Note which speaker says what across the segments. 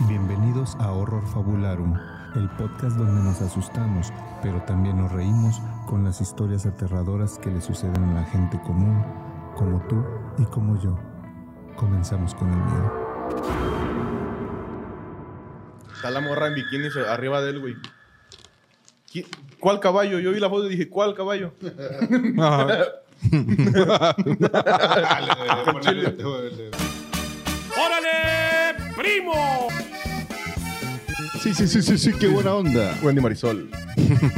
Speaker 1: Bienvenidos a Horror Fabularum, el podcast donde nos asustamos, pero también nos reímos con las historias aterradoras que le suceden a la gente común, como tú y como yo. Comenzamos con el miedo.
Speaker 2: Está la morra en bikini se- arriba de él, güey. ¿Qui- ¿Cuál caballo? Yo vi la foto y dije, ¿cuál caballo?
Speaker 3: ¡Órale, primo!
Speaker 4: Sí, sí, sí, sí, sí, qué buena onda.
Speaker 2: Wendy Marisol.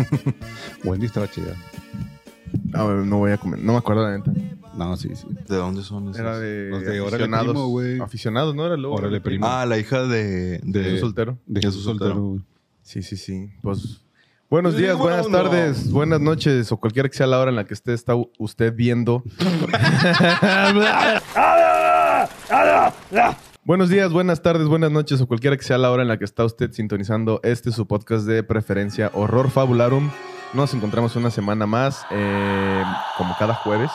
Speaker 4: Wendy estaba chida.
Speaker 2: A ver, Ah, no voy a comer. No me acuerdo la neta.
Speaker 4: No, sí, sí.
Speaker 5: ¿De dónde son esos?
Speaker 2: Era de,
Speaker 4: Los de Órale
Speaker 2: aficionados. Ah,
Speaker 4: Primo, güey.
Speaker 2: aficionados, ¿no? Era luego.
Speaker 4: Órale Primo.
Speaker 5: Ah, la hija de... de-
Speaker 2: ¿Un soltero?
Speaker 4: De Jesús Soltero. güey.
Speaker 2: Sí, sí, sí. Pues... Buenos
Speaker 5: Pues,
Speaker 2: días,
Speaker 5: buena
Speaker 2: buenas
Speaker 5: onda.
Speaker 2: tardes, buenas noches o cualquiera que sea la hora en la que esté está u- usted viendo. Buenos días, buenas tardes, buenas noches o cualquiera que sea la hora en la que está usted sintonizando este su podcast de preferencia Horror Fabularum. Nos encontramos una semana más, eh, como cada jueves,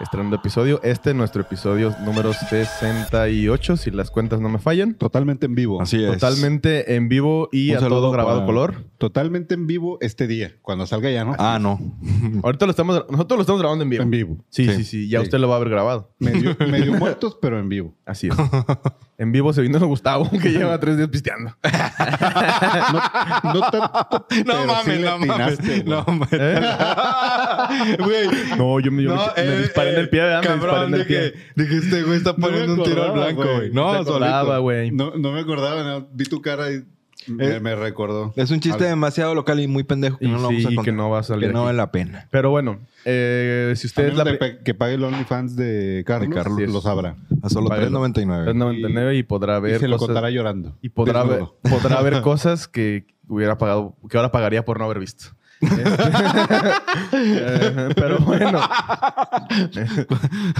Speaker 2: estrenando episodio. Este nuestro episodio número 68, si las cuentas no me fallan.
Speaker 4: Totalmente en vivo.
Speaker 5: Así es.
Speaker 2: Totalmente en vivo y
Speaker 4: Un
Speaker 2: a todo
Speaker 4: saludo
Speaker 2: grabado
Speaker 4: para-
Speaker 2: color.
Speaker 4: Totalmente en vivo este día. Cuando salga ya, ¿no?
Speaker 5: Ah, no.
Speaker 2: Ahorita lo estamos, nosotros lo estamos grabando en vivo.
Speaker 4: en vivo.
Speaker 2: Sí, sí,
Speaker 5: Sí.
Speaker 2: sí, Ya
Speaker 4: Sí.
Speaker 2: usted lo va a haber grabado.
Speaker 4: Medio, medio muertos, pero en vivo.
Speaker 2: Así es. en vivo se vino Gustavo, que lleva tres días pisteando.
Speaker 4: No tanto. pero sí le atinaste, güey.
Speaker 5: Ah. No mames.
Speaker 2: ¿Eh?
Speaker 5: Güey.
Speaker 2: No, yo me, yo
Speaker 5: No,
Speaker 2: me- me
Speaker 5: eh,
Speaker 2: disparé en el pie, ¿verdad? Me disparé
Speaker 5: Cabrón,
Speaker 2: en el
Speaker 5: dije,
Speaker 2: pie.
Speaker 5: dije, este güey está
Speaker 4: No me
Speaker 5: poniendo un tiro al
Speaker 4: acordaba,
Speaker 5: blanco, güey.
Speaker 2: No,
Speaker 5: No,
Speaker 2: me acordaba,
Speaker 5: solito.
Speaker 2: güey.
Speaker 4: No, no me acordaba, no. vi tu cara y me,
Speaker 5: Eh,
Speaker 4: me recordó.
Speaker 5: Es un chiste
Speaker 4: Al-
Speaker 5: demasiado local y muy pendejo que
Speaker 2: Y
Speaker 5: no lo
Speaker 2: sí,
Speaker 5: vamos a
Speaker 2: y
Speaker 5: contar.
Speaker 2: que no va a salir
Speaker 5: Que no
Speaker 2: aquí.
Speaker 5: vale la pena.
Speaker 2: Pero bueno, eh, si
Speaker 4: a
Speaker 2: usted es
Speaker 4: menos
Speaker 2: la...
Speaker 4: de
Speaker 2: pri-
Speaker 4: pe- que pague el OnlyFans de Carlos,
Speaker 2: De Carlos.
Speaker 4: lo sabrá.
Speaker 5: A solo
Speaker 2: Vale.
Speaker 5: 3.99.
Speaker 2: 399 y podrá
Speaker 4: Y
Speaker 2: ver
Speaker 4: se lo
Speaker 2: cosas-
Speaker 4: contará llorando.
Speaker 2: y podrá ver,
Speaker 4: Desnudo.
Speaker 2: podrá ver cosas que hubiera pagado, que ahora pagaría por no haber visto. Este, eh, pero bueno,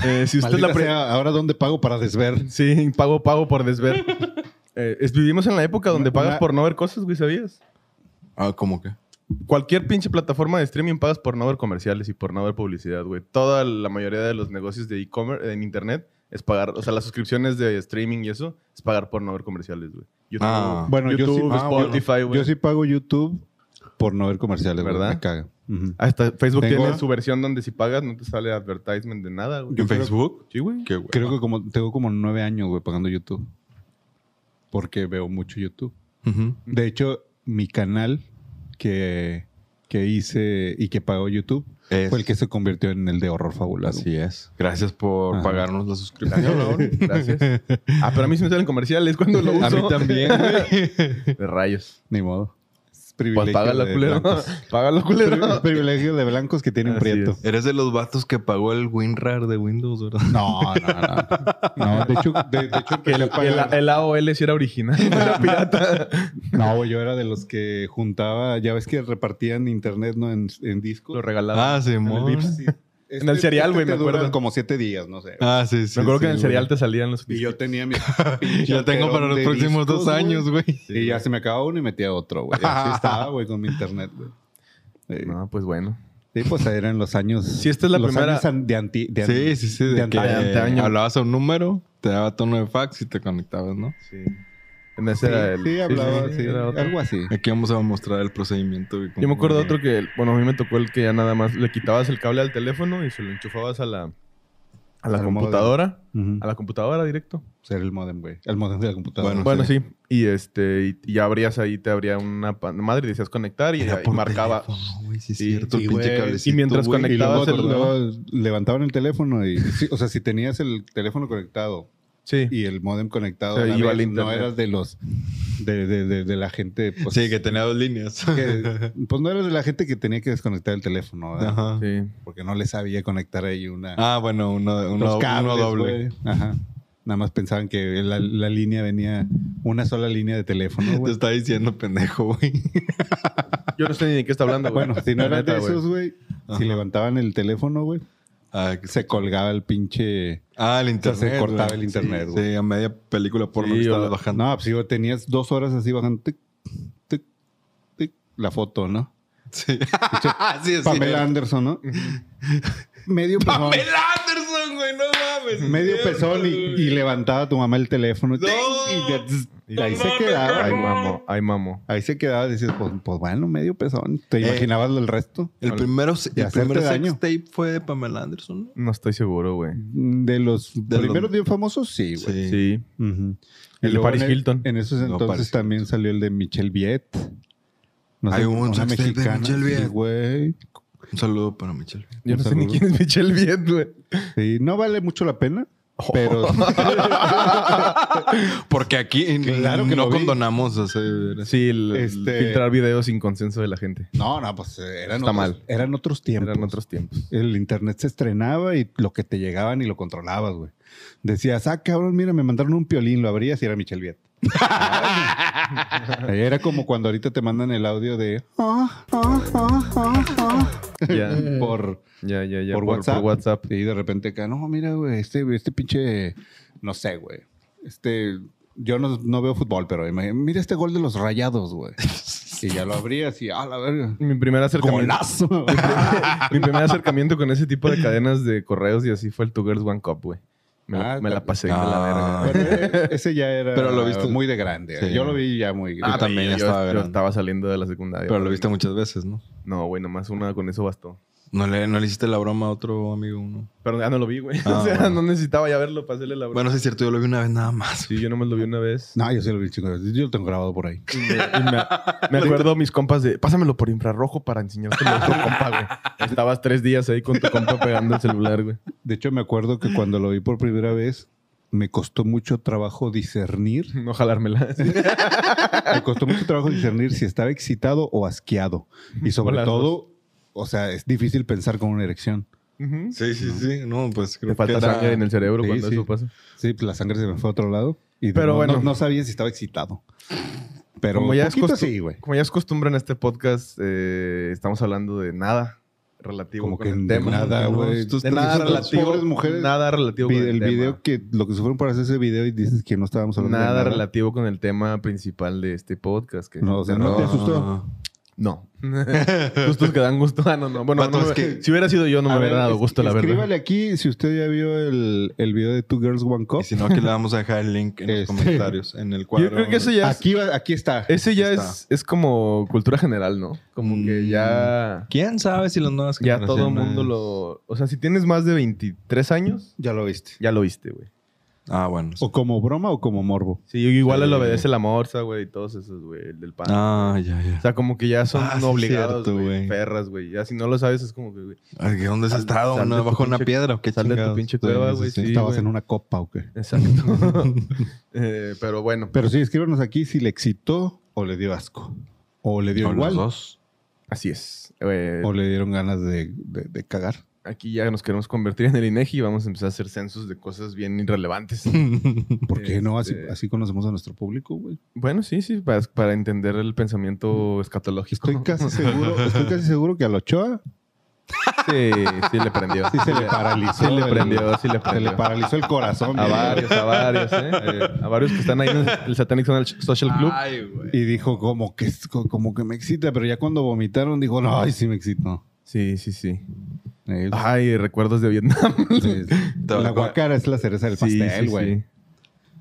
Speaker 2: Eh, si usted es la
Speaker 4: Maldita
Speaker 2: pri-
Speaker 4: sea, ahora dónde pago para desver.
Speaker 2: Sí, pago, pago por desver. Eh, es- vivimos en la época donde
Speaker 4: Una-
Speaker 2: pagas
Speaker 4: una-
Speaker 2: por no ver cosas, güey, ¿sabías?
Speaker 5: Ah, ¿cómo que?
Speaker 2: Cualquier pinche plataforma de streaming pagas por no ver comerciales y por no ver publicidad, güey. Toda la mayoría de los negocios de e-commerce en internet es pagar, o sea, las suscripciones de streaming y eso es pagar por no ver comerciales, güey. YouTube,
Speaker 5: Ah.
Speaker 4: Bueno, yo sí-
Speaker 2: YouTube,
Speaker 4: ah,
Speaker 5: bueno.
Speaker 2: Spotify, güey.
Speaker 4: Yo sí pago YouTube por no ver comerciales, ¿verdad?
Speaker 2: ¿Verdad?
Speaker 4: Me caga.
Speaker 2: Hasta Facebook
Speaker 4: Tengo-
Speaker 2: tiene su versión donde si pagas no te sale advertisement de nada, güey.
Speaker 4: Yo
Speaker 5: ¿En
Speaker 4: creo-
Speaker 5: Facebook?
Speaker 2: Sí, güey.
Speaker 5: Qué güey.
Speaker 4: Creo que como tengo como nueve años, güey, pagando YouTube. Porque veo mucho YouTube.
Speaker 5: Ujú.
Speaker 4: De hecho, mi canal que, que hice y que pagó YouTube
Speaker 5: Es-
Speaker 4: fue el que se convirtió en el de horror fabuloso.
Speaker 5: Así es. Gracias por
Speaker 4: Ajá.
Speaker 5: pagarnos la suscripción.
Speaker 2: Gracias, cabrón. Gracias. Ah, pero a mí sí me salen comerciales cuando lo uso.
Speaker 4: A mí también, güey.
Speaker 2: De rayos.
Speaker 4: Ni modo. Es
Speaker 2: Pues
Speaker 4: privilegio
Speaker 2: págalo,
Speaker 4: de
Speaker 2: culero.
Speaker 4: blancos.
Speaker 2: Págalo, culero.
Speaker 4: Pri- privilegio de blancos que tienen
Speaker 2: Así
Speaker 4: prieto.
Speaker 2: es.
Speaker 5: Eres de los vatos que pagó el WinRAR de Windows, ¿verdad?
Speaker 4: No, no, no. No, de hecho, de, de hecho
Speaker 2: Que
Speaker 4: empecé a
Speaker 2: el, el,
Speaker 4: pagar-
Speaker 2: el AOL sí era original. Era pirata.
Speaker 4: No, güey, yo era de los que juntaba, ya ves que repartían internet, ¿no? En, en discos.
Speaker 2: Lo regalaba.
Speaker 5: sí,
Speaker 2: el Vips. En el cereal, güey,
Speaker 4: te
Speaker 2: me
Speaker 4: dura
Speaker 2: acuerdo.
Speaker 4: como siete días, no sé.
Speaker 5: Ah, sí, sí.
Speaker 2: me acuerdo que en el
Speaker 5: sí,
Speaker 2: serial
Speaker 5: güey.
Speaker 2: te salían los
Speaker 4: y yo tenía mi
Speaker 5: Ya tengo para los próximos dos años, güey.
Speaker 4: Y ya se me acababa uno y metía otro, güey. Así estaba, güey, con mi internet, güey. Sí.
Speaker 2: No, pues bueno.
Speaker 4: Sí, pues eran los años.
Speaker 2: Si esta es la
Speaker 4: los
Speaker 2: primera-
Speaker 4: años an- de anti. de an-
Speaker 5: Sí, sí, sí. De, que
Speaker 4: antaño,
Speaker 2: de antaño.
Speaker 5: hablabas a un número, te daba tono de fax y te conectabas, ¿no?
Speaker 2: En ese
Speaker 4: Sí,
Speaker 2: era el.
Speaker 4: sí, hablaba,
Speaker 2: sí,
Speaker 4: sí,
Speaker 2: era otro.
Speaker 4: algo así.
Speaker 5: Aquí vamos a mostrar el procedimiento. güey, como-
Speaker 2: Yo me acuerdo de otro que, bueno, a mí me tocó el que ya nada más le quitabas el cable al teléfono y se lo enchufabas a la, a la
Speaker 4: Al
Speaker 2: computadora.
Speaker 4: Ujú.
Speaker 2: A la computadora directo.
Speaker 4: Era el modem, güey. El modem de la computadora.
Speaker 5: Bueno,
Speaker 2: Bueno, sí. Y este, y, y ya abrías ahí, te abría una pan- madre y decías conectar y,
Speaker 5: Era
Speaker 2: y
Speaker 5: por
Speaker 2: marcaba.
Speaker 5: teléfono, güey, sí, es
Speaker 2: Sí,
Speaker 5: cierto, el
Speaker 4: sí,
Speaker 5: pinche
Speaker 4: güey.
Speaker 5: cablecito,
Speaker 2: Y mientras
Speaker 5: güey.
Speaker 4: Y
Speaker 2: conectabas
Speaker 4: luego,
Speaker 2: el-
Speaker 4: luego levantaban el teléfono y, sí, o sea, si tenías el teléfono conectado
Speaker 2: Sí.
Speaker 4: y el modem conectado,
Speaker 2: Se
Speaker 4: a la
Speaker 2: iba
Speaker 4: vez,
Speaker 2: al
Speaker 4: no
Speaker 2: internet.
Speaker 4: eras de los de, de- de- de la gente, pues,
Speaker 5: Sí, que tenía dos líneas.
Speaker 4: que- pues no eras de la gente que tenía que desconectar el teléfono, ¿verdad?
Speaker 5: Ajá.
Speaker 2: Sí.
Speaker 4: porque no le sabía conectar ahí una
Speaker 5: Ah, bueno, uno, uno,
Speaker 4: los cables,
Speaker 5: uno doble.
Speaker 4: güey. Ajá. Nada más pensaban que la, la línea venía una sola línea de teléfono.
Speaker 5: Te
Speaker 4: güey.
Speaker 5: está diciendo pendejo, güey.
Speaker 2: Yo no sé ni de qué está hablando. güey.
Speaker 4: Bueno, si no
Speaker 2: La
Speaker 4: eran
Speaker 2: neta,
Speaker 4: de
Speaker 2: güey.
Speaker 4: esos, güey, si
Speaker 5: Ajá.
Speaker 4: levantaban el teléfono, güey,
Speaker 5: Ah, que-
Speaker 4: se colgaba el pinche
Speaker 5: ah, el
Speaker 4: sea,
Speaker 5: internet.
Speaker 4: se cortaba
Speaker 5: güey.
Speaker 4: el internet,
Speaker 5: Sí,
Speaker 4: güey.
Speaker 5: sí, a media película por
Speaker 2: Sí,
Speaker 5: lo que
Speaker 2: o
Speaker 5: estabas
Speaker 2: la-
Speaker 5: bajando.
Speaker 4: No, pues si tenías dos horas así bajando tic, tic, tic, la foto, ¿no?
Speaker 5: Sí. Ah, sí, es
Speaker 4: Pamela
Speaker 5: cierto.
Speaker 4: Anderson, ¿no? Medio pezón.
Speaker 5: Pamela Anderson, güey, no mames. mames.
Speaker 4: medio
Speaker 5: es cierto,
Speaker 4: pezón y,
Speaker 5: güey.
Speaker 4: y levantaba tu mamá el teléfono.
Speaker 5: No.
Speaker 4: Y, te- y ahí se
Speaker 5: No
Speaker 4: quedaba.
Speaker 2: Ay,
Speaker 5: mames,
Speaker 2: mamo, ay, mamo.
Speaker 4: Ahí se quedaba, decías, pues, pues bueno, medio pezón. ¿Te
Speaker 5: Eh.
Speaker 4: imaginabas el resto?
Speaker 5: El primero, el
Speaker 4: hacerte
Speaker 5: primer
Speaker 4: daño.
Speaker 5: sex tape fue de Pamela Anderson.
Speaker 2: No estoy seguro, güey.
Speaker 4: De los
Speaker 5: De los-
Speaker 4: primeros bien famosos, sí,
Speaker 5: Sí.
Speaker 4: güey.
Speaker 2: Sí.
Speaker 4: Ujú.
Speaker 2: El de
Speaker 4: luego
Speaker 2: Paris
Speaker 4: en el-
Speaker 2: Hilton.
Speaker 4: En esos
Speaker 5: No,
Speaker 4: entonces
Speaker 5: Paris
Speaker 4: también salió el de Michelle Viet. No
Speaker 5: Hay un sex tape de Michelle
Speaker 4: sí,
Speaker 5: Viet.
Speaker 4: güey.
Speaker 5: Un saludo para Michelle.
Speaker 2: Yo
Speaker 4: Un
Speaker 2: no sé ni
Speaker 4: saludo.
Speaker 2: quién es Michelle Viet, güey.
Speaker 4: Sí, no vale mucho la pena,
Speaker 5: Oh.
Speaker 4: pero
Speaker 5: Porque aquí
Speaker 4: Claro que
Speaker 5: no
Speaker 4: lo vi.
Speaker 5: condonamos hacer
Speaker 2: Sí, el-
Speaker 4: Este-
Speaker 2: filtrar videos sin consenso de la gente.
Speaker 4: no, no, pues
Speaker 2: Está
Speaker 4: eran otros,
Speaker 2: mal.
Speaker 4: eran otros tiempos.
Speaker 2: Eran otros tiempos.
Speaker 4: El internet se estrenaba y lo que te llegaban y lo controlabas, güey. Decías, ah, cabrón, mira, me mandaron un piolín, lo abrías y era Michelle Viet. Ay, era como cuando ahorita te mandan el audio de ah, ah, ah, ah, ah,
Speaker 2: Ya,
Speaker 4: por,
Speaker 2: ya, ya. ya.
Speaker 4: por WhatsApp.
Speaker 2: Por WhatsApp.
Speaker 4: Y de repente acá, no, mira, güey, este, este pinche, no sé, güey. Este, yo no, no veo fútbol, pero imagi- mira este gol de los rayados, güey. Y ya lo abrías y, ah, la verga.
Speaker 2: Mi primer acercamiento.
Speaker 4: Golazo.
Speaker 2: Mi primer acercamiento con ese tipo de cadenas de correos y así fue el Two Girls One Cup, güey. Me, la-
Speaker 4: Ah,
Speaker 2: me la
Speaker 4: también.
Speaker 2: pasé de la verga.
Speaker 5: Ah.
Speaker 4: Bueno, eh, ese ya era
Speaker 5: Pero lo viste-
Speaker 4: muy de grande.
Speaker 5: Sí.
Speaker 4: Yo lo vi ya muy grande.
Speaker 5: Ah, también
Speaker 2: yo,
Speaker 5: ya estaba
Speaker 2: yo
Speaker 5: grande.
Speaker 2: estaba saliendo de la secundaria.
Speaker 5: Pero lo viste muchas veces, ¿no?
Speaker 2: No, güey, nomás una con eso bastó.
Speaker 5: No le, no le hiciste la broma a otro amigo, ¿no?
Speaker 2: Pero ya no lo vi, güey.
Speaker 5: Ah,
Speaker 2: o sea,
Speaker 5: bueno.
Speaker 2: no necesitaba ya verlo para hacerle la broma.
Speaker 5: Bueno, sí es cierto, yo lo vi una vez nada más.
Speaker 2: Sí, yo nomás lo vi una vez.
Speaker 4: No, yo sí lo vi chingo. Yo lo tengo grabado por ahí.
Speaker 2: Y me, y me- me acuerdo mis compas de, pásamelo por infrarrojo para enseñarte a otro compa, güey. Estabas tres días ahí con tu compa pegando el celular, güey.
Speaker 4: De hecho, me acuerdo que cuando lo vi por primera vez, me costó mucho trabajo discernir.
Speaker 2: No jalármela.
Speaker 4: Me costó mucho trabajo discernir si estaba excitado o asqueado. Y
Speaker 2: O
Speaker 4: sobre
Speaker 2: las
Speaker 4: todo, o sea, es difícil pensar con una erección.
Speaker 2: Ujú.
Speaker 5: Sí, sí, sí. No, pues creo
Speaker 2: Te falta
Speaker 5: que era-
Speaker 2: sangre en el cerebro
Speaker 4: Sí,
Speaker 2: cuando
Speaker 4: sí.
Speaker 2: eso pasa.
Speaker 4: Sí, pues la sangre se me fue a otro lado. Y
Speaker 2: Pero
Speaker 4: no,
Speaker 2: bueno.
Speaker 4: no, no sabía si estaba excitado. Pero
Speaker 2: como ya, es
Speaker 4: poquito
Speaker 2: costu-
Speaker 4: sí, güey.
Speaker 2: como ya es costumbre en este podcast, eh, estamos hablando de nada relativo
Speaker 4: Como
Speaker 2: con
Speaker 4: que
Speaker 2: el tema.
Speaker 4: nada,
Speaker 2: No,
Speaker 4: güey.
Speaker 2: estos- De
Speaker 4: Estas-
Speaker 2: nada
Speaker 4: estas
Speaker 2: relativo.
Speaker 4: pobres mujeres.
Speaker 2: Nada relativo
Speaker 4: Vi-
Speaker 2: con el,
Speaker 4: el
Speaker 2: tema.
Speaker 4: video que lo que sufrieron para hacer ese video y dices que no estábamos hablando de
Speaker 2: Nada, relativo con el tema principal de este podcast. Que
Speaker 4: No, o sea, no
Speaker 5: Ah,
Speaker 4: te asustó.
Speaker 2: No. Gustos que dan gusto. Ah, no, no. Bueno,
Speaker 5: Vato,
Speaker 2: no me-
Speaker 5: es que-
Speaker 2: si hubiera sido yo, no
Speaker 4: A
Speaker 2: me
Speaker 4: ver,
Speaker 2: hubiera dado
Speaker 4: es-
Speaker 2: gusto, la verdad.
Speaker 4: Escríbale aquí si usted ya vio el, el video de Two Girls One Cup.
Speaker 5: Y si no, aquí le vamos a dejar el link en
Speaker 4: Este.
Speaker 5: los comentarios, en el cuadro.
Speaker 2: Yo creo que eso ya es,
Speaker 4: Aquí, va- aquí está.
Speaker 2: ese ya
Speaker 5: está.
Speaker 2: es, es como cultura general, ¿no? Como que
Speaker 5: Mm.
Speaker 2: ya,
Speaker 5: ¿Quién sabe si las nuevas
Speaker 2: ya todo el
Speaker 5: generaciones-
Speaker 2: mundo lo. O sea, si tienes más de 23 años,
Speaker 4: Ya lo viste.
Speaker 2: ya lo viste, güey.
Speaker 5: Ah, bueno.
Speaker 4: O como broma o como morbo.
Speaker 2: Sí, igual
Speaker 5: Sí.
Speaker 2: le obedece la morsa, güey, y todos esos, güey, el del pan.
Speaker 5: Ah, ya, ya.
Speaker 2: O sea, como que ya son
Speaker 5: Ah, sí,
Speaker 2: obligados,
Speaker 5: cierto,
Speaker 2: güey.
Speaker 5: güey.
Speaker 2: Perras, güey. Ya si no lo sabes, es como que, güey.
Speaker 5: Ay, ¿qué ¿Dónde has
Speaker 2: Sal-
Speaker 5: estado?
Speaker 2: sal
Speaker 5: ¿No
Speaker 2: de tu
Speaker 5: ¿Bajo una
Speaker 2: pinche-
Speaker 5: piedra o qué
Speaker 2: sal de tu
Speaker 5: chingados?
Speaker 2: pinche
Speaker 5: Sí,
Speaker 2: cueva,
Speaker 5: sí,
Speaker 2: güey,
Speaker 5: sí.
Speaker 2: sí.
Speaker 4: Estabas
Speaker 2: güey.
Speaker 4: en una copa o qué.
Speaker 2: Exacto. Eh, pero bueno,
Speaker 4: Pero sí, escríbanos aquí si le excitó o le dio asco. O le dio
Speaker 5: O los
Speaker 4: igual.
Speaker 5: dos.
Speaker 2: así es. Eh,
Speaker 4: O le dieron ganas de, de- de cagar.
Speaker 2: aquí ya nos queremos convertir en el INEGI y vamos a empezar a hacer censos de cosas bien irrelevantes.
Speaker 4: ¿Por qué no? Así,
Speaker 2: Este-
Speaker 4: así conocemos a nuestro público, güey.
Speaker 2: bueno, sí, sí, para, para entender el pensamiento escatológico.
Speaker 4: Estoy casi seguro, estoy casi seguro que a la Ochoa
Speaker 2: Sí, sí le prendió.
Speaker 4: sí se le paralizó.
Speaker 2: Sí le
Speaker 4: el-
Speaker 2: prendió, sí le
Speaker 4: Se
Speaker 2: prendió.
Speaker 4: le paralizó el corazón.
Speaker 2: A
Speaker 4: güey.
Speaker 2: varios, a varios, ¿eh? Eh, A varios que están ahí en el- el Satanic
Speaker 5: Ah.
Speaker 2: Social Club.
Speaker 5: Ay, güey.
Speaker 4: Y dijo como que como que me excita, pero ya cuando vomitaron dijo, no, ay, sí me excitó.
Speaker 2: Sí, sí, sí.
Speaker 4: Eh,
Speaker 2: Ay, recuerdos de Vietnam.
Speaker 4: sí. la guacara es la cereza del
Speaker 2: Sí, sí,
Speaker 4: pastel, güey.
Speaker 2: sí.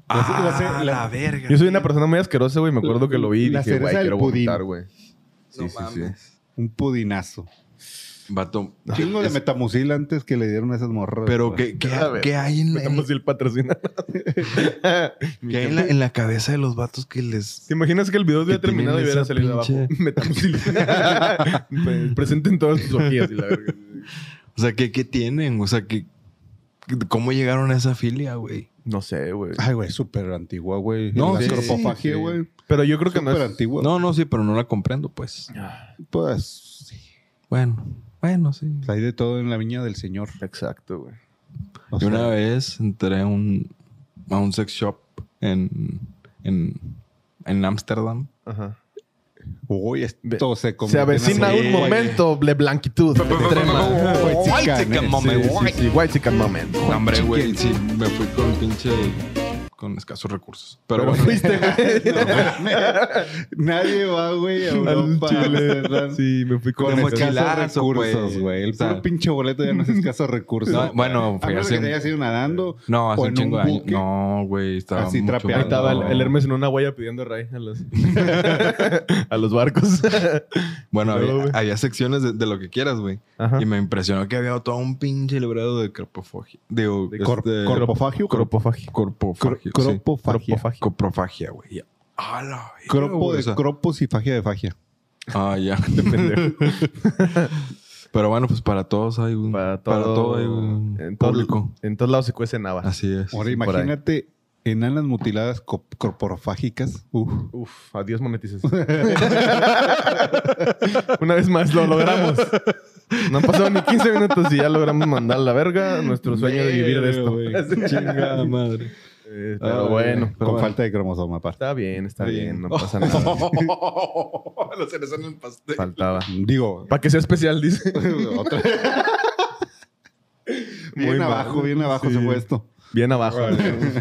Speaker 5: Ah,
Speaker 4: La- la-
Speaker 5: la, verga.
Speaker 2: Yo soy una persona muy asquerosa, güey. Me acuerdo que lo vi y
Speaker 4: La
Speaker 2: dije, güey,
Speaker 4: cereza del
Speaker 2: quiero
Speaker 4: pudín.
Speaker 2: vomitar, güey. Sí,
Speaker 5: No
Speaker 2: sí, sí.
Speaker 5: mames.
Speaker 4: Un pudinazo.
Speaker 5: Vato.
Speaker 4: Chingo de metamucil antes que le dieron a esas morras.
Speaker 5: Pero, ¿qué,
Speaker 4: güey.
Speaker 5: qué,
Speaker 2: A ver,
Speaker 5: qué hay en, en-
Speaker 2: Metamos el patrocinador.
Speaker 5: qué hay en la, en la cabeza de los vatos que les.
Speaker 2: ¿Te imaginas que el video hubiera
Speaker 5: Que tienen
Speaker 2: terminado y hubiera
Speaker 5: esa
Speaker 2: salido
Speaker 5: pinche-
Speaker 2: abajo? Metamucil. Pues, Presenten todas tus orgías y la verga.
Speaker 5: O sea, ¿qué, qué tienen? O sea, ¿qué, ¿cómo llegaron a esa filia, güey?
Speaker 2: No sé, güey.
Speaker 4: Ay, güey, súper antigua, güey.
Speaker 5: No,
Speaker 4: la
Speaker 5: sí,
Speaker 4: acropofagia,
Speaker 2: sí.
Speaker 4: güey.
Speaker 2: Pero yo creo que no
Speaker 4: Súper
Speaker 2: es... Ah,
Speaker 4: antigua.
Speaker 5: No, no, sí, pero no la comprendo, pues.
Speaker 4: Pues, sí.
Speaker 5: Bueno, bueno, sí.
Speaker 4: Hay de todo en la viña del señor.
Speaker 2: Exacto, güey.
Speaker 4: O
Speaker 5: Yo
Speaker 4: sea,
Speaker 5: una vez entré a un, a un sex shop en en en Ámsterdam.
Speaker 2: Ajá.
Speaker 4: Uy, esto se
Speaker 2: Se avecina
Speaker 5: Sí,
Speaker 2: un
Speaker 5: güey.
Speaker 2: momento de blanquitud extrema.
Speaker 4: White chicken,
Speaker 5: moment.
Speaker 2: Sí, sí, sí. White chicken moment.
Speaker 5: No, Hombre, güey, sí, me fui con pinche con escasos recursos. Pero bueno,
Speaker 2: fuiste, güey.
Speaker 4: No, mames. Nadie va, güey, a
Speaker 2: Al
Speaker 4: Europa. ¿verdad?
Speaker 2: Chile. Sí, me fui con
Speaker 4: Con
Speaker 5: De
Speaker 2: eso.
Speaker 5: mochila. mochilazo,
Speaker 4: escasos
Speaker 5: güey.
Speaker 4: recursos, güey. El
Speaker 5: O sea,
Speaker 4: puro pinche boleto ya no es escaso recurso.
Speaker 5: No, bueno,
Speaker 4: a
Speaker 5: fue
Speaker 4: menos
Speaker 5: hace
Speaker 4: que
Speaker 5: un-
Speaker 4: te hayas ido nadando.
Speaker 5: no, hace
Speaker 4: o
Speaker 5: un
Speaker 4: en
Speaker 5: chingo de años.
Speaker 4: buque.
Speaker 5: No, güey, estaba
Speaker 4: Así
Speaker 5: mucho
Speaker 2: Ahí
Speaker 4: trapeando.
Speaker 5: más-
Speaker 2: estaba el, el Hermes en una huella pidiendo ray a los, a los barcos.
Speaker 5: Bueno,
Speaker 2: Luego,
Speaker 5: había,
Speaker 2: güey.
Speaker 5: había secciones de, de lo que quieras, güey.
Speaker 2: Ajá.
Speaker 5: Y me impresionó que había todo un pinche librado de corpofagia. De, este,
Speaker 4: Cor- corpofagio.
Speaker 2: Cropofagia.
Speaker 5: corpofagia,
Speaker 4: Cro-
Speaker 5: sí.
Speaker 4: cropofagia.
Speaker 2: Cropofagia.
Speaker 5: Coprofagia, güey. Ya. A la verga,
Speaker 4: Cropo
Speaker 5: güey,
Speaker 4: de
Speaker 5: o sea,
Speaker 4: cropos y fagia de fagia.
Speaker 5: Ah, ya. Pero bueno, pues para todos hay un.
Speaker 2: Para
Speaker 5: Para,
Speaker 2: todo,
Speaker 5: todo hay un
Speaker 2: en, todo-
Speaker 5: público.
Speaker 2: en todos lados se cuecen habas.
Speaker 5: Así es.
Speaker 4: Ahora
Speaker 2: sí, por ahí.
Speaker 4: imagínate enanas mutiladas co- corporofágicas. Uf.
Speaker 2: Uf, adiós monetización. Una vez más, lo logramos. No han pasado ni 15 minutos y ya logramos mandar a la verga nuestro sueño de vivir de esto.
Speaker 5: Chingada madre.
Speaker 2: Eh,
Speaker 5: Ah,
Speaker 2: pero bueno,
Speaker 5: Pero
Speaker 4: con
Speaker 5: bueno.
Speaker 4: falta de cromosoma aparte.
Speaker 2: está bien, está
Speaker 5: Está
Speaker 2: bien,
Speaker 5: bien.
Speaker 2: no pasa nada.
Speaker 5: Los seres en el pastel.
Speaker 2: Faltaba.
Speaker 4: Digo,
Speaker 2: Para que sea especial, dice.
Speaker 4: otra. bien
Speaker 2: Muy mal.
Speaker 4: abajo, bien abajo pues.
Speaker 2: Sí.
Speaker 4: se fue esto.
Speaker 2: Bien abajo.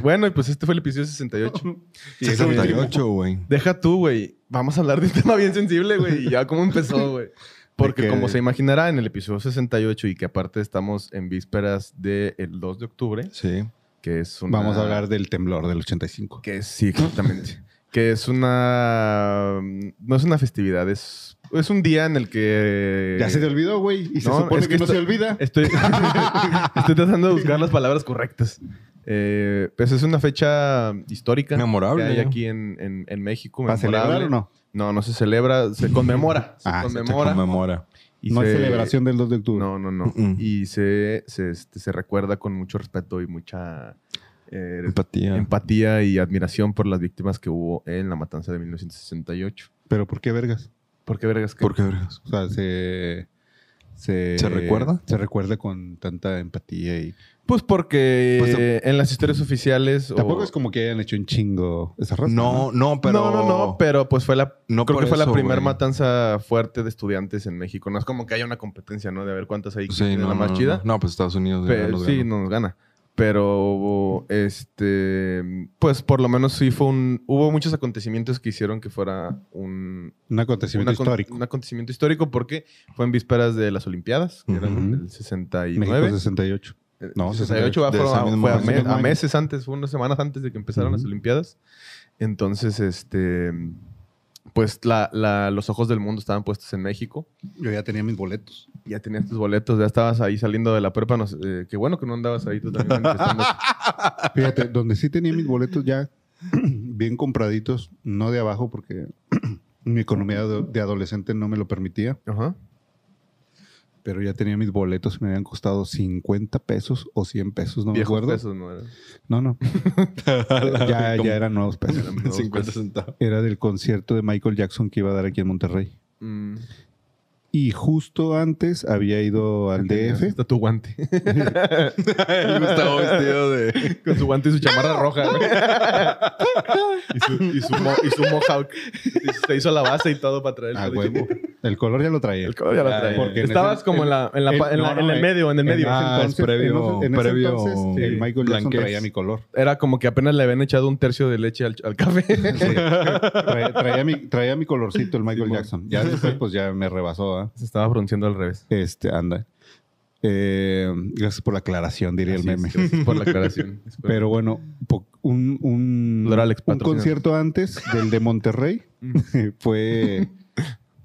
Speaker 2: Bueno, y pues este fue el episodio 68.
Speaker 5: 68, güey.
Speaker 2: Deja tú, güey. Vamos a hablar de un tema bien sensible, güey. Y ya cómo empezó, güey. Porque
Speaker 4: ¿De qué?
Speaker 2: como se imaginará, en el episodio 68 y que aparte estamos en vísperas del 2 de octubre,
Speaker 5: Sí.
Speaker 2: que es una...
Speaker 4: Vamos a hablar del temblor del 85.
Speaker 2: Que es, sí, exactamente. que es una... No es una festividad, es, es un día en el que...
Speaker 4: Ya se te olvidó, güey. Y se
Speaker 2: Eh, No,
Speaker 4: supone
Speaker 2: es
Speaker 4: que,
Speaker 2: que
Speaker 4: no
Speaker 2: esto-
Speaker 4: se olvida.
Speaker 2: Estoy, estoy tratando de buscar las palabras correctas. Eh, pues es una fecha histórica.
Speaker 5: Memorable,
Speaker 2: Que hay
Speaker 5: ¿no?
Speaker 2: aquí en, en, en México.
Speaker 4: ¿Para celebrar
Speaker 2: memorable.
Speaker 4: o no?
Speaker 2: No, no se celebra, se conmemora. Se
Speaker 4: Ah, se
Speaker 2: conmemora.
Speaker 5: Conmemora.
Speaker 2: y
Speaker 4: no hay
Speaker 2: se-
Speaker 4: celebración del 2 de octubre.
Speaker 2: No, no, no.
Speaker 5: Mm-mm.
Speaker 2: Y se, se, este, se recuerda con mucho respeto y mucha eh,
Speaker 5: Empatía.
Speaker 2: empatía y admiración por las víctimas que hubo en la matanza de 1968.
Speaker 4: ¿Pero por qué vergas?
Speaker 2: ¿Por qué vergas que
Speaker 5: ¿Por qué vergas?
Speaker 4: O sea, se... ¿Se,
Speaker 5: ¿Se recuerda?
Speaker 4: Se recuerda con tanta empatía y...
Speaker 2: Pues porque
Speaker 5: Pues,
Speaker 2: eh, en las historias oficiales... o-
Speaker 4: Tampoco es como que hayan hecho un chingo esa raza.
Speaker 5: No, no, pero.
Speaker 2: Pues, No, no, no, pero pues fue la...
Speaker 5: No
Speaker 2: creo
Speaker 5: por
Speaker 2: que fue la
Speaker 5: eso,
Speaker 2: primera
Speaker 5: güey.
Speaker 2: matanza fuerte de estudiantes en México. No es como que haya una competencia, ¿no? De ver cuántas hay
Speaker 5: Sí,
Speaker 2: de
Speaker 5: no,
Speaker 2: la más
Speaker 5: no,
Speaker 2: chida.
Speaker 5: No, No, pues Estados Unidos. ya
Speaker 2: Pero
Speaker 5: nos
Speaker 2: sí,
Speaker 5: ganó.
Speaker 2: no nos gana. Pero, este, pues por lo menos sí fue un, hubo muchos acontecimientos que hicieron que fuera un,
Speaker 4: Un acontecimiento
Speaker 2: un acon-
Speaker 4: histórico.
Speaker 2: un acontecimiento histórico porque fue en vísperas de las Olimpiadas, que eran
Speaker 4: Ujú.
Speaker 2: el 69.
Speaker 4: México 68.
Speaker 2: Eh,
Speaker 4: no,
Speaker 2: 68 va,
Speaker 5: de
Speaker 2: fueron-
Speaker 5: esa misma
Speaker 2: fue a,
Speaker 5: manera.
Speaker 2: me- a meses antes, fue unas semanas antes de que empezaron las
Speaker 4: Ujú.
Speaker 2: Olimpiadas. Entonces, este, pues la- la- los ojos del mundo estaban puestos en México.
Speaker 4: Yo ya tenía mis boletos.
Speaker 2: Ya tenías tus boletos, ya estabas ahí saliendo de la prepa. no sé, eh, qué bueno que no andabas ahí tú también. manifestando.
Speaker 4: Fíjate, donde sí tenía mis boletos ya bien compraditos, no de abajo porque mi economía de, de adolescente no me lo permitía,
Speaker 2: Ajá.
Speaker 4: pero ya tenía mis boletos y me habían costado 50 pesos o 100 pesos, no
Speaker 2: Viejos
Speaker 4: me acuerdo.
Speaker 2: pesos, no era.
Speaker 4: No, no. ya, ya eran nuevos pesos.
Speaker 2: Eran nuevos
Speaker 5: 50
Speaker 2: pesos.
Speaker 5: centavos.
Speaker 4: Era del concierto de Michael Jackson que iba a dar aquí en Monterrey.
Speaker 2: Mm.
Speaker 4: Y justo antes había ido al DF.
Speaker 2: Está tu guante.
Speaker 5: Estaba vestido de.
Speaker 2: Con su guante y su chamarra roja. güey. y, su, y, su mo- y su mohawk. Y se hizo la base y todo para traer el
Speaker 4: A
Speaker 2: cabello.
Speaker 4: Ah, huevo. El color ya lo traía.
Speaker 2: El cabello lo traía.
Speaker 4: Porque en
Speaker 2: Estabas
Speaker 4: ese-
Speaker 2: como Ah, en
Speaker 4: en-
Speaker 2: la, en la, pa-
Speaker 4: en-
Speaker 2: en la-
Speaker 4: no, no,
Speaker 2: en el
Speaker 4: en-
Speaker 2: medio, en el medio.
Speaker 5: ah, es previo-
Speaker 4: en ese
Speaker 5: previo
Speaker 4: entonces, el Michael Jackson
Speaker 5: blanquez.
Speaker 4: traía mi color.
Speaker 2: Era como que apenas le habían echado un tercio de leche al, al café.
Speaker 4: Sí. Traía, traía mi, traía mi colorcito el Michael
Speaker 2: Simón.
Speaker 4: Jackson. Ya después, pues ya me rebasó. ¿ah?
Speaker 2: se estaba pronunciando al revés.
Speaker 4: Este, anda. Eh, gracias por la aclaración, diría
Speaker 2: Así
Speaker 4: el meme.
Speaker 2: es, gracias por la aclaración.
Speaker 4: Pero bueno, po- un, un,
Speaker 2: Lo era Alex
Speaker 4: un
Speaker 2: patrocinador.
Speaker 4: concierto antes del de Monterrey
Speaker 2: Mm.
Speaker 4: fue,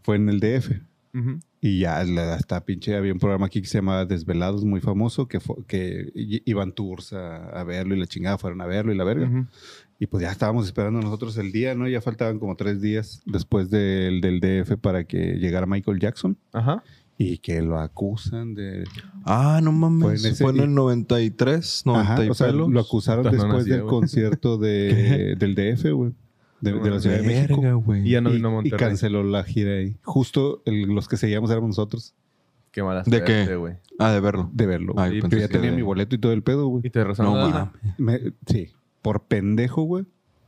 Speaker 4: fue en el DF.
Speaker 2: Ujú.
Speaker 4: Y ya la- hasta pinche había un programa aquí que se llamaba Desvelados, muy famoso, que, fue- que i- iban tours a, a verlo y la chingada fueron a verlo y la verga.
Speaker 2: Ujú.
Speaker 4: Y pues ya estábamos esperando nosotros el día, ¿no? Ya faltaban como tres días después del, del DF para que llegara Michael Jackson
Speaker 2: Ajá.
Speaker 4: y que lo acusan de...
Speaker 5: Ah, no
Speaker 4: Fue
Speaker 5: mames.
Speaker 4: en ese-
Speaker 5: Fue en el 93, 90
Speaker 4: Ajá,
Speaker 5: y
Speaker 4: o sea,
Speaker 5: pelos.
Speaker 4: lo acusaron
Speaker 2: Tan no
Speaker 4: después
Speaker 2: nacía,
Speaker 4: del
Speaker 2: güey.
Speaker 4: concierto de, del DF, güey. De, de la Ciudad de México.
Speaker 5: Verga,
Speaker 2: Y
Speaker 5: güey.
Speaker 2: ya no
Speaker 4: Y-
Speaker 2: vino a
Speaker 4: y,
Speaker 2: Monterrey.
Speaker 4: canceló la gira ahí. Justo el- los que seguíamos éramos nosotros
Speaker 2: Qué mala
Speaker 5: ¿De
Speaker 2: suerte,
Speaker 5: qué?
Speaker 2: güey.
Speaker 5: Ah, de verlo.
Speaker 4: de verlo.
Speaker 5: Ay,
Speaker 4: güey.
Speaker 5: pensé
Speaker 4: Yo ya
Speaker 5: que
Speaker 4: tenía
Speaker 5: de-
Speaker 4: mi boleto y todo el pedo, güey.
Speaker 2: Y te rezaron
Speaker 5: No
Speaker 2: la-
Speaker 5: mames.
Speaker 4: Me- sí, por pendejo, güey,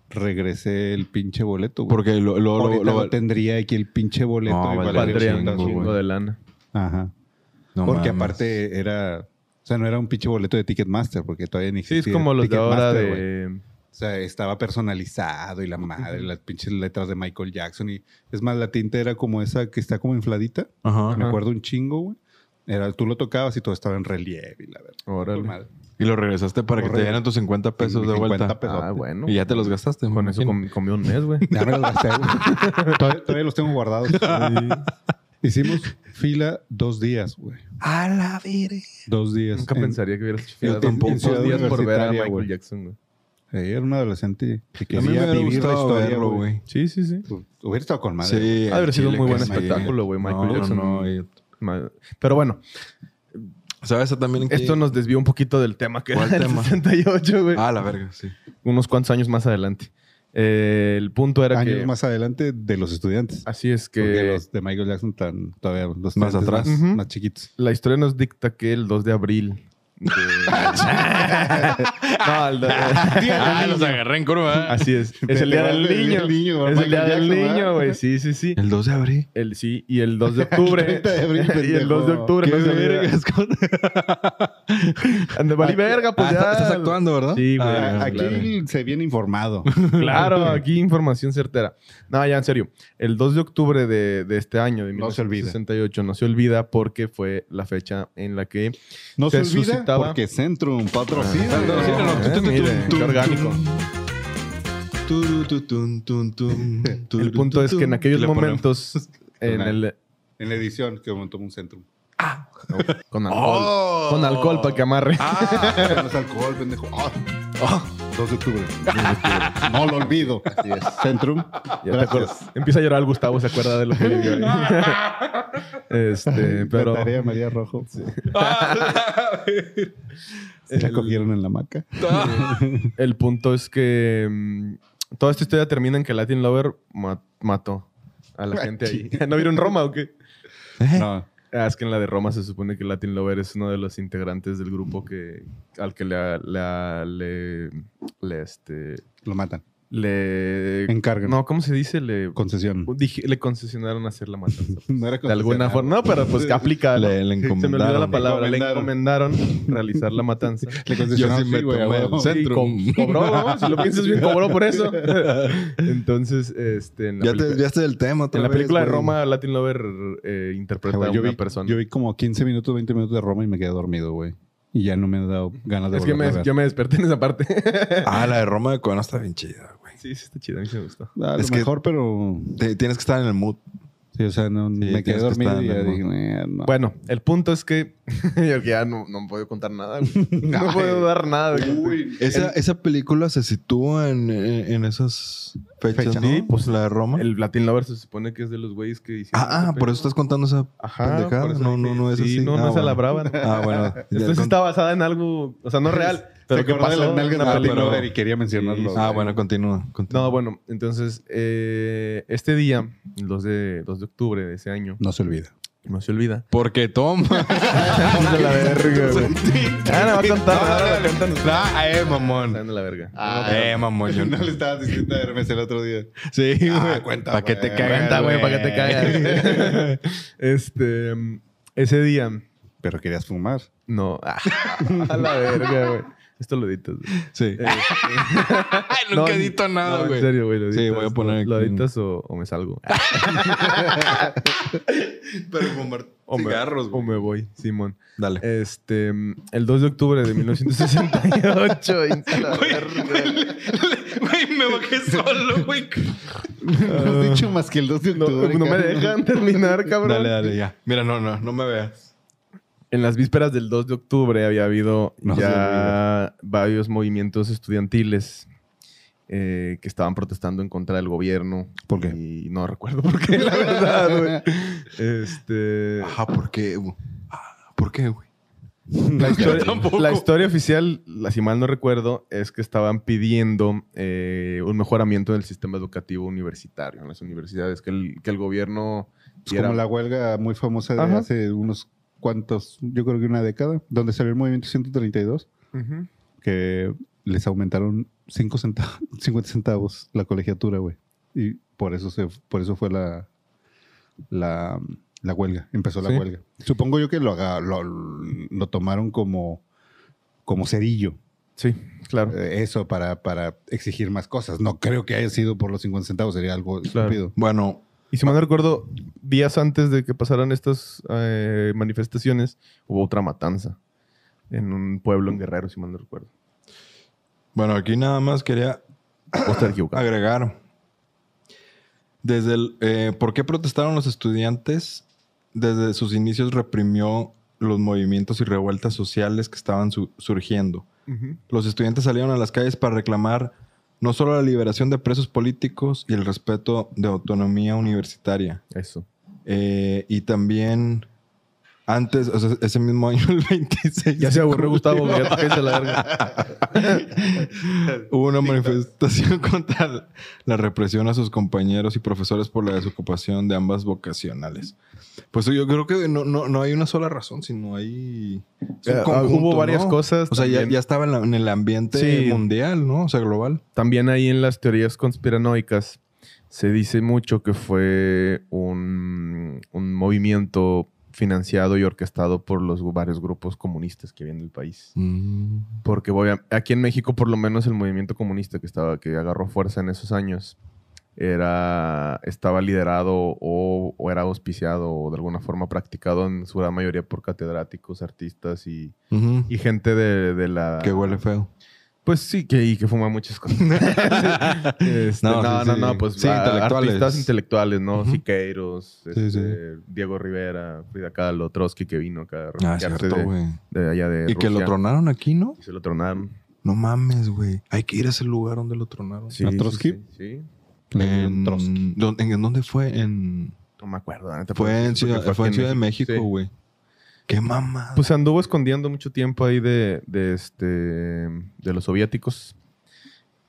Speaker 4: regresé el pinche boleto, güey.
Speaker 5: Porque lo, lo, lo,
Speaker 4: Ahorita
Speaker 5: lo-
Speaker 4: no tendría aquí el pinche boleto.
Speaker 5: No,
Speaker 4: y
Speaker 5: vale,
Speaker 4: valdría
Speaker 2: Valdría
Speaker 5: un
Speaker 2: un
Speaker 4: putazo,
Speaker 5: chingo,
Speaker 2: chingo
Speaker 5: güey.
Speaker 2: de lana.
Speaker 4: Ajá.
Speaker 5: no
Speaker 4: porque
Speaker 5: mames.
Speaker 4: aparte era... O sea, no era un pinche boleto de Ticketmaster, porque todavía ni
Speaker 2: Sí,
Speaker 4: existía.
Speaker 2: es como los de ahora
Speaker 4: Ticketmaster, güey.
Speaker 2: de...
Speaker 4: O sea, estaba personalizado y la madre, las pinches letras de Michael Jackson. Y es más, la tinta era como esa que está como infladita.
Speaker 5: Ajá.
Speaker 4: Me acuerdo un chingo, güey. Era, tú lo tocabas y todo estaba en relieve y la verdad.
Speaker 2: Órale.
Speaker 5: Y lo regresaste para que te
Speaker 4: Correcto.
Speaker 5: dieran tus 50 pesos de
Speaker 4: 50
Speaker 5: vuelta.
Speaker 4: pesos.
Speaker 2: Ah, bueno.
Speaker 5: Y ya te los gastaste.
Speaker 2: Con
Speaker 5: me
Speaker 2: eso
Speaker 5: imagino.
Speaker 2: com- comí un mes, güey.
Speaker 4: Ya me los gasté, güey. todavía, todavía los tengo guardados. Hicimos fila dos días, güey.
Speaker 5: A la verga.
Speaker 4: Dos días.
Speaker 2: Nunca
Speaker 4: En-
Speaker 2: pensaría que hubieras chiflado
Speaker 4: tampoco.
Speaker 2: dos días por ver a
Speaker 4: Universitaria,
Speaker 2: Michael
Speaker 4: güey.
Speaker 2: Jackson, güey.
Speaker 4: Eh, era un adolescente que
Speaker 5: A mí me
Speaker 4: quería
Speaker 5: hubiera
Speaker 4: vivir la
Speaker 5: gustado
Speaker 4: historia,
Speaker 5: verlo,
Speaker 4: güey.
Speaker 5: güey.
Speaker 2: Sí, sí, sí.
Speaker 4: Hu- Hubiera estado con madre.
Speaker 5: Sí.
Speaker 2: Ha de haber
Speaker 5: al
Speaker 2: sido un
Speaker 5: chile
Speaker 2: muy
Speaker 5: que
Speaker 2: buen
Speaker 5: sí.
Speaker 2: espectáculo, güey, Michael
Speaker 5: No, no,
Speaker 2: Jackson.
Speaker 5: no, y-
Speaker 2: Ma- Pero bueno,
Speaker 5: ¿Sabes también que...
Speaker 2: esto nos desvió un poquito del tema que
Speaker 5: Eh, ¿Cuál
Speaker 2: era el
Speaker 5: tema?
Speaker 2: 68, güey.
Speaker 5: Ah, la verga, sí.
Speaker 2: Unos cuantos años más adelante. Eh, el punto era
Speaker 4: Años
Speaker 2: que...
Speaker 4: más adelante de los estudiantes.
Speaker 2: Así es
Speaker 4: Porque
Speaker 2: que
Speaker 4: los de Michael Jackson están todavía los
Speaker 5: Más
Speaker 4: estudiantes
Speaker 5: atrás.
Speaker 4: más,
Speaker 2: Ujú.
Speaker 4: más chiquitos.
Speaker 2: la historia nos dicta que el 2 de abril... de- no, el 2 de-
Speaker 5: Ah, los agarré en curva.
Speaker 2: Así es. Es el día
Speaker 4: Te
Speaker 2: del
Speaker 4: vas
Speaker 2: niño.
Speaker 4: niño,
Speaker 2: Es el día del
Speaker 4: Michael Jackson, ¿verdad?
Speaker 2: niño, güey. Sí, sí, sí.
Speaker 5: El 2 de abril.
Speaker 2: El, sí, y el 2 de octubre.
Speaker 4: 30 de abril,
Speaker 2: y el 2 de
Speaker 4: pendejo.
Speaker 2: octubre. No se olvide.
Speaker 5: con...
Speaker 2: Ande, vale verga, pues
Speaker 5: Ah,
Speaker 2: ya.
Speaker 5: está- estás actuando, ¿verdad?
Speaker 2: Sí, güey.
Speaker 4: Ah,
Speaker 2: claro.
Speaker 4: Aquí se viene informado.
Speaker 2: Claro, aquí información certera. No, ya en serio. El 2 de octubre de, de este año, de
Speaker 4: No se olvida.
Speaker 2: 1968, no se olvida porque fue la fecha en la que.
Speaker 4: No
Speaker 2: Se
Speaker 4: se, olvida
Speaker 2: suscitaba-
Speaker 4: porque Centrum patrocina.
Speaker 5: Ah, Patrocínanos.
Speaker 2: Eh, miren, qué orgánico.
Speaker 5: Turu, tu, tun, tun, tun,
Speaker 2: El
Speaker 5: turu,
Speaker 2: punto
Speaker 5: tu,
Speaker 2: es que en
Speaker 5: tun.
Speaker 2: aquellos
Speaker 5: Le ponemos-
Speaker 2: momentos, en el,
Speaker 4: En la edición que montó un Centrum.
Speaker 2: con alcohol,
Speaker 5: Oh.
Speaker 2: con alcohol para que amarre.
Speaker 5: Ah,
Speaker 4: Pero no es alcohol, pendejo. Ah, ah, 2 de octubre. 2 de octubre. No lo olvido. Así es. Centrum.
Speaker 2: Ya te
Speaker 4: Gracias.
Speaker 2: acuerdas. Empieza a llorar Gustavo, se acuerda de lo que vivió. este, pero.
Speaker 4: La tarea de María Rojo.
Speaker 5: Ah,
Speaker 4: Se la cogieron en la maca.
Speaker 2: El punto es que mm, toda esta historia termina en que Latin Lover ma- mató a la
Speaker 4: Ah,
Speaker 2: gente ahí. ¿No vieron Roma o qué?
Speaker 4: No.
Speaker 2: Ah, es que en la de Roma se supone que Latin Lover es uno de los integrantes del grupo que al que le le, le, le, este
Speaker 4: Lo matan.
Speaker 2: le
Speaker 4: Encargan.
Speaker 2: no cómo se dice le
Speaker 4: Concesión.
Speaker 2: dije- le concesionaron hacer la matanza.
Speaker 4: No era
Speaker 2: De alguna
Speaker 4: concesionado.
Speaker 2: forma, no, pero pues que aplica. ¿no?
Speaker 5: Le- le
Speaker 2: Se me olvidó
Speaker 5: encomendaron.
Speaker 2: la palabra. Le
Speaker 4: Encomendaron.
Speaker 2: encomendaron realizar la matanza.
Speaker 4: Le
Speaker 5: Yo
Speaker 4: concesionaron,
Speaker 5: sí me
Speaker 4: sí, güey, a
Speaker 5: tomé
Speaker 4: huevo.
Speaker 5: el centro.
Speaker 2: Sí, co- cobró, ¿no? si lo piensas bien, cobró por eso. Entonces, este, en la,
Speaker 5: Ya te
Speaker 2: película,
Speaker 5: desviaste del tema otra
Speaker 2: en la
Speaker 5: vez,
Speaker 2: película de
Speaker 5: güey.
Speaker 2: Roma, Latin Lover eh, interpreta
Speaker 4: Ah, Güey,
Speaker 2: a
Speaker 4: yo,
Speaker 2: una
Speaker 4: vi,
Speaker 2: persona.
Speaker 4: yo vi como 15 minutos, 20 minutos de Roma y me quedé dormido, güey. Y ya no me han dado ganas de
Speaker 2: es que
Speaker 4: volver a
Speaker 2: me,
Speaker 4: ver.
Speaker 2: yo me desperté en esa parte.
Speaker 5: Ah, la de Roma de Coana está bien chida, güey.
Speaker 2: sí, sí, está chida, a mí sí me gustó.
Speaker 4: A Ah, lo
Speaker 5: es que-
Speaker 4: mejor, pero...
Speaker 5: Te- Tienes que estar en el mood.
Speaker 4: Sí, o sea, no, me quedé
Speaker 5: tienes que
Speaker 4: dormido
Speaker 5: estar
Speaker 4: y
Speaker 5: en
Speaker 4: ya
Speaker 5: el
Speaker 4: dije, "Eh, no".
Speaker 2: Bueno, el punto es que yo que ya no, no me puedo contar nada. güey. No puedo dar nada. güey.
Speaker 5: Esa, esa película se sitúa en, en- en esas fechas,
Speaker 4: Fecha,
Speaker 5: Sí,
Speaker 4: ¿no?
Speaker 5: pues la de Roma.
Speaker 2: El Latin Lover se supone que es de los güeyes que hicieron.
Speaker 5: Ah, ah,
Speaker 2: este
Speaker 5: por
Speaker 2: pedo.
Speaker 5: eso estás contando esa
Speaker 2: Ajá,
Speaker 5: pendejada.
Speaker 2: por eso
Speaker 5: No,
Speaker 2: dije,
Speaker 5: no, no es
Speaker 2: sí,
Speaker 5: así.
Speaker 2: no, no
Speaker 5: Ah,
Speaker 2: es a la
Speaker 5: bueno.
Speaker 2: brava. no.
Speaker 5: Ah, bueno. Ya
Speaker 2: Esto sí
Speaker 5: con-
Speaker 2: está basada en algo, o sea, no real, pero
Speaker 4: Se
Speaker 2: que
Speaker 4: acordó de
Speaker 2: pasó.
Speaker 4: las nalgas
Speaker 2: en una
Speaker 4: de Latin
Speaker 2: película.
Speaker 4: Lover y quería mencionarlo.
Speaker 5: Ah, bueno, continúa. continúa.
Speaker 2: No, bueno, entonces, eh, este día, el 2 de, 2 de octubre de ese año,
Speaker 4: No se olvida.
Speaker 2: no se olvida.
Speaker 5: Porque toma.
Speaker 2: de la verga, güey. Ah, no va a contar, ahora la cuentan ustedes.
Speaker 5: Ah, eh, mamón.
Speaker 2: Están de la verga.
Speaker 4: Ah,
Speaker 5: eh, mamón. yo no-
Speaker 4: no le estabas diciendo a Hermes el otro día.
Speaker 5: Sí, güey.
Speaker 4: Ah, cuenta,
Speaker 5: Para que
Speaker 4: güey.
Speaker 5: te cagas.
Speaker 2: Cuenta, güey, para que te caigas. este, mm, ese día,
Speaker 4: Pero querías fumar.
Speaker 2: no, ah, a la verga, güey. Esto lo editas. güey.
Speaker 5: Sí. Ay,
Speaker 2: No,
Speaker 5: nunca edito
Speaker 2: no,
Speaker 5: nada,
Speaker 2: en
Speaker 5: güey.
Speaker 2: serio, güey, lo
Speaker 5: Sí,
Speaker 2: editas.
Speaker 5: voy a poner
Speaker 2: ¿Lo
Speaker 5: aquí-
Speaker 2: editas o, o me salgo?
Speaker 5: Pero fumar
Speaker 2: O me-
Speaker 5: cigarros,
Speaker 2: O
Speaker 5: güey.
Speaker 2: me voy, Simón.
Speaker 5: Dale.
Speaker 2: Este, mm, el 2 de octubre de 1968. y- la verga.
Speaker 5: Güey, me bajé solo, güey.
Speaker 4: No has dicho más que el 2 de
Speaker 2: No,
Speaker 4: octubre.
Speaker 2: no me
Speaker 4: cabrón.
Speaker 2: dejan terminar, cabrón.
Speaker 5: Dale, dale, ya. Mira, no, no, no me veas.
Speaker 2: En las vísperas del 2 de octubre había habido
Speaker 4: No se
Speaker 2: ya varios movimientos estudiantiles eh, que estaban protestando en contra del gobierno.
Speaker 4: ¿Por qué?
Speaker 2: Y no recuerdo por qué, la verdad, güey. Este,
Speaker 5: Ajá, ¿por qué, güey? Ah, ¿Por qué, güey?
Speaker 2: la, historia,
Speaker 5: tampoco.
Speaker 2: la historia oficial, la- si mal no recuerdo, es que estaban pidiendo eh, un mejoramiento del sistema educativo universitario en las universidades, que el, que el gobierno...
Speaker 4: Es como la huelga muy famosa de
Speaker 2: Ajá.
Speaker 4: hace unos cuantos, yo creo que una década, donde salió el movimiento 132,
Speaker 2: Ujú.
Speaker 4: que les aumentaron 5 centavos, 50 centavos la colegiatura, güey. Y por eso se, por eso fue la, la, la huelga, empezó la
Speaker 5: Sí.
Speaker 4: huelga. Supongo yo que lo, haga- lo, lo tomaron como, como cerillo.
Speaker 2: Sí. Claro.
Speaker 4: eh, eso para, para exigir más cosas. No creo que haya sido por los 50 centavos, sería algo
Speaker 2: Claro.
Speaker 4: estúpido.
Speaker 5: Bueno,
Speaker 2: Y si mal no recuerdo, días antes de que pasaran estas eh, manifestaciones, hubo otra matanza en un pueblo en Guerrero, si mal no recuerdo.
Speaker 5: bueno, aquí nada más quería
Speaker 2: O estar equivocado.
Speaker 5: agregar. Desde el, eh, ¿Por qué protestaron los estudiantes? Desde sus inicios reprimió los movimientos y revueltas sociales que estaban su- surgiendo.
Speaker 2: Ujú.
Speaker 5: Los estudiantes salieron a las calles para reclamar no solo la liberación de presos políticos y el respeto de autonomía universitaria,
Speaker 2: Eso.
Speaker 5: Eh, y también antes, o sea, ese mismo año, el 26.
Speaker 2: Ya se
Speaker 5: de
Speaker 2: aburrió Gustavo,
Speaker 5: julio,
Speaker 2: güey, ya te caes a la verga.
Speaker 5: Hubo una manifestación contra la represión a sus compañeros y profesores por la desocupación de ambas vocacionales. Pues yo creo que no, no, no hay una sola razón, sino hay. es un
Speaker 2: Eh,
Speaker 5: conjunto,
Speaker 2: hubo varias
Speaker 5: ¿no?
Speaker 2: cosas.
Speaker 5: O sea, ya,
Speaker 2: también.
Speaker 5: ya estaba en, la- en el ambiente
Speaker 2: Sí.
Speaker 5: mundial, ¿no? O sea, global.
Speaker 2: También ahí en las teorías conspiranoicas se dice mucho que fue un, un movimiento financiado y orquestado por los gu- varios grupos comunistas que había en el país. Mm. Porque voy a- aquí en México, por lo menos, el movimiento comunista que estaba, que agarró fuerza en esos años, era, estaba liderado o, o era auspiciado o de alguna forma practicado en su gran mayoría por catedráticos, artistas y,
Speaker 5: Ujú.
Speaker 2: y gente de, de la...
Speaker 5: Que huele feo.
Speaker 2: Pues sí, que, y que fuma muchas cosas. Este, no,
Speaker 5: No,
Speaker 2: no,
Speaker 5: sí,
Speaker 2: no,
Speaker 5: sí.
Speaker 2: pues
Speaker 5: Sí,
Speaker 2: a-
Speaker 5: intelectuales.
Speaker 2: artistas intelectuales, ¿no?
Speaker 5: Ujú.
Speaker 2: Siqueiros,
Speaker 5: Sí, sí.
Speaker 2: este, Diego Rivera, Frida Kahlo, Trotsky que vino acá a
Speaker 5: Ah,
Speaker 2: refugiarse
Speaker 5: cierto,
Speaker 2: de-
Speaker 5: güey.
Speaker 2: de, allá de
Speaker 5: Y que lo
Speaker 2: Rusia.
Speaker 5: tronaron aquí, ¿no?
Speaker 2: Y se lo tronaron.
Speaker 5: No mames, güey. Hay que ir a ese lugar donde lo tronaron.
Speaker 2: Sí,
Speaker 4: ¿A
Speaker 2: sí,
Speaker 4: Trotsky?
Speaker 2: Sí, sí.
Speaker 4: Em,
Speaker 5: En, ¿dónde, en dónde fue? En,
Speaker 2: No me acuerdo. la neta, pero
Speaker 5: fue en
Speaker 2: sí supe que
Speaker 5: Ciudad, fue en
Speaker 2: aquí
Speaker 5: Ciudad de México,
Speaker 2: Sí.
Speaker 5: güey. Qué mamá.
Speaker 2: Pues se anduvo escondiendo mucho tiempo ahí de, de este, de los soviéticos.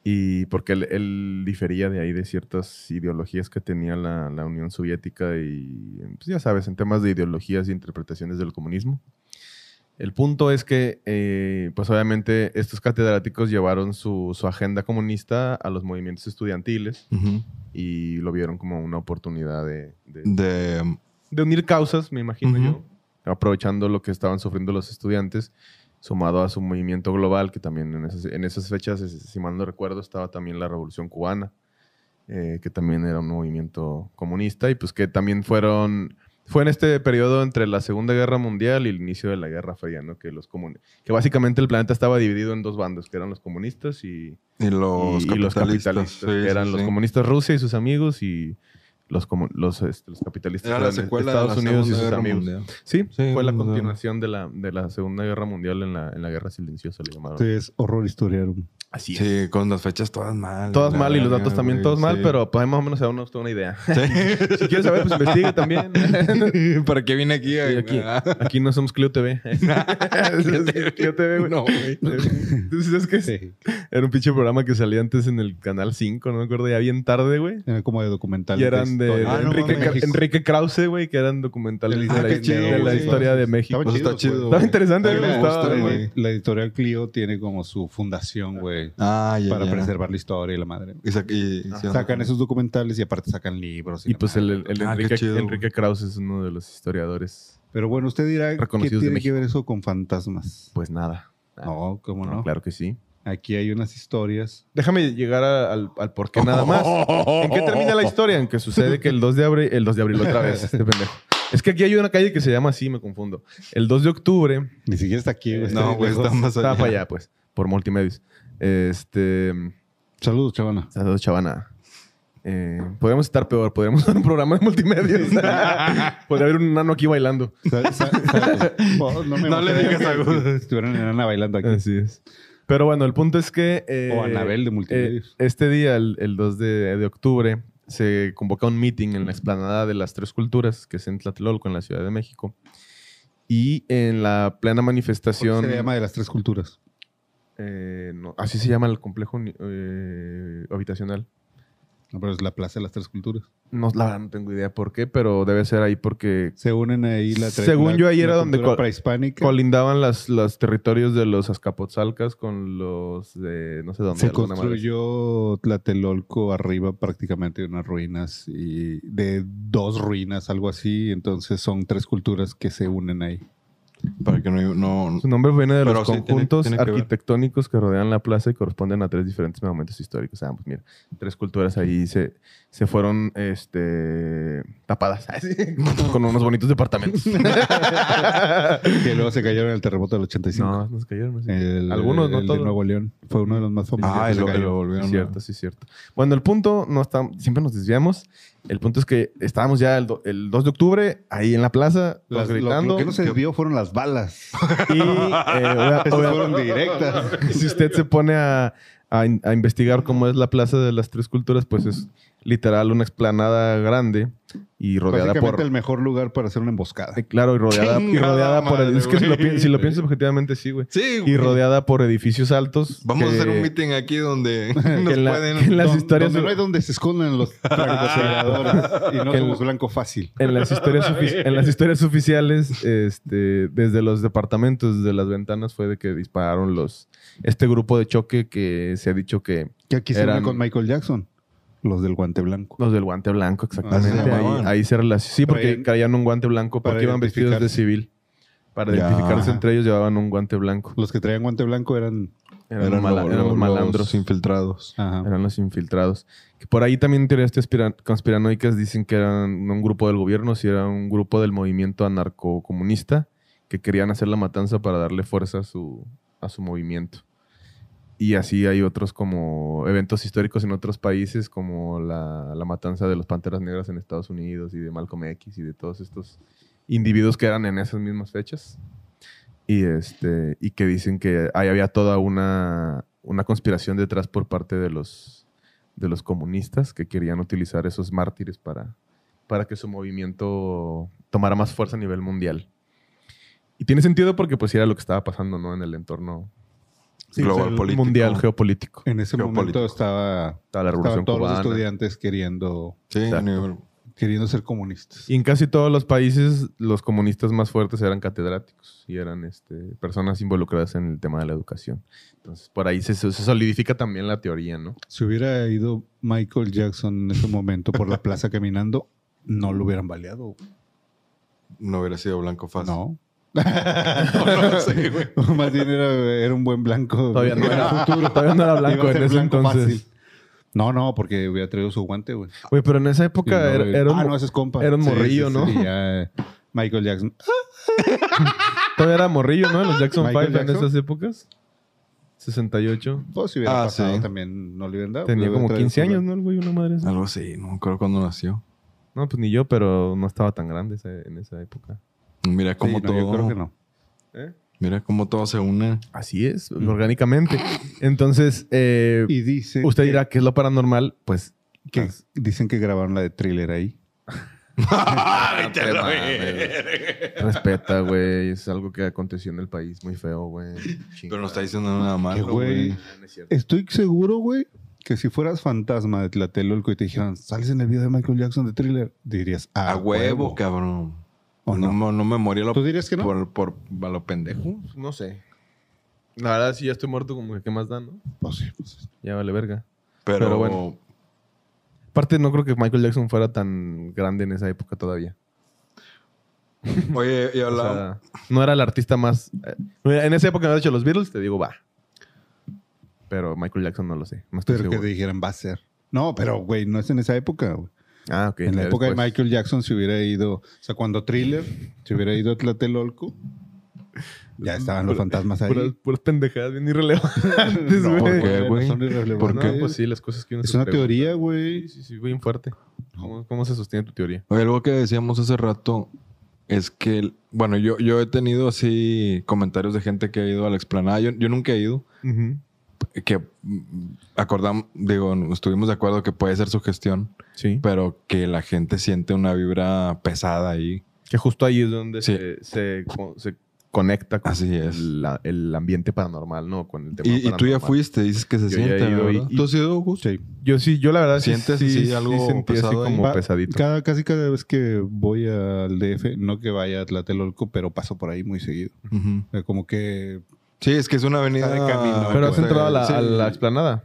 Speaker 2: Y porque él, él difería de ahí de ciertas ideologías que tenía la, la Unión Soviética y, pues ya sabes, en temas de ideologías e interpretaciones del comunismo. El punto es que, eh, pues obviamente, estos catedráticos llevaron su, su agenda comunista a los movimientos estudiantiles
Speaker 5: Ujú.
Speaker 2: y lo vieron como una oportunidad de- de,
Speaker 5: De.
Speaker 2: de unir causas, me imagino
Speaker 5: Ujú.
Speaker 2: yo, aprovechando lo que estaban sufriendo los estudiantes, sumado a su movimiento global, que también en esas, en esas fechas, es- si mal no recuerdo, estaba también la Revolución Cubana, eh, que también era un movimiento comunista, y pues que también fueron... Fue en este periodo entre la Segunda Guerra Mundial y el inicio de la Guerra Fría, ¿no? Que los comuni- que básicamente el planeta estaba dividido en dos bandos, que eran los comunistas y,
Speaker 5: Y
Speaker 2: y-
Speaker 5: los
Speaker 2: y
Speaker 5: capitalistas.
Speaker 2: los capitalistas,
Speaker 5: Sí,
Speaker 2: que
Speaker 5: sí,
Speaker 2: eran
Speaker 5: sí.
Speaker 2: los comunistas Rusia y sus amigos y los, comu- los, este, los capitalistas
Speaker 5: Era la
Speaker 2: eran
Speaker 5: secuela de
Speaker 2: Estados
Speaker 5: la
Speaker 2: Unidos y
Speaker 5: Segunda
Speaker 2: sus
Speaker 5: Guerra
Speaker 2: amigos.
Speaker 5: Mundial.
Speaker 2: Sí,
Speaker 5: Sí,
Speaker 2: fue la
Speaker 5: vamos a ver.
Speaker 2: continuación de la, de la Segunda Guerra Mundial en la, en la Guerra Silenciosa, le llamaron.
Speaker 4: Este es horror historiarum.
Speaker 2: Así es.
Speaker 5: Sí, con las fechas todas mal.
Speaker 2: Todas
Speaker 5: la
Speaker 2: mal y los
Speaker 5: verga,
Speaker 2: datos también
Speaker 5: Ah, güey,
Speaker 2: todos mal,
Speaker 5: sí.
Speaker 2: pero pues, ahí más o menos se da uno- usted una idea.
Speaker 5: Sí.
Speaker 2: Si quieres saber, pues investigue también.
Speaker 5: ¿Para qué vine aquí?
Speaker 2: Sí, aquí, aquí no somos Clio TV. Clio TV, güey.
Speaker 4: No, güey.
Speaker 2: Entonces, es que
Speaker 4: Sí,
Speaker 2: era un pinche programa que salía antes en el Canal 5, no me acuerdo, ya bien tarde, güey.
Speaker 4: era como de documental.
Speaker 2: Y eran de,
Speaker 5: Ah,
Speaker 2: de
Speaker 5: no
Speaker 2: Enrique,
Speaker 5: mames.
Speaker 2: Ca- Enrique Krause, güey, que eran documentales de
Speaker 4: El
Speaker 2: la,
Speaker 5: Ismael
Speaker 2: historia- de la
Speaker 5: Medeo,
Speaker 2: historia de
Speaker 4: güey.
Speaker 2: México.
Speaker 5: Pues está chido,
Speaker 4: güey.
Speaker 5: güey.
Speaker 2: Estaba interesante,
Speaker 5: A mí
Speaker 2: güey,
Speaker 5: me
Speaker 2: estaba-
Speaker 5: gusta,
Speaker 4: La-
Speaker 5: güey.
Speaker 4: La editorial Clio tiene como su fundación, güey,
Speaker 5: Ah, ya.
Speaker 4: para
Speaker 5: ya.
Speaker 4: preservar la historia y la madre.
Speaker 5: Y sac- y- y hicieron-
Speaker 4: Sacan esos documentales y aparte sacan libros.
Speaker 2: Y
Speaker 4: la
Speaker 2: pues
Speaker 4: madre.
Speaker 2: el, el
Speaker 5: Ah, qué
Speaker 2: Enrique,
Speaker 5: chido, güey.
Speaker 2: Enrique Krause es uno de los historiadores.
Speaker 4: Pero bueno, usted dirá, ¿qué
Speaker 2: Reconocidos de
Speaker 4: tiene que
Speaker 2: México.
Speaker 4: ver eso con fantasmas?
Speaker 2: Pues nada. Ah,
Speaker 4: No, ¿cómo no?
Speaker 2: Claro que sí.
Speaker 4: Aquí hay unas historias
Speaker 2: Déjame llegar a- al, al por qué nada más. ¿En qué termina la historia? En que sucede que el 2 de abril, el 2 de abril otra vez, este pendejo. Es que aquí hay una calle que se llama así, me confundo. El 2 de octubre,
Speaker 4: Ni siquiera está aquí, güey.
Speaker 5: No,
Speaker 4: bien
Speaker 5: güey,
Speaker 4: lejos.
Speaker 5: está más allá.
Speaker 2: estaba para allá, pues, por multimedios. Este.
Speaker 4: Saludos, chavana.
Speaker 2: Saludos, chavana. Eh, podríamos estar peor, podríamos hacer un programa de multimedia. Podría haber un nano aquí bailando.
Speaker 4: Sa- sa- sa- Oh, no me
Speaker 5: No le
Speaker 4: emocioné.
Speaker 5: digas a Gus.
Speaker 4: Estuvieron en Ana bailando aquí.
Speaker 2: Así es. Pero bueno, el punto es que. eh,
Speaker 4: o Anabel de multimedios.
Speaker 2: eh, este día, el, el 2 de, de octubre, se convoca un meeting en la explanada de las tres culturas, que es en Tlatelolco, en la Ciudad de México. Y en la plena
Speaker 4: ¿Por qué
Speaker 2: manifestación.
Speaker 4: se le llama de las tres culturas.
Speaker 2: eh, no, así se llama el complejo uni- eh, habitacional.
Speaker 4: No, pero es la plaza de las tres culturas.
Speaker 2: No, la verdad, no tengo idea por qué, pero debe ser ahí porque
Speaker 4: Se unen ahí la tra-
Speaker 2: Según
Speaker 4: la-
Speaker 2: yo, ahí
Speaker 4: la
Speaker 2: era donde col-
Speaker 4: cultura prehispánica.
Speaker 2: colindaban las, los territorios de los azcapotzalcas con los de no sé dónde.
Speaker 4: se
Speaker 2: alguna madre.
Speaker 4: construyó Tlatelolco arriba prácticamente de unas ruinas y de dos ruinas, algo así. Entonces son tres culturas que se unen ahí.
Speaker 5: Para que no... no-
Speaker 2: Su nombre viene de
Speaker 5: Pero
Speaker 2: los
Speaker 5: sí, tiene-
Speaker 2: conjuntos
Speaker 5: tiene que ver.
Speaker 2: arquitectónicos que rodean la plaza y corresponden a tres diferentes momentos históricos. Ah, pues mira, tres culturas ahí se, se fueron este, tapadas así, con unos bonitos departamentos.
Speaker 4: Que luego se cayeron en el terremoto del 85.
Speaker 2: no, nos cayeron. así.
Speaker 4: El-
Speaker 2: Algunos, no
Speaker 4: el
Speaker 2: todos.
Speaker 4: de Nuevo León. Fue uno de los más famosos.
Speaker 5: Ah,
Speaker 4: que
Speaker 5: y
Speaker 4: se
Speaker 5: lo,
Speaker 4: cayó.
Speaker 5: lo volvieron
Speaker 2: Sí,
Speaker 5: a-
Speaker 2: cierto, sí, cierto. Bueno, el punto, no está, siempre nos desviamos. El punto es que estábamos ya el, do- el 2 de octubre ahí en la plaza,
Speaker 4: Las-
Speaker 2: todos
Speaker 4: lo-
Speaker 2: gritando.
Speaker 4: Lo, que no se vio fueron las balas.
Speaker 2: Y eh, obvia-
Speaker 4: Esas
Speaker 2: obvia-
Speaker 4: fueron directas.
Speaker 2: si usted se pone a, a in- a investigar cómo es la Plaza de las Tres Culturas, pues es literal una explanada grande y rodeada
Speaker 4: Básicamente
Speaker 2: por...
Speaker 4: el mejor lugar para hacer una emboscada.
Speaker 2: eh, Claro, y rodeada, y
Speaker 5: Chingada
Speaker 2: rodeada por...
Speaker 5: madre,
Speaker 2: Es que si lo,
Speaker 5: güey.
Speaker 2: pi- si lo piensas objetivamente, sí, güey.
Speaker 5: Sí,
Speaker 2: Y rodeada por edificios altos.
Speaker 5: Vamos a
Speaker 2: que-
Speaker 5: hacer un meeting aquí donde nos
Speaker 2: que en la-
Speaker 5: pueden...
Speaker 2: que en las
Speaker 4: Don-
Speaker 2: historias...
Speaker 4: donde no hay donde se esconden los francotiradores y no
Speaker 2: Que el-
Speaker 4: somos blanco fácil.
Speaker 2: En las, historias ofi- en las historias oficiales, este, desde los departamentos, desde las ventanas, fue de que dispararon los este grupo de choque que se ha dicho que
Speaker 4: Que aquí se
Speaker 2: Eran-
Speaker 4: une con Michael Jackson, los del guante blanco.
Speaker 2: Los del guante blanco,
Speaker 4: Ah,
Speaker 2: exactamente.
Speaker 5: se
Speaker 2: ahí,
Speaker 5: llamaban.
Speaker 2: ahí se relaciona. Sí, porque
Speaker 4: Traían-
Speaker 2: traían un guante blanco
Speaker 4: para
Speaker 2: porque iban vestidos de
Speaker 4: identificarse.
Speaker 2: civil. Para
Speaker 5: Ya.
Speaker 2: identificarse entre ellos llevaban un guante blanco.
Speaker 4: Los que traían guante blanco eran.
Speaker 2: Eran, mala-
Speaker 5: lo-
Speaker 2: eran los
Speaker 5: los
Speaker 2: malandros.
Speaker 5: infiltrados.
Speaker 4: Ajá.
Speaker 2: Eran los infiltrados. Que por ahí también teorías conspira- conspiranoicas dicen que eran no un grupo del gobierno, si era un grupo del movimiento anarcocomunista que querían hacer la matanza para darle fuerza a su, a su movimiento. Y así hay otros como eventos históricos en otros países, como la, la matanza de los Panteras Negras en Estados Unidos y de Malcolm X y de todos estos individuos que eran en esas mismas fechas. Y, este, y que dicen que ahí había toda una, una conspiración detrás por parte de los, de los comunistas que querían utilizar esos mártires para, para que su movimiento tomara más fuerza a nivel mundial. Y tiene sentido porque pues era lo que estaba pasando ¿no? en el entorno
Speaker 4: Sí,
Speaker 5: global
Speaker 4: o sea, el
Speaker 5: político.
Speaker 2: mundial geopolítico.
Speaker 4: En ese
Speaker 5: Geopolítico.
Speaker 4: momento estaba,
Speaker 2: Estaba la
Speaker 4: estaban
Speaker 2: revolución
Speaker 4: todos los
Speaker 2: cubana.
Speaker 4: estudiantes queriendo,
Speaker 5: Sí,
Speaker 2: Exacto.
Speaker 5: nivel-
Speaker 4: queriendo ser comunistas.
Speaker 2: Y en casi todos los países los comunistas más fuertes eran catedráticos y eran este, personas involucradas en el tema de la educación. Entonces por ahí se, se solidifica también la teoría, ¿no?
Speaker 4: Si hubiera ido Michael Jackson en ese momento por la plaza caminando, no lo hubieran baleado.
Speaker 5: no hubiera sido blanco fácil.
Speaker 4: No.
Speaker 5: no lo sé, güey.
Speaker 4: Más bien era, era un buen blanco.
Speaker 2: Todavía no era, todavía no era
Speaker 4: Iba a
Speaker 2: blanco
Speaker 4: ser
Speaker 2: en ese
Speaker 4: blanco
Speaker 2: entonces.
Speaker 4: fácil. No, no, porque hubiera traído su guante, güey.
Speaker 2: Güey, pero en esa
Speaker 4: Y
Speaker 2: época
Speaker 4: no,
Speaker 2: era,
Speaker 4: güey.
Speaker 2: era un,
Speaker 4: ah, no, ese es compa.
Speaker 2: era un morrillo, ¿no?
Speaker 4: Y ya, eh, Michael Jackson.
Speaker 2: todavía era morrillo, ¿no? Los Jackson
Speaker 4: Michael
Speaker 2: 5 en
Speaker 4: Jackson.
Speaker 2: esas épocas. 68.
Speaker 4: Pues si
Speaker 5: Ah,
Speaker 4: hubiera pasado
Speaker 5: sí.
Speaker 4: también, no le hubieran dado.
Speaker 2: Tenía
Speaker 4: Le
Speaker 2: como
Speaker 4: hubiera traído
Speaker 2: 15
Speaker 4: su
Speaker 2: años, ¿no? El güey, una madre así.
Speaker 5: Algo así, no me acuerdo cuándo nació.
Speaker 2: No, pues ni yo, pero no estaba tan grande esa- en esa época.
Speaker 5: Mira
Speaker 4: Sí,
Speaker 5: cómo
Speaker 4: no,
Speaker 5: todo.
Speaker 4: Yo creo que no.
Speaker 2: ¿Eh?
Speaker 5: Mira cómo todo se une.
Speaker 2: Así es,
Speaker 4: Mm.
Speaker 2: orgánicamente. Entonces, eh,
Speaker 4: Y dicen,
Speaker 2: usted dirá que es lo paranormal, pues.
Speaker 4: que, dicen que grabaron la de thriller ahí.
Speaker 2: "Ah, te mames". Respeta, güey. Es algo que aconteció en el país muy feo, güey.
Speaker 5: Pero no está diciendo nada malo,
Speaker 4: Qué güey.
Speaker 5: güey.
Speaker 2: No es cierto.
Speaker 4: Estoy seguro, güey, que si fueras fantasma de Tlatelolco y te dijeran, sales en el video de Michael Jackson de thriller, dirías, "Ah,
Speaker 5: A huevo, cabrón.
Speaker 4: ¿O
Speaker 5: no?
Speaker 4: no?
Speaker 5: me- no me morí a lo,
Speaker 4: ¿Tú dirías que no?
Speaker 5: por, por a lo pendejo.
Speaker 2: No sé. La verdad, si ya estoy muerto, como que qué más da, ¿no?
Speaker 4: Pues sí, pues sí.
Speaker 2: Ya vale verga.
Speaker 5: Pero,
Speaker 2: Pero bueno. Aparte, no creo que Michael Jackson fuera tan grande en esa época todavía.
Speaker 5: Oye, y
Speaker 2: O
Speaker 5: hablaba-
Speaker 2: sea, no era el artista más. eh, en esa época me han hecho los Beatles, te digo, va. Pero Michael Jackson no lo sé. No estoy
Speaker 4: Pero que
Speaker 2: seguro.
Speaker 4: te dijeran, va a ser. No, pero, güey, no es en esa época, güey.
Speaker 2: Ah, ok.
Speaker 4: En la
Speaker 2: ya
Speaker 4: época de
Speaker 2: después.
Speaker 4: Michael Jackson se hubiera ido, o sea, cuando Thriller se hubiera ido a Tlatelolco, ya estaban los
Speaker 2: Pura-
Speaker 4: fantasmas pues, ahí.
Speaker 2: Puras, puras pendejadas bien irrelevantes,
Speaker 4: No,
Speaker 2: güey.
Speaker 4: ¿por
Speaker 5: qué, güey?
Speaker 4: son irrelevantes.
Speaker 5: ¿Por
Speaker 2: No,
Speaker 5: qué?
Speaker 2: pues sí, las cosas que uno
Speaker 4: Es
Speaker 2: se
Speaker 4: una
Speaker 2: pregunta.
Speaker 4: teoría, güey.
Speaker 2: Sí, sí, sí, bien fuerte. ¿Cómo, cómo se sostiene tu teoría?
Speaker 5: Oye, algo que decíamos hace rato es que, el- bueno, yo, yo he tenido así comentarios de gente que ha ido a la explanada. Yo, yo nunca he ido. Que mm, acordam, digo, estuvimos de acuerdo que puede ser su gestión,
Speaker 2: Sí.
Speaker 5: pero que la gente siente una vibra pesada ahí.
Speaker 2: Que justo ahí es donde
Speaker 5: Sí.
Speaker 2: se, se, co- se conecta con
Speaker 5: Así es.
Speaker 2: la- el ambiente paranormal, ¿no? Con el tema
Speaker 5: Y, y tú ya
Speaker 2: paranormal.
Speaker 5: fuiste, dices que se
Speaker 2: Yo ya
Speaker 5: siente.
Speaker 2: he ido y-
Speaker 5: ¿verdad?
Speaker 2: y-
Speaker 5: ¿Tú has ido, Gus?
Speaker 4: Sí.
Speaker 2: Yo sí, yo la verdad sí-
Speaker 5: ¿Sientes
Speaker 2: sí,
Speaker 5: así
Speaker 2: sí
Speaker 5: algo
Speaker 2: sentí así
Speaker 5: pesado ahí?
Speaker 2: como
Speaker 4: Va-
Speaker 2: pesadito.
Speaker 4: Cada, casi cada vez que voy al DF, no que vaya a Tlatelolco, pero paso por ahí muy seguido.
Speaker 5: Ujú.
Speaker 4: O sea, Como que
Speaker 5: Sí, es que es una avenida.
Speaker 4: Está de camino.
Speaker 2: Pero has
Speaker 5: Sí.
Speaker 2: entrado a la, a la
Speaker 5: Sí.
Speaker 2: explanada.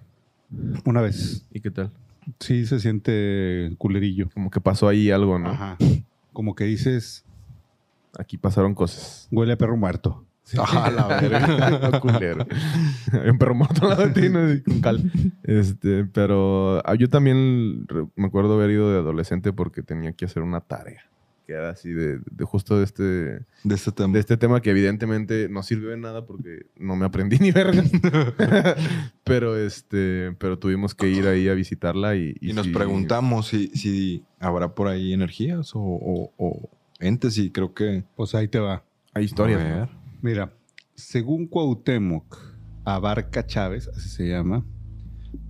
Speaker 4: una vez
Speaker 2: ¿Y qué tal?
Speaker 4: sí se siente culerillo.
Speaker 2: Como que pasó ahí algo, ¿no?
Speaker 4: Ajá. Como que dices,
Speaker 2: Aquí pasaron cosas.
Speaker 4: Huele a perro muerto.
Speaker 2: Ajá, la verga. Culero. Hay un perro muerto al lado de ti, ¿no? Así, con cal. Este, pero ah, yo también re- me acuerdo haber ido de adolescente porque tenía que hacer una tarea. Que era así de, de justo de este, de
Speaker 5: De este tema.
Speaker 2: este tema que evidentemente no sirvió de nada porque no me aprendí ni verga. pero este, pero tuvimos que ir ahí a visitarla y,
Speaker 5: Y, nos
Speaker 2: sí-
Speaker 5: preguntamos si, si habrá por ahí energías o, o- o entes y creo que...
Speaker 4: Pues ahí te va.
Speaker 2: Hay historias.
Speaker 5: A
Speaker 2: ¿no?
Speaker 5: ver.
Speaker 4: Mira, según Cuauhtémoc Abarca Chávez, así se llama,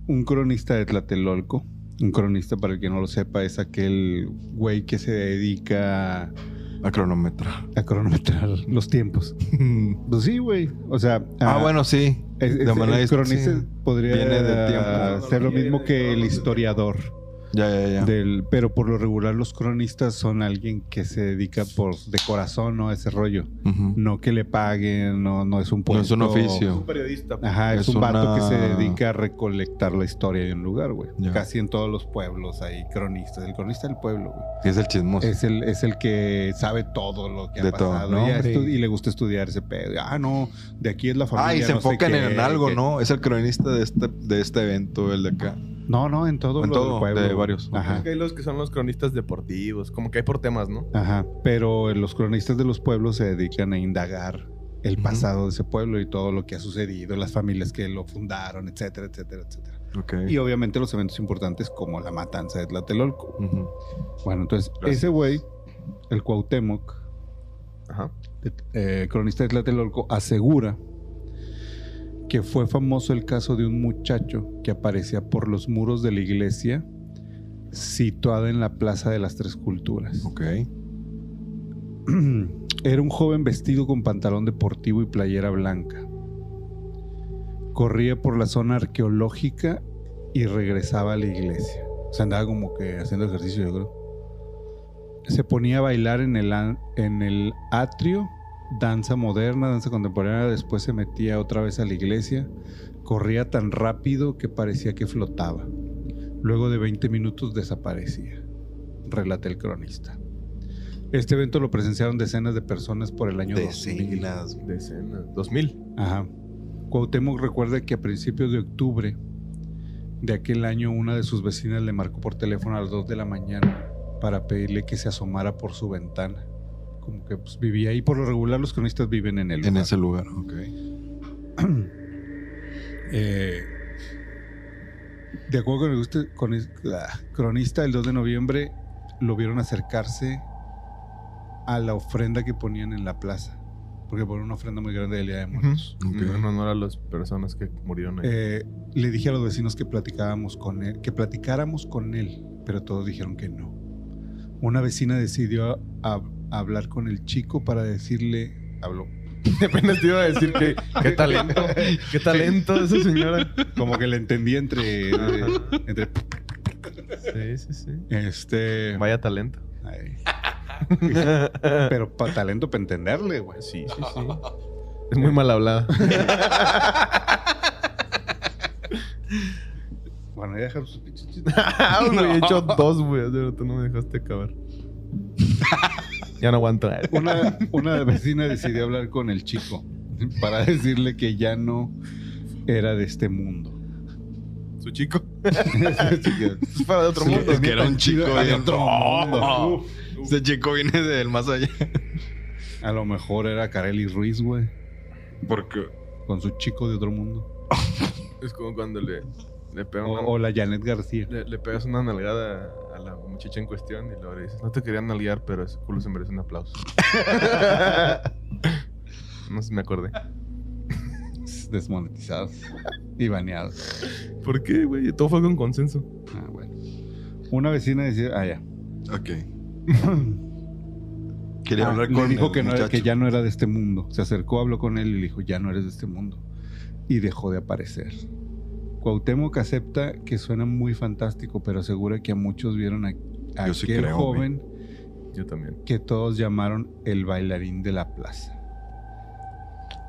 Speaker 4: un cronista de Tlatelolco, un cronista para el que no lo sepa es aquel güey que se dedica
Speaker 5: A cronometrar.
Speaker 4: a cronometrar los tiempos. Pues sí, güey. O sea,
Speaker 5: Ah,
Speaker 4: a-
Speaker 5: bueno, sí.
Speaker 4: es- es-
Speaker 5: de manera
Speaker 4: el
Speaker 5: dis-
Speaker 4: cronista
Speaker 5: sí.
Speaker 4: podría
Speaker 5: Viene del tiempo.
Speaker 4: ser lo mismo que el historiador.
Speaker 5: Ya, ya, ya.
Speaker 4: Del, pero por lo regular los cronistas son alguien que se dedica por de corazón ¿no? a ese rollo.
Speaker 5: Ujú.
Speaker 4: No que le paguen, no, no es un
Speaker 5: No
Speaker 4: puesto.
Speaker 5: es un oficio.
Speaker 2: Un periodista.
Speaker 4: Ajá, es,
Speaker 5: Es
Speaker 4: un vato
Speaker 5: una-
Speaker 4: que se dedica a recolectar la historia de un lugar, güey.
Speaker 5: Ya.
Speaker 4: Casi en todos los pueblos hay cronistas. El cronista del pueblo, güey.
Speaker 5: Es el chismoso.
Speaker 4: Es el, es el que sabe todo lo que ha
Speaker 5: De todo.
Speaker 4: pasado.
Speaker 5: No,
Speaker 4: y, ya
Speaker 5: hombre.
Speaker 4: estu- y le gusta estudiar ese pedo. Ah, no, de aquí es la familia.
Speaker 5: ah, y se
Speaker 4: no sé
Speaker 5: enfocan
Speaker 4: qué,
Speaker 5: en algo,
Speaker 4: que-
Speaker 5: ¿no? Es el cronista de este, de este evento, el de acá.
Speaker 4: No, no, en todo
Speaker 5: En
Speaker 4: lo del
Speaker 5: todo,
Speaker 4: pueblo,
Speaker 5: de
Speaker 4: güey.
Speaker 5: varios.
Speaker 4: Ajá.
Speaker 2: que hay los que son los cronistas deportivos, como que hay por temas, ¿no?
Speaker 4: Ajá. Pero los cronistas de los pueblos se dedican a indagar el
Speaker 5: Ujú.
Speaker 4: pasado de ese pueblo y todo lo que ha sucedido, las familias que lo fundaron, etcétera, etcétera, etcétera.
Speaker 5: Ok.
Speaker 4: Y obviamente los eventos importantes como la matanza de Tlatelolco.
Speaker 5: Ujú.
Speaker 4: Bueno, entonces
Speaker 2: Gracias.
Speaker 4: ese güey, el Cuauhtémoc,
Speaker 2: Ajá.
Speaker 4: eh, cronista de Tlatelolco, asegura que fue famoso el caso de un muchacho que aparecía por los muros de la iglesia situada en la Plaza de las Tres Culturas.
Speaker 5: Ok.
Speaker 4: Era un joven vestido con pantalón deportivo y playera blanca. Corría por la zona arqueológica y regresaba a la iglesia. Se andaba como que haciendo ejercicio, yo creo. Se ponía a bailar en el, an- en el atrio, danza moderna, danza contemporánea, después se metía otra vez a la iglesia. Corría tan rápido que parecía que flotaba. Luego de 20 minutos desaparecía, relata el cronista. Este evento lo presenciaron decenas de personas por el año 2000.
Speaker 2: Decenas. 2000.
Speaker 4: Ajá. Cuauhtémoc recuerda que a principios de octubre de aquel año una de sus vecinas le marcó por teléfono a las 2 de la mañana para pedirle que se asomara por su ventana. Como que pues, vivía ahí. Por lo regular los cronistas viven en el
Speaker 5: En
Speaker 4: lugar.
Speaker 5: ese lugar, ok.
Speaker 4: Eh, de acuerdo con el guste- con el- ah, cronista, el 2 de noviembre lo vieron acercarse a la ofrenda que ponían en la plaza. Porque ponían una ofrenda muy grande del Día de Muertos.
Speaker 5: Ok.
Speaker 2: En honor a las personas que murieron ahí.
Speaker 4: Eh, le dije a los vecinos que platicábamos con él, que platicáramos con él, pero todos dijeron que no. Una vecina decidió a- a hablar con el chico para decirle, habló,
Speaker 2: Apenas te iba a decir que qué talento, qué talento esa señora.
Speaker 4: como que le entendí entre, entre
Speaker 2: Sí, sí, sí.
Speaker 4: este,
Speaker 2: Vaya talento.
Speaker 4: ay,
Speaker 2: Sí,
Speaker 4: pero pa- talento para entenderle, güey.
Speaker 2: sí, sí. Es muy mal hablada.
Speaker 4: Bueno, ya dejaron sus pinches chistes.
Speaker 2: Ah, güey, he hecho dos, güey. De verdad, tú no me dejaste acabar. ya no aguanto.
Speaker 4: una, una vecina decidió hablar con el chico para decirle que ya no era de este mundo.
Speaker 2: Su chico.
Speaker 4: Así que-
Speaker 2: Es para de otro
Speaker 5: Sí,
Speaker 2: mundo.
Speaker 5: es que era un
Speaker 4: Tan
Speaker 5: chico
Speaker 4: chido,
Speaker 5: de
Speaker 4: de otro
Speaker 5: otro
Speaker 4: mundo.
Speaker 5: mundo. Ese chico viene del más allá.
Speaker 4: A lo mejor era Kareli Ruiz, güey.
Speaker 5: Porque.
Speaker 4: Con su chico de otro mundo.
Speaker 2: Es como cuando le, le
Speaker 4: O,
Speaker 2: pegan una-
Speaker 4: o la Janet García.
Speaker 2: Le, le pegas una nalgada a la muchacha en cuestión y luego le dices, no te quería nalguear, pero ese culo se merece un aplauso. no sé si me acordé.
Speaker 4: Desmonetizados y baneados.
Speaker 2: ¿Por qué, güey? Todo fue con consenso.
Speaker 4: Ah, bueno. Una vecina decía, ah, ya.
Speaker 5: Ok. Quería
Speaker 4: Ah,
Speaker 5: hablar
Speaker 4: le
Speaker 5: con.
Speaker 4: dijo
Speaker 5: el
Speaker 4: que, no era- que
Speaker 5: muchacho.
Speaker 4: ya no era de este mundo. Se acercó, habló con él y le dijo, ya no eres de este mundo. Y dejó de aparecer. Cuauhtémoc acepta que suena muy fantástico, pero asegura que a muchos vieron a, a
Speaker 5: Yo
Speaker 4: aquel
Speaker 5: sí creo,
Speaker 4: joven
Speaker 2: Yo también.
Speaker 4: que todos llamaron el bailarín de la plaza.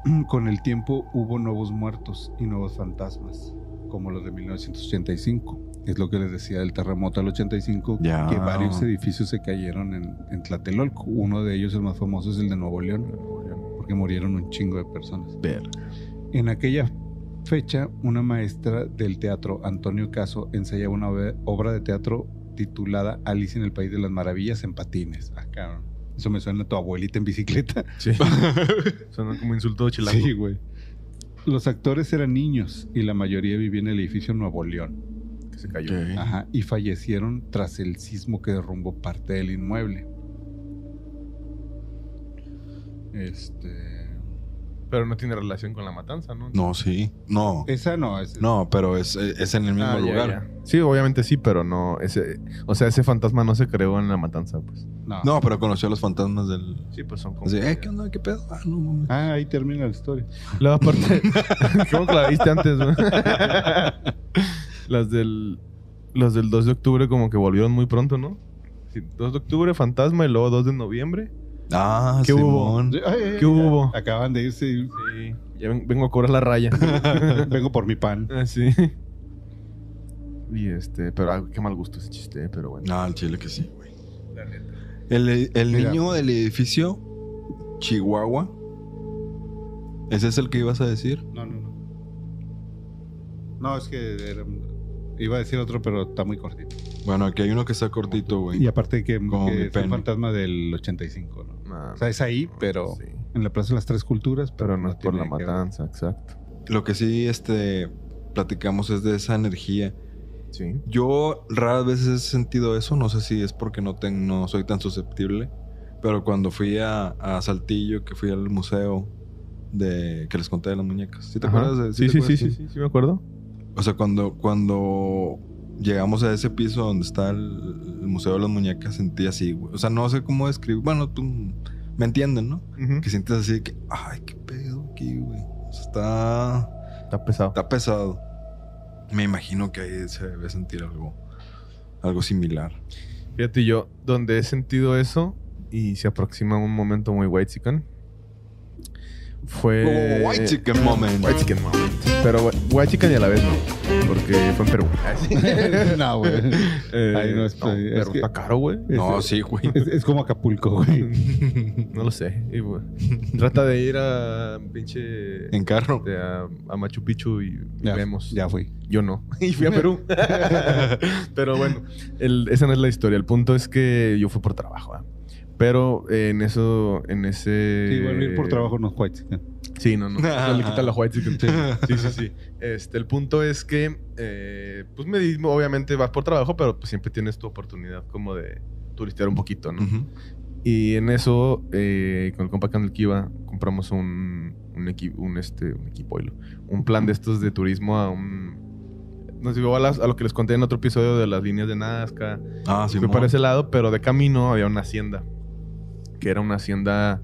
Speaker 4: Mm, Con el tiempo hubo nuevos muertos y nuevos fantasmas, como los de 1985. Es lo que les decía del terremoto del 85,
Speaker 5: Ya.
Speaker 4: que varios edificios se cayeron en, en Tlatelolco. Uno de ellos, el más famoso, es el de Nuevo León, porque murieron un chingo de personas.
Speaker 5: Ver.
Speaker 4: En aquella fecha, una maestra del teatro, Antonio Caso, ensayaba una obe- obra de teatro titulada Alicia en el País de las Maravillas en patines. Ah, cabrón. Eso me suena a tu abuelita en bicicleta.
Speaker 2: Sí. Suena como insulto chilango.
Speaker 4: Sí, güey. Los actores eran niños y la mayoría vivía en el edificio Nuevo León.
Speaker 2: Que se cayó.
Speaker 4: Ajá, y fallecieron tras el sismo que derrumbó parte del inmueble. Este.
Speaker 2: Pero no tiene relación con la matanza, ¿no?
Speaker 5: No, sí. No.
Speaker 4: Esa no, es.
Speaker 5: No, pero es, eh, es en el mismo
Speaker 2: Ah, ya,
Speaker 5: lugar.
Speaker 2: ya. Sí, obviamente sí, pero no. Ese, o sea, ese fantasma no se creó en la matanza, pues.
Speaker 4: No.
Speaker 5: No, pero conoció a los fantasmas del.
Speaker 2: Sí, pues son como.
Speaker 5: Así, eh, ¿qué onda? ¿Qué pedo? Ah, no mames.
Speaker 4: Ah, ahí termina la historia.
Speaker 2: La parte. ¿Cómo que la viste antes, güey? Las del. Las del 2 de octubre, como que volvieron muy pronto, ¿no? Sí, 2 de octubre, fantasma, y luego 2 de noviembre.
Speaker 5: Ah,
Speaker 2: ¿Qué hubo?
Speaker 5: Simón.
Speaker 4: Ay, ay,
Speaker 2: ¿Qué
Speaker 4: ay,
Speaker 2: hubo?
Speaker 4: ya. Acaban de irse. y-
Speaker 2: Sí. Ya ven- vengo a cobrar la raya.
Speaker 4: Vengo por mi pan.
Speaker 2: Ah, sí. Y este, pero ah, qué mal gusto ese chiste, eh, pero bueno.
Speaker 5: No, el chile que sí, güey. El, el
Speaker 4: Mira.
Speaker 5: niño del edificio Chihuahua. ¿Ese es el que ibas a decir?
Speaker 4: No, no, no. No, es que era- iba a decir otro, pero está muy cortito.
Speaker 5: Bueno, aquí hay uno que está cortito,
Speaker 4: Y
Speaker 5: güey.
Speaker 4: aparte que,
Speaker 5: Como
Speaker 4: que
Speaker 5: mi
Speaker 4: es un
Speaker 5: pene.
Speaker 4: fantasma del 85, ¿no?
Speaker 2: No,
Speaker 4: O sea, es ahí, pero
Speaker 2: sí.
Speaker 4: en la Plaza de las Tres Culturas,
Speaker 2: Pero no, es por la
Speaker 4: tiene que ver.
Speaker 2: matanza, exacto.
Speaker 5: Lo que sí este, platicamos es de esa energía.
Speaker 2: Sí.
Speaker 5: Yo raras veces he sentido eso, no sé si es porque no, ten- no soy tan susceptible, pero cuando fui a, a Saltillo, que fui al museo de que les conté de las muñecas, ¿sí te
Speaker 2: Ajá.
Speaker 5: acuerdas? de-
Speaker 2: sí,
Speaker 5: te
Speaker 2: sí, sí,
Speaker 5: acuerdas?
Speaker 2: sí, sí, sí, me acuerdo.
Speaker 5: O sea, cuando, cuando llegamos a ese piso donde está el, el Museo de las Muñecas, sentí así, güey. O sea, no sé cómo describir. Bueno, tú me entienden, ¿no? Que sientes así de que, ay, qué pedo aquí, güey. O sea, está,
Speaker 2: Está pesado.
Speaker 5: está pesado. Me imagino que ahí se debe sentir algo, algo similar.
Speaker 2: Fíjate yo, donde he sentido eso y se aproxima un momento muy white chicken. Fue.
Speaker 5: Oh, white chicken moment.
Speaker 2: White chicken moment. Pero güey, white chicken y a la vez no. Porque fue en Perú. Ah, sí.
Speaker 4: no, güey.
Speaker 2: Eh,
Speaker 4: Ahí no es- ahí- es
Speaker 2: Perú
Speaker 4: que-
Speaker 2: está caro, güey.
Speaker 5: No, sí, güey.
Speaker 4: Es, es como Acapulco, güey.
Speaker 2: No lo sé. Y, güey, trata de ir a pinche.
Speaker 5: En carro.
Speaker 2: de a, a Machu Picchu y, y
Speaker 4: Ya,
Speaker 2: vemos.
Speaker 4: ya fui.
Speaker 2: Yo no. Y fui a Perú. Pero bueno, el- esa no es la historia. El punto es que yo fui por trabajo. ¿ah? Pero eh, en eso, en ese.
Speaker 4: Sí, bueno, ir por trabajo no es whitexican.
Speaker 2: Sí, no, no. No le quitan la white chicken. Sí, sí, sí. Este, el punto es que, eh, pues me di- obviamente vas por trabajo, pero pues siempre tienes tu oportunidad como de turistear un poquito, ¿no?
Speaker 5: Ujú.
Speaker 2: Y en eso, eh, con el compa con el que iba, compramos un, un, equi- un, este, un equipo, oílo, un plan de estos de turismo a un... Nos llevó a, las- a lo que les conté en otro episodio de las líneas de Nazca.
Speaker 5: Ah, sí,
Speaker 2: Fui para ese lado, pero de camino había una hacienda, que era una hacienda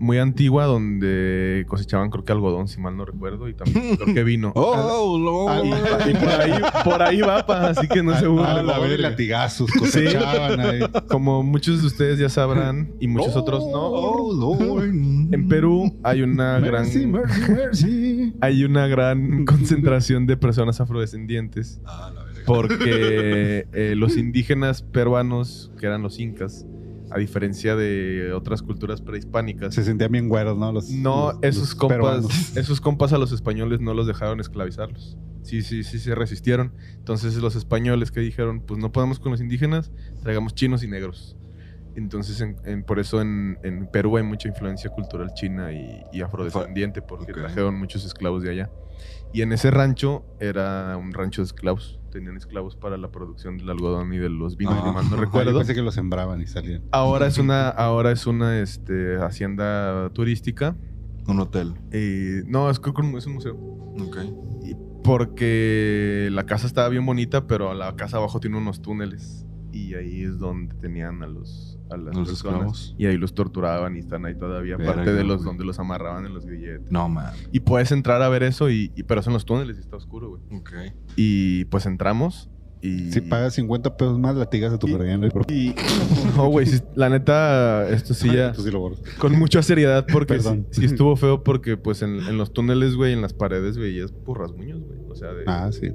Speaker 2: muy antigua donde cosechaban creo que algodón, si mal no recuerdo, y también creo que vino.
Speaker 5: Oh, no.
Speaker 4: Ah,
Speaker 2: Y por ahí, por ahí va, pa, así que no se burlen.
Speaker 4: la ver latigazos, eh. cosechaban ahí.
Speaker 2: Como muchos de ustedes ya sabrán y muchos otros no.
Speaker 5: Oh, Lord.
Speaker 2: En Perú hay una gran
Speaker 4: Mercy, mercy, mercy.
Speaker 2: hay una gran concentración de personas afrodescendientes
Speaker 5: Ah, la verga.
Speaker 2: porque eh, los indígenas peruanos que eran los incas a diferencia de otras culturas prehispánicas
Speaker 4: Se sentían bien güeros, ¿no? Los,
Speaker 2: no
Speaker 4: los-
Speaker 2: esos
Speaker 4: los peruanos.
Speaker 2: compas esos compas a los españoles no los dejaron esclavizarlos sí sí sí se resistieron entonces los españoles que dijeron pues no podemos con los indígenas traigamos chinos y negros entonces en- en- por eso en, en Perú hay mucha influencia cultural china y, y afrodescendiente porque
Speaker 5: Ok.
Speaker 2: trajeron muchos esclavos de allá y en ese rancho era un rancho de esclavos tenían esclavos para la producción del algodón y de los vinos
Speaker 5: Ah.
Speaker 2: si mal no
Speaker 4: Ah, yo
Speaker 2: recuerdo
Speaker 4: pensé que los sembraban y salían.
Speaker 2: ahora es una ahora es una este, hacienda turística
Speaker 5: Un hotel.
Speaker 2: eh, no, es que creo que es un museo.
Speaker 5: Ok.
Speaker 2: Y porque la casa estaba bien bonita, pero la casa abajo tiene unos túneles. Y ahí es donde tenían a los, a las
Speaker 5: Los
Speaker 2: personas.
Speaker 5: esclavos.
Speaker 2: Y ahí los torturaban y están ahí todavía.
Speaker 5: Verga,
Speaker 2: Aparte de los
Speaker 5: güey.
Speaker 2: donde los amarraban en los grilletes.
Speaker 5: No, man.
Speaker 2: Y puedes entrar a ver eso, y, y- pero son los túneles y está oscuro, güey.
Speaker 5: Ok.
Speaker 2: Y pues entramos. Y,
Speaker 4: Si pagas 50 pesos más, latigas a tu
Speaker 2: Y-
Speaker 4: guardián. ¿no?
Speaker 2: y- no, güey, sí, la neta, esto sí ya.
Speaker 5: Pues
Speaker 4: Tú sí lo borras.
Speaker 2: Con mucha seriedad, porque sí,
Speaker 4: Perdón.
Speaker 2: sí estuvo feo, porque pues en, en los túneles, güey, en las paredes veías por rasguños, güey. O sea, de,
Speaker 4: Ah, sí.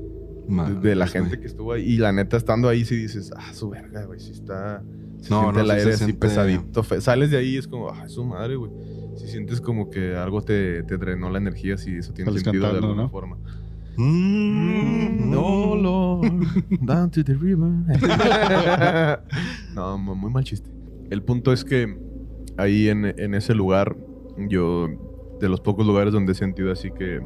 Speaker 5: Madre,
Speaker 2: de, de la
Speaker 5: güey.
Speaker 2: gente que estuvo ahí. Y la neta, estando ahí, sí dices, ah, su verga, güey, sí está. Se siente
Speaker 5: No, no,
Speaker 2: el
Speaker 5: sí se
Speaker 2: aire así
Speaker 5: siente-
Speaker 2: pesadito. fe- Sales de ahí y es como, ah, su madre, güey. Si sientes como que algo te, te drenó la energía, si eso tiene
Speaker 4: Sales
Speaker 2: sentido de
Speaker 4: cantando,
Speaker 2: alguna
Speaker 4: ¿no?
Speaker 2: forma.
Speaker 5: Mm,
Speaker 2: No, Lord, down to the river. no, mu- muy mal chiste. El punto es que ahí en, en ese lugar, yo, de los pocos lugares donde he sentido así que.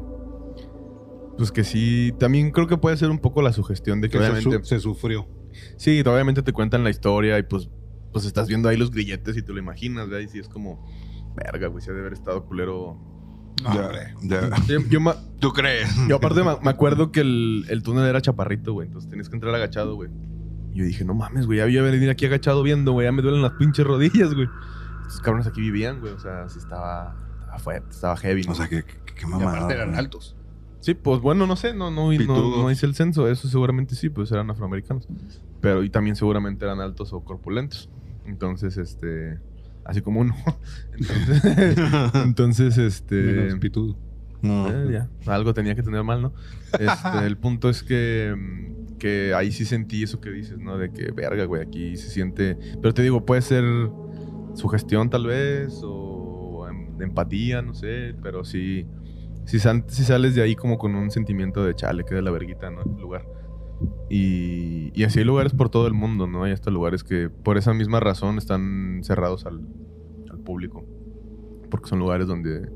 Speaker 2: Pues que sí, también creo que puede ser un poco la sugestión de que
Speaker 4: Que se,
Speaker 2: obviamente.
Speaker 4: su- se sufrió.
Speaker 2: Sí, obviamente te cuentan la historia y pues, pues estás viendo ahí los grilletes y te lo imaginas, ¿verdad? Y sí es como, verga, güey, se ha de haber estado culero.
Speaker 5: Ya, ya.
Speaker 2: Yo, yo ma-
Speaker 5: ¿Tú crees?
Speaker 2: yo aparte me, me acuerdo que el, el túnel era chaparrito, güey. Entonces tenías que entrar agachado, güey. Y yo dije, no mames, güey. Ya voy a venir aquí agachado viendo, güey. Ya me duelen las pinches rodillas, güey. Estos cabrones aquí vivían, güey. O sea, sí estaba, estaba fuerte, estaba heavy. ¿no?
Speaker 5: O sea, que, que, que
Speaker 6: Y
Speaker 5: mamada,
Speaker 6: aparte eran
Speaker 5: güey.
Speaker 6: altos.
Speaker 2: sí, pues bueno, no sé. No, no, no,
Speaker 5: Pitudos.
Speaker 2: no hice el censo. Eso seguramente sí, pues eran afroamericanos. Pero y también seguramente eran altos o corpulentos. Entonces, este... Así como uno. Entonces, entonces este...
Speaker 4: Menos pitudo.
Speaker 5: No.
Speaker 2: Eh, ya. Algo tenía que tener mal, ¿no? Este, el punto es que, mm, que ahí sí sentí eso que dices, ¿no? De que, verga, güey, aquí se siente... Pero te digo, puede ser sugestión tal vez o em- empatía, no sé, pero sí... Si, san- si sales de ahí como con un sentimiento de chale, que de la verguita, ¿no? El lugar. Y, y así hay lugares por todo el mundo, ¿no? Hay hasta lugares que por esa misma razón están cerrados al, al público. Porque son lugares donde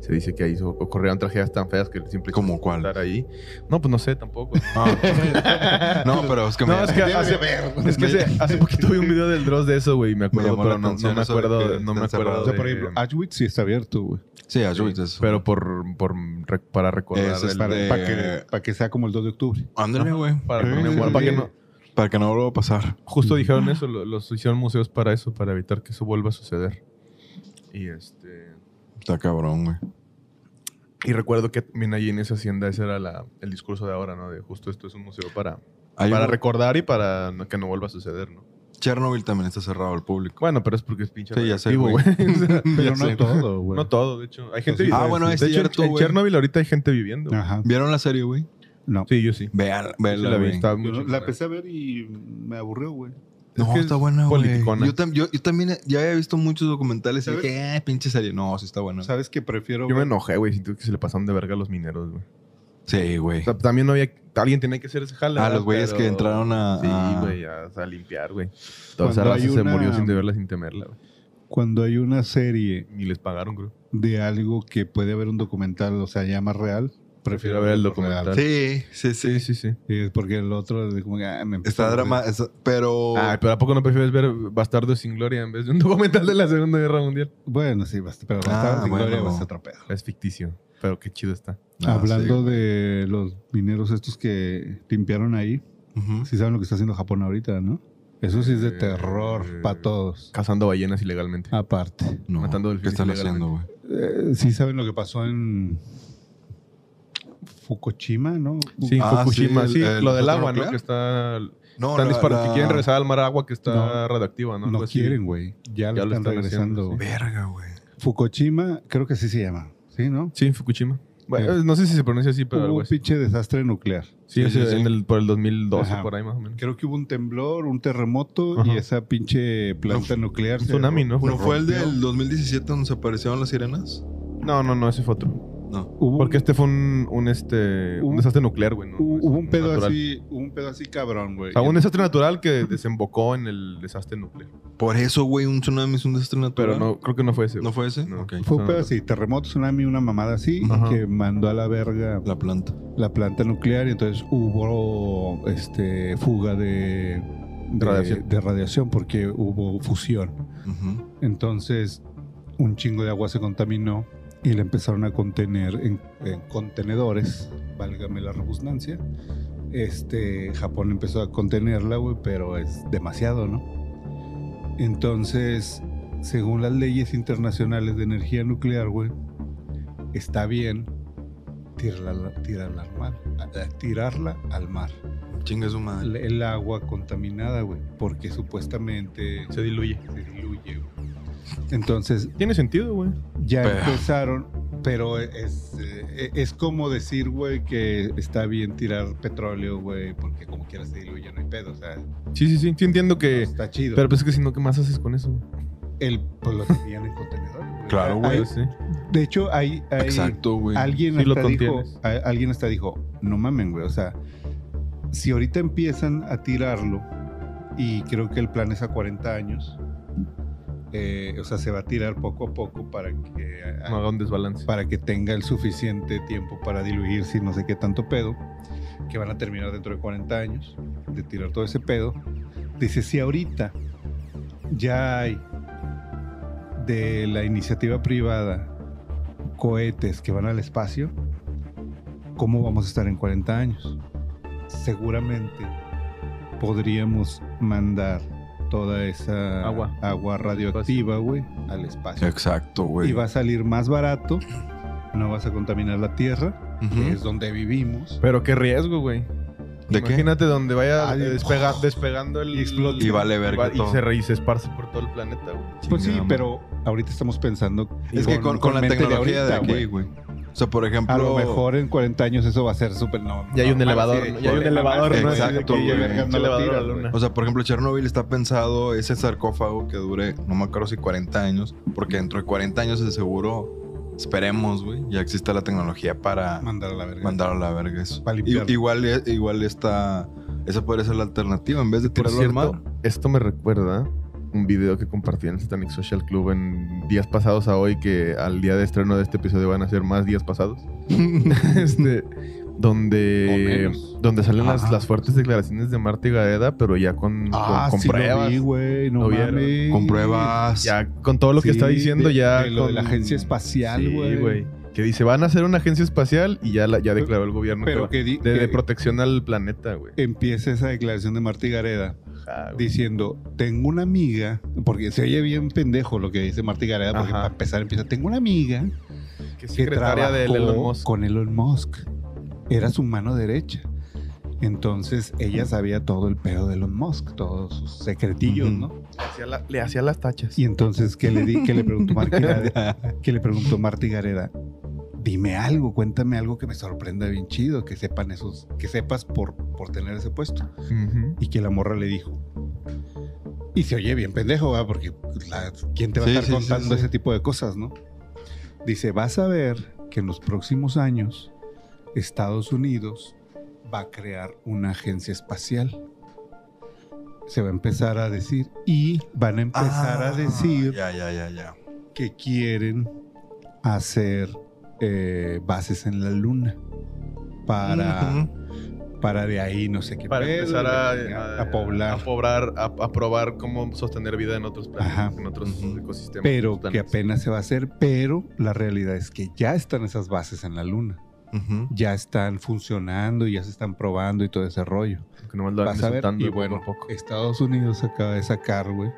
Speaker 2: se dice que ahí so- ocurrieron tragedias tan feas que siempre
Speaker 5: ¿Cómo
Speaker 2: quieren
Speaker 5: cuál?
Speaker 2: estar ahí. No, pues no sé tampoco.
Speaker 5: Ah. no, pero es que
Speaker 2: no,
Speaker 5: me-
Speaker 2: es que,
Speaker 6: Debe de
Speaker 2: hace,
Speaker 6: haber.
Speaker 2: es que hace, hace poquito vi un video del Dross de eso, güey, y me acuerdo,
Speaker 5: llamó la
Speaker 2: pero no, no
Speaker 5: atención
Speaker 2: me
Speaker 5: eso de que
Speaker 2: acuerdo, no me
Speaker 5: está
Speaker 2: acuerdo.
Speaker 5: cerrado.
Speaker 4: O sea, por
Speaker 2: de-
Speaker 4: ejemplo, Auschwitz sí está abierto, güey.
Speaker 5: Sí, Auschwitz es-
Speaker 2: pero por, por rec- para recordar
Speaker 5: Ese ah, es
Speaker 2: el-
Speaker 4: Para,
Speaker 5: de-
Speaker 4: para que, para que sea como el 2 de octubre.
Speaker 5: Ándale, güey.
Speaker 2: para
Speaker 5: Sí,
Speaker 2: conmemorar,
Speaker 5: sí,
Speaker 2: para
Speaker 5: sí.
Speaker 2: que no
Speaker 5: Para que no vuelva a pasar.
Speaker 2: Justo dijeron eso, lo- los hicieron museos para eso, para evitar que eso vuelva a suceder. Y este.
Speaker 5: Está cabrón, güey.
Speaker 2: Y recuerdo que también allí en esa hacienda ese era la- el discurso de ahora, ¿no? De justo esto es un museo para,
Speaker 5: Hay
Speaker 2: para
Speaker 5: un-
Speaker 2: recordar y para no- que no vuelva a suceder, ¿no?
Speaker 5: Chernobyl también está cerrado al público.
Speaker 2: Bueno, pero es porque es pinche
Speaker 5: Sí, ya sé,
Speaker 2: radioactivo,
Speaker 5: güey.
Speaker 2: O sea,
Speaker 4: Pero
Speaker 5: Ya
Speaker 4: no
Speaker 5: sé.
Speaker 4: todo, güey.
Speaker 2: no todo, de hecho. Hay gente
Speaker 4: sí,
Speaker 5: Ah,
Speaker 2: viviendo.
Speaker 5: bueno,
Speaker 2: de
Speaker 5: es
Speaker 2: hecho, en-
Speaker 5: cierto,
Speaker 2: en,
Speaker 5: güey. Ah.
Speaker 2: Chernobyl ahorita hay gente viviendo.
Speaker 4: Ajá.
Speaker 5: ¿Vieron la serie, güey?
Speaker 4: No.
Speaker 2: Sí, yo sí.
Speaker 5: Vean,
Speaker 2: Sí,
Speaker 5: vela,
Speaker 2: la vi,
Speaker 5: güey.
Speaker 2: estaba muy
Speaker 6: Yo no-
Speaker 2: chingona.
Speaker 6: la empecé a ver y me aburrió, güey.
Speaker 5: No,
Speaker 2: que
Speaker 5: está
Speaker 2: es
Speaker 5: buena, güey.
Speaker 2: politicona.
Speaker 5: Yo, tam- yo- yo también eh, ya había visto muchos documentales y
Speaker 6: ¿Sabes?
Speaker 5: dije, "Ah, pinche serie. No, sí está buena.
Speaker 4: ¿Sabes que prefiero
Speaker 2: Yo me
Speaker 4: ver-
Speaker 2: enojé, güey. Siento que se le pasaron de verga a los mineros, güey.
Speaker 5: Sí, güey.
Speaker 2: O sea, también no había. Alguien tenía que hacer ese jala.
Speaker 5: Ah, los güeyes que entraron a...
Speaker 2: Sí,
Speaker 5: a-
Speaker 2: güey, a, a limpiar, güey. Toda esa
Speaker 4: Cuando
Speaker 2: raza
Speaker 4: hay
Speaker 2: se
Speaker 4: una-
Speaker 2: murió sin deberla, sin temerla, güey.
Speaker 4: cuando hay una serie
Speaker 2: Ni les pagaron, creo.
Speaker 4: de algo que puede haber un documental, o sea, ya más real?
Speaker 2: Prefiero ver el documental.
Speaker 5: Sí, sí, sí.
Speaker 2: sí, sí.
Speaker 4: Sí, es porque el otro es como que, ah, me empezó
Speaker 5: Está
Speaker 4: a-
Speaker 5: drama... está- pero... Ah,
Speaker 2: Ay, pero ¿a poco no prefieres ver Bastardos sin Gloria en vez de un documental de la Segunda Guerra Mundial?
Speaker 4: Bueno, sí, basta, pero
Speaker 5: Ah,
Speaker 4: basta, sin
Speaker 5: bueno.
Speaker 4: gloria, basta otro pedo.
Speaker 2: Es ficticio, pero qué chido está.
Speaker 5: Ah,
Speaker 4: Hablando
Speaker 5: sí.
Speaker 4: de los mineros estos que limpiaron ahí,
Speaker 5: Ujú.
Speaker 4: sí saben lo que está haciendo Japón ahorita, ¿no? Eso sí es de
Speaker 2: Eh,
Speaker 4: terror para todos.
Speaker 2: Cazando ballenas
Speaker 4: Ah,
Speaker 2: ilegalmente.
Speaker 4: Aparte.
Speaker 5: No,
Speaker 2: matando
Speaker 5: ¿Qué
Speaker 2: delfines
Speaker 5: están
Speaker 2: ilegalmente.
Speaker 5: haciendo, güey?
Speaker 4: Eh, sí saben lo que pasó en Fukushima, ¿no?
Speaker 2: Sí,
Speaker 5: Ah,
Speaker 2: Fukushima.
Speaker 5: sí,
Speaker 2: Sí,
Speaker 5: el- el
Speaker 2: lo del
Speaker 5: desastre
Speaker 2: agua, ¿no?
Speaker 5: nuclear.
Speaker 2: Que está...
Speaker 5: No,
Speaker 2: están
Speaker 5: la-
Speaker 2: disparando.
Speaker 5: la-
Speaker 2: Que quieren regresar al mar agua que está
Speaker 4: No.
Speaker 2: radioactiva, ¿no?
Speaker 4: no
Speaker 2: Algo así.
Speaker 4: quieren, güey. Ya,
Speaker 2: Ya
Speaker 4: lo están regresando.
Speaker 2: sí.
Speaker 5: Verga, güey.
Speaker 4: Fukushima, creo que así se llama. Sí, ¿no?
Speaker 2: Sí, Fukushima. Bueno,
Speaker 4: Sí.
Speaker 2: eh, No sé si se pronuncia así, pero
Speaker 4: Hubo
Speaker 2: algo
Speaker 4: un
Speaker 2: así.
Speaker 4: pinche desastre nuclear.
Speaker 2: Sí,
Speaker 5: Sí,
Speaker 2: ese-
Speaker 5: sí, sí.
Speaker 2: en el- por el 2012,
Speaker 4: Ajá.
Speaker 2: por ahí más o menos.
Speaker 4: Creo que hubo un temblor, un terremoto
Speaker 2: Ajá.
Speaker 4: y esa pinche planta nuclear.
Speaker 2: Un
Speaker 4: se
Speaker 2: tsunami, ¿no?
Speaker 5: ¿No fue el del 2017 donde se aparecieron las sirenas?
Speaker 2: No, no, no, ese fue otro.
Speaker 5: No.
Speaker 4: Hubo,
Speaker 2: Porque
Speaker 4: un,
Speaker 2: este fue un, un, este, un
Speaker 4: Hubo-
Speaker 2: desastre nuclear, güey. ¿no? No es
Speaker 4: Uh. hubo un pedo
Speaker 2: natural.
Speaker 4: así, hubo un pedo así cabrón, güey.
Speaker 2: O sea, un desastre natural que desembocó en el desastre nuclear.
Speaker 5: Por eso, güey, un tsunami es un desastre natural.
Speaker 2: Pero no, creo que no fue ese.
Speaker 5: ¿No
Speaker 2: güey.
Speaker 5: fue ese?
Speaker 2: No.
Speaker 5: Ok.
Speaker 4: Fue un pedo así, terremoto, tsunami, una mamada así,
Speaker 2: Ajá.
Speaker 4: que mandó a la verga
Speaker 5: La planta.
Speaker 4: la planta nuclear y entonces hubo este fuga de, de-
Speaker 2: Radiación.
Speaker 4: de radiación porque hubo fusión.
Speaker 5: Ujú.
Speaker 4: Entonces, un chingo de agua se contaminó y la empezaron a contener en, en contenedores, válgame la redundancia. Este, Japón empezó a contenerla, güey, pero es demasiado, ¿no? Entonces, según las leyes internacionales de energía nuclear, güey, está bien tirarla, tirarla al mar. a- a- Tirarla al mar.
Speaker 5: Chinga su madre.
Speaker 4: El, el agua contaminada, güey, porque supuestamente
Speaker 2: Se diluye.
Speaker 4: se diluye. güey. Entonces,
Speaker 2: Tiene sentido, güey.
Speaker 4: ya
Speaker 5: Pero-
Speaker 4: empezaron Pero es, eh, es como decir, güey, que está bien tirar petróleo, güey, porque como quieras se diluye, no hay pedo. O sea,
Speaker 2: Sí, sí, sí. Sí entiendo que...
Speaker 4: está chido.
Speaker 2: Pero pues es que si no, ¿qué más haces con eso?
Speaker 4: el, pues lo tenían en contenedor. güey.
Speaker 5: Claro,
Speaker 4: Ahí-
Speaker 5: güey.
Speaker 2: Pues, sí.
Speaker 4: De hecho, hay, hay-
Speaker 5: Exacto, güey.
Speaker 4: alguien
Speaker 2: Sí lo
Speaker 4: hasta dijo,
Speaker 2: contienes.
Speaker 4: a- alguien hasta dijo, no mamen, güey, o sea, si ahorita empiezan a tirarlo y creo que el plan es a 40 años, eh, o sea, se va a tirar poco a poco para que
Speaker 2: No haga un desbalance.
Speaker 4: para que tenga el suficiente tiempo para diluirse y no sé qué tanto pedo, que van a terminar dentro de 40 años de tirar todo ese pedo. Dice, si ahorita ya hay de la iniciativa privada cohetes que van al espacio, ¿cómo vamos a estar en 40 años? Seguramente podríamos mandar toda esa
Speaker 2: Agua.
Speaker 4: agua radioactiva, güey, al espacio
Speaker 5: Exacto, güey.
Speaker 4: y va a salir más barato. No vas a contaminar la tierra,
Speaker 5: Ujú.
Speaker 4: que es donde vivimos.
Speaker 2: Pero qué riesgo, güey.
Speaker 5: ¿De qué?
Speaker 2: Imagínate donde vaya
Speaker 4: Ah,
Speaker 2: eh, despega- despegando el...
Speaker 4: Y explota.
Speaker 5: Y vale verga
Speaker 2: y
Speaker 5: todo.
Speaker 2: se, re- y se esparce por todo el planeta, güey.
Speaker 4: Pues sí,
Speaker 5: Chingada,
Speaker 4: pero ahorita estamos pensando.
Speaker 5: Es que con, con la
Speaker 4: mente
Speaker 5: tecnología de,
Speaker 4: ahorita,
Speaker 5: aquí, güey.
Speaker 4: güey.
Speaker 5: O sea, por ejemplo.
Speaker 4: A lo mejor en 40 años eso va a ser súper. No,
Speaker 2: Ya hay un
Speaker 4: no,
Speaker 2: elevador,
Speaker 4: así Ah, de-
Speaker 2: ya hay un
Speaker 4: joder,
Speaker 2: elevador,
Speaker 4: mamaste,
Speaker 2: ¿no?
Speaker 4: güey,
Speaker 5: Así de
Speaker 4: exacto,
Speaker 5: que
Speaker 4: güey.
Speaker 5: verga,
Speaker 4: Pinche
Speaker 2: no lo
Speaker 4: elevador
Speaker 2: tiras,
Speaker 4: a la
Speaker 2: güey.
Speaker 4: luna.
Speaker 5: O sea, por ejemplo, Chernobyl está pensado ese sarcófago que dure, no me acuerdo si 40 años, porque dentro de 40 años de seguro, esperemos, güey, ya exista la tecnología para
Speaker 4: Mandar a la verga.
Speaker 5: mandar a la verga eso.
Speaker 4: Para
Speaker 5: I-
Speaker 4: limpiarlo.
Speaker 5: Igual, eh, igual está, esa podría ser la alternativa, en vez de
Speaker 2: Por
Speaker 5: tirarlo al
Speaker 2: cierto,
Speaker 5: mar.
Speaker 2: esto me recuerda un video que compartí en el Satanic Social Club en días pasados a hoy, que al día de estreno de este episodio van a ser más días pasados. este, donde, donde salen las,
Speaker 4: Ajá.
Speaker 2: las fuertes declaraciones de Marta y Gaeda, pero ya con,
Speaker 4: Ah,
Speaker 2: con- con
Speaker 4: sí lo
Speaker 2: pruebas.
Speaker 4: vi, güey. No
Speaker 2: Lo vieron.
Speaker 4: mames.
Speaker 5: Con pruebas.
Speaker 2: ya con todo lo que
Speaker 4: Sí,
Speaker 2: está diciendo,
Speaker 4: de-
Speaker 2: ya.
Speaker 4: de lo de
Speaker 2: con-
Speaker 4: la agencia espacial,
Speaker 2: Sí,
Speaker 4: güey.
Speaker 2: Que dice, van a hacer una agencia espacial y ya, la, ya declaró el gobierno que
Speaker 4: Pero
Speaker 2: va-
Speaker 4: que, di-
Speaker 2: de, de
Speaker 4: que
Speaker 2: protección al planeta, güey.
Speaker 4: empieza esa declaración de Martí Gareda.
Speaker 2: Ah, güey.
Speaker 4: diciendo, tengo una amiga, porque se oye bien pendejo lo que dice Martí Gareda, porque
Speaker 2: Ajá.
Speaker 4: para empezar empieza, tengo una amiga
Speaker 2: Que es
Speaker 4: que
Speaker 2: secretaria de
Speaker 4: trabajó
Speaker 2: Elon Musk.
Speaker 4: con Elon Musk. Era su mano derecha. Entonces ella sabía todo el pedo de Elon Musk, todos sus secretillos,
Speaker 5: Ujú.
Speaker 4: ¿no?
Speaker 2: Le hacía la- le hacía las tachas.
Speaker 4: Y entonces que le, di, que le preguntó Martí Gareda, que le preguntó Martí Gareda, dime algo, cuéntame algo que me sorprenda bien chido, que sepan esos, que sepas por, por tener ese puesto
Speaker 2: Ujú.
Speaker 4: y que la morra le dijo. Y se oye bien pendejo, ¿verdad? porque pues, la- ¿quién te va
Speaker 5: Sí,
Speaker 4: a estar
Speaker 5: sí, sí,
Speaker 4: contando
Speaker 5: sí.
Speaker 4: ese tipo de cosas, no? Dice, vas a ver que en los próximos años Estados Unidos va a crear una agencia espacial. Se va a empezar a decir y van a empezar
Speaker 5: Ah,
Speaker 4: a decir
Speaker 5: Ya, ya, ya, ya.
Speaker 4: que quieren hacer eh, bases en la luna para,
Speaker 5: Ujú.
Speaker 4: para de ahí no sé qué
Speaker 2: Para
Speaker 4: pedo,
Speaker 2: empezar a, a-
Speaker 4: a poblar.
Speaker 2: a, poblar, a, a probar cómo sostener vida en otros planetas,
Speaker 4: Ajá.
Speaker 2: en otros
Speaker 5: Ujú.
Speaker 2: ecosistemas.
Speaker 4: pero
Speaker 2: otros
Speaker 4: que
Speaker 2: planetas.
Speaker 4: apenas se va a hacer, pero la realidad es que ya están esas bases en la luna,
Speaker 5: Ujú.
Speaker 4: ya están funcionando, y ya se están probando y todo ese rollo.
Speaker 2: Que nomás lo van
Speaker 4: Vas a ver,
Speaker 2: soltando
Speaker 4: y
Speaker 2: poco
Speaker 4: bueno,
Speaker 2: a poco.
Speaker 4: Estados Unidos acaba de sacar, güey,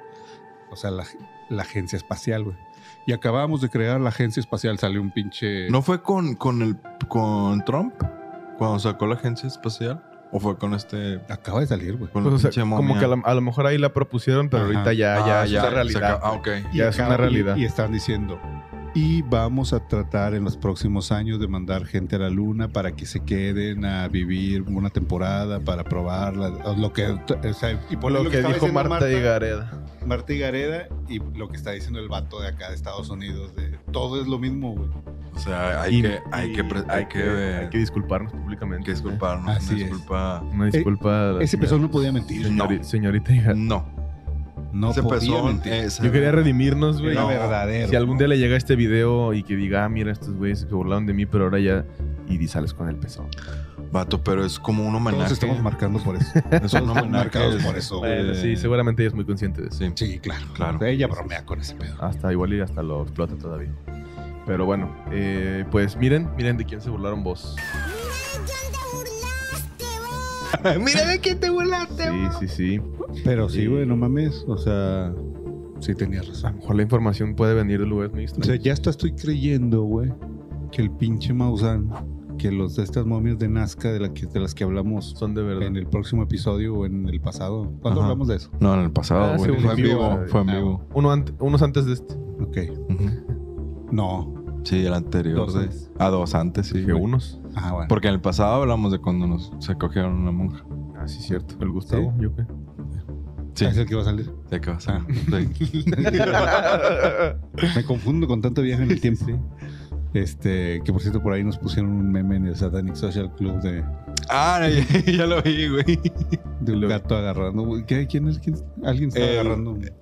Speaker 4: o sea, la, la agencia espacial, güey. Y acabamos de crear la agencia espacial, salió un pinche...
Speaker 5: ¿No fue con, con, el, con Trump cuando sacó la agencia espacial? ¿O fue con este...
Speaker 4: Acaba de salir, güey.
Speaker 5: Con
Speaker 2: Pues, o sea,
Speaker 5: la pinche
Speaker 2: como
Speaker 5: momia?
Speaker 2: que a, la- a lo mejor ahí la propusieron, pero
Speaker 4: Ajá.
Speaker 2: ahorita ya, ya
Speaker 5: Ah,
Speaker 2: es una
Speaker 5: se
Speaker 2: realidad.
Speaker 5: acaba- Ah, ok.
Speaker 2: Ya es una
Speaker 4: acaba-
Speaker 2: realidad.
Speaker 4: Y, y están diciendo, y vamos a tratar en los próximos años de mandar gente a la luna para que se queden a vivir una temporada, para probarla, o lo que... o sea, y
Speaker 2: Por
Speaker 4: ponle
Speaker 2: lo, que,
Speaker 4: estaba
Speaker 2: dijo
Speaker 4: diciendo
Speaker 2: Marta, y Gareda.
Speaker 4: Marta y Gareda y lo que está diciendo el vato de acá de Estados Unidos, de todo es lo mismo, güey.
Speaker 5: O sea, hay
Speaker 2: Y-
Speaker 5: que... Hay
Speaker 2: y
Speaker 5: que... pre- Hay que...
Speaker 2: hay que disculparnos públicamente.
Speaker 5: hay que disculparnos.
Speaker 4: Así
Speaker 5: una
Speaker 4: es.
Speaker 5: disculpa.
Speaker 2: Una disculpa.
Speaker 4: Eh, Ese
Speaker 2: señor-
Speaker 4: pezón no podía mentir.
Speaker 5: no.
Speaker 2: pues, señori- Señorita y Gareda.
Speaker 5: No.
Speaker 4: No
Speaker 5: Ese
Speaker 4: podía
Speaker 5: pezón
Speaker 4: mentir.
Speaker 5: es-
Speaker 2: Yo quería redimirnos, güey.
Speaker 4: Era
Speaker 5: no.
Speaker 4: verdadero.
Speaker 2: Si algún día le llega este video y que diga, ah, mira, estos güeyes se burlaron de mí, pero ahora ya. Y di- sales con el pezón.
Speaker 5: Vato, pero es como un homenaje.
Speaker 4: Todos estamos marcando por eso.
Speaker 5: es un
Speaker 4: Todos estamos marcados
Speaker 5: homenaje.
Speaker 4: por eso, güey.
Speaker 2: Bueno,
Speaker 5: Eh,
Speaker 2: sí, seguramente ella es muy consciente de eso.
Speaker 5: Sí.
Speaker 4: Sí, claro.
Speaker 5: Claro.
Speaker 4: Ella bromea con ese pedo.
Speaker 2: Hasta igual y hasta lo explota todavía. Pero bueno, eh, pues miren, miren de quién se burlaron vos. Sí, sí, sí.
Speaker 4: Pero sí, güey, no mames. O sea, sí tenías
Speaker 2: A
Speaker 4: razón.
Speaker 2: lo mejor la información puede venir del lugares muy
Speaker 4: O sea,
Speaker 2: extraños.
Speaker 4: ya hasta estoy creyendo, güey, que el pinche Maussan, que los de estas momias de Nazca de, la que- de las que hablamos
Speaker 2: Son de verdad.
Speaker 4: en el próximo episodio o en el pasado. ¿Cuándo
Speaker 5: Ajá.
Speaker 4: hablamos de eso?
Speaker 5: No, en el pasado,
Speaker 2: Ah,
Speaker 5: güey.
Speaker 2: sí,
Speaker 5: fue en
Speaker 2: sí,
Speaker 5: vivo.
Speaker 2: sí.
Speaker 5: Fue en
Speaker 4: Ah,
Speaker 5: vivo.
Speaker 2: Uno ant- unos antes de este.
Speaker 4: Ok.
Speaker 5: Ujú.
Speaker 4: No.
Speaker 5: Sí, el anterior.
Speaker 4: Dos
Speaker 5: de-
Speaker 4: antes.
Speaker 5: Ah, dos antes, sí.
Speaker 2: Dije
Speaker 5: güey.
Speaker 2: unos.
Speaker 4: Ah, bueno.
Speaker 5: Porque en el pasado hablamos de cuando nos se cogieron una monja.
Speaker 2: Ah, sí, cierto. El Gustavo.
Speaker 4: ¿Sí?
Speaker 2: ¿Yo qué?
Speaker 5: Sí,
Speaker 4: Es el que va a salir.
Speaker 5: ¿de qué vas a
Speaker 4: Ah.
Speaker 5: Sí.
Speaker 4: Me confundo con tanto viaje en el tiempo. Este, que por cierto, por ahí nos pusieron un meme en el Satanic Social Club de,
Speaker 5: Ah, ya, ya lo vi, güey.
Speaker 4: de un gato agarrando. güey. ¿Qué? ¿Quién es? ¿Quién? Alguien está
Speaker 5: El-
Speaker 4: agarrando. un-
Speaker 5: Era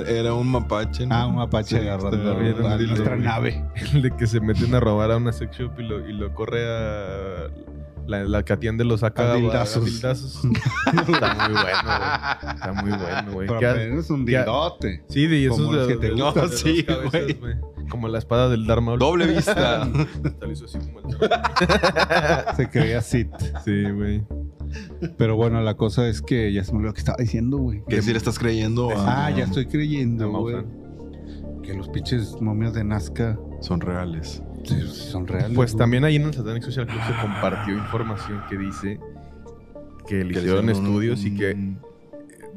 Speaker 5: Er, era un mapache. ¿no?
Speaker 4: Ah, un mapache
Speaker 5: Sí,
Speaker 4: agarrando
Speaker 5: está
Speaker 2: agarrando
Speaker 4: a
Speaker 2: un dildo,
Speaker 4: nuestra
Speaker 2: güey.
Speaker 4: nave.
Speaker 2: El de que se meten a robar a una sex shop y lo, y lo corre a. La, la que atiende lo saca
Speaker 4: A
Speaker 2: a
Speaker 4: dildazos.
Speaker 2: a dildazos. Está muy bueno, güey. Está muy bueno, güey.
Speaker 4: Pero
Speaker 2: ¿Qué ha-
Speaker 4: apenas un
Speaker 2: qué ha-
Speaker 4: dildote.
Speaker 2: Sí, de esos
Speaker 4: Como los
Speaker 2: de,
Speaker 4: que te
Speaker 2: de-
Speaker 5: gustan.
Speaker 2: de dos
Speaker 5: Sí,
Speaker 2: cabezas,
Speaker 5: güey.
Speaker 2: Como la espada del Dharma.
Speaker 5: Doble vista.
Speaker 2: Hasta le hizo así como el Dharma.
Speaker 4: Se creía Sid.
Speaker 2: Sí, güey.
Speaker 4: Pero bueno, la cosa es que ya se me olvidó que estaba diciendo, güey.
Speaker 5: ¿Qué decir? ¿Estás creyendo? a-
Speaker 4: Ah, ya estoy creyendo,
Speaker 2: A
Speaker 4: güey. Que los pinches momias de Nazca
Speaker 5: Son reales.
Speaker 4: sí, sí son reales.
Speaker 2: Pues
Speaker 4: güey.
Speaker 2: también ahí en el Satanic Social Club se compartió información que dice que le
Speaker 5: Que le
Speaker 2: hicieron
Speaker 5: hicieron un-
Speaker 2: estudios y que
Speaker 5: un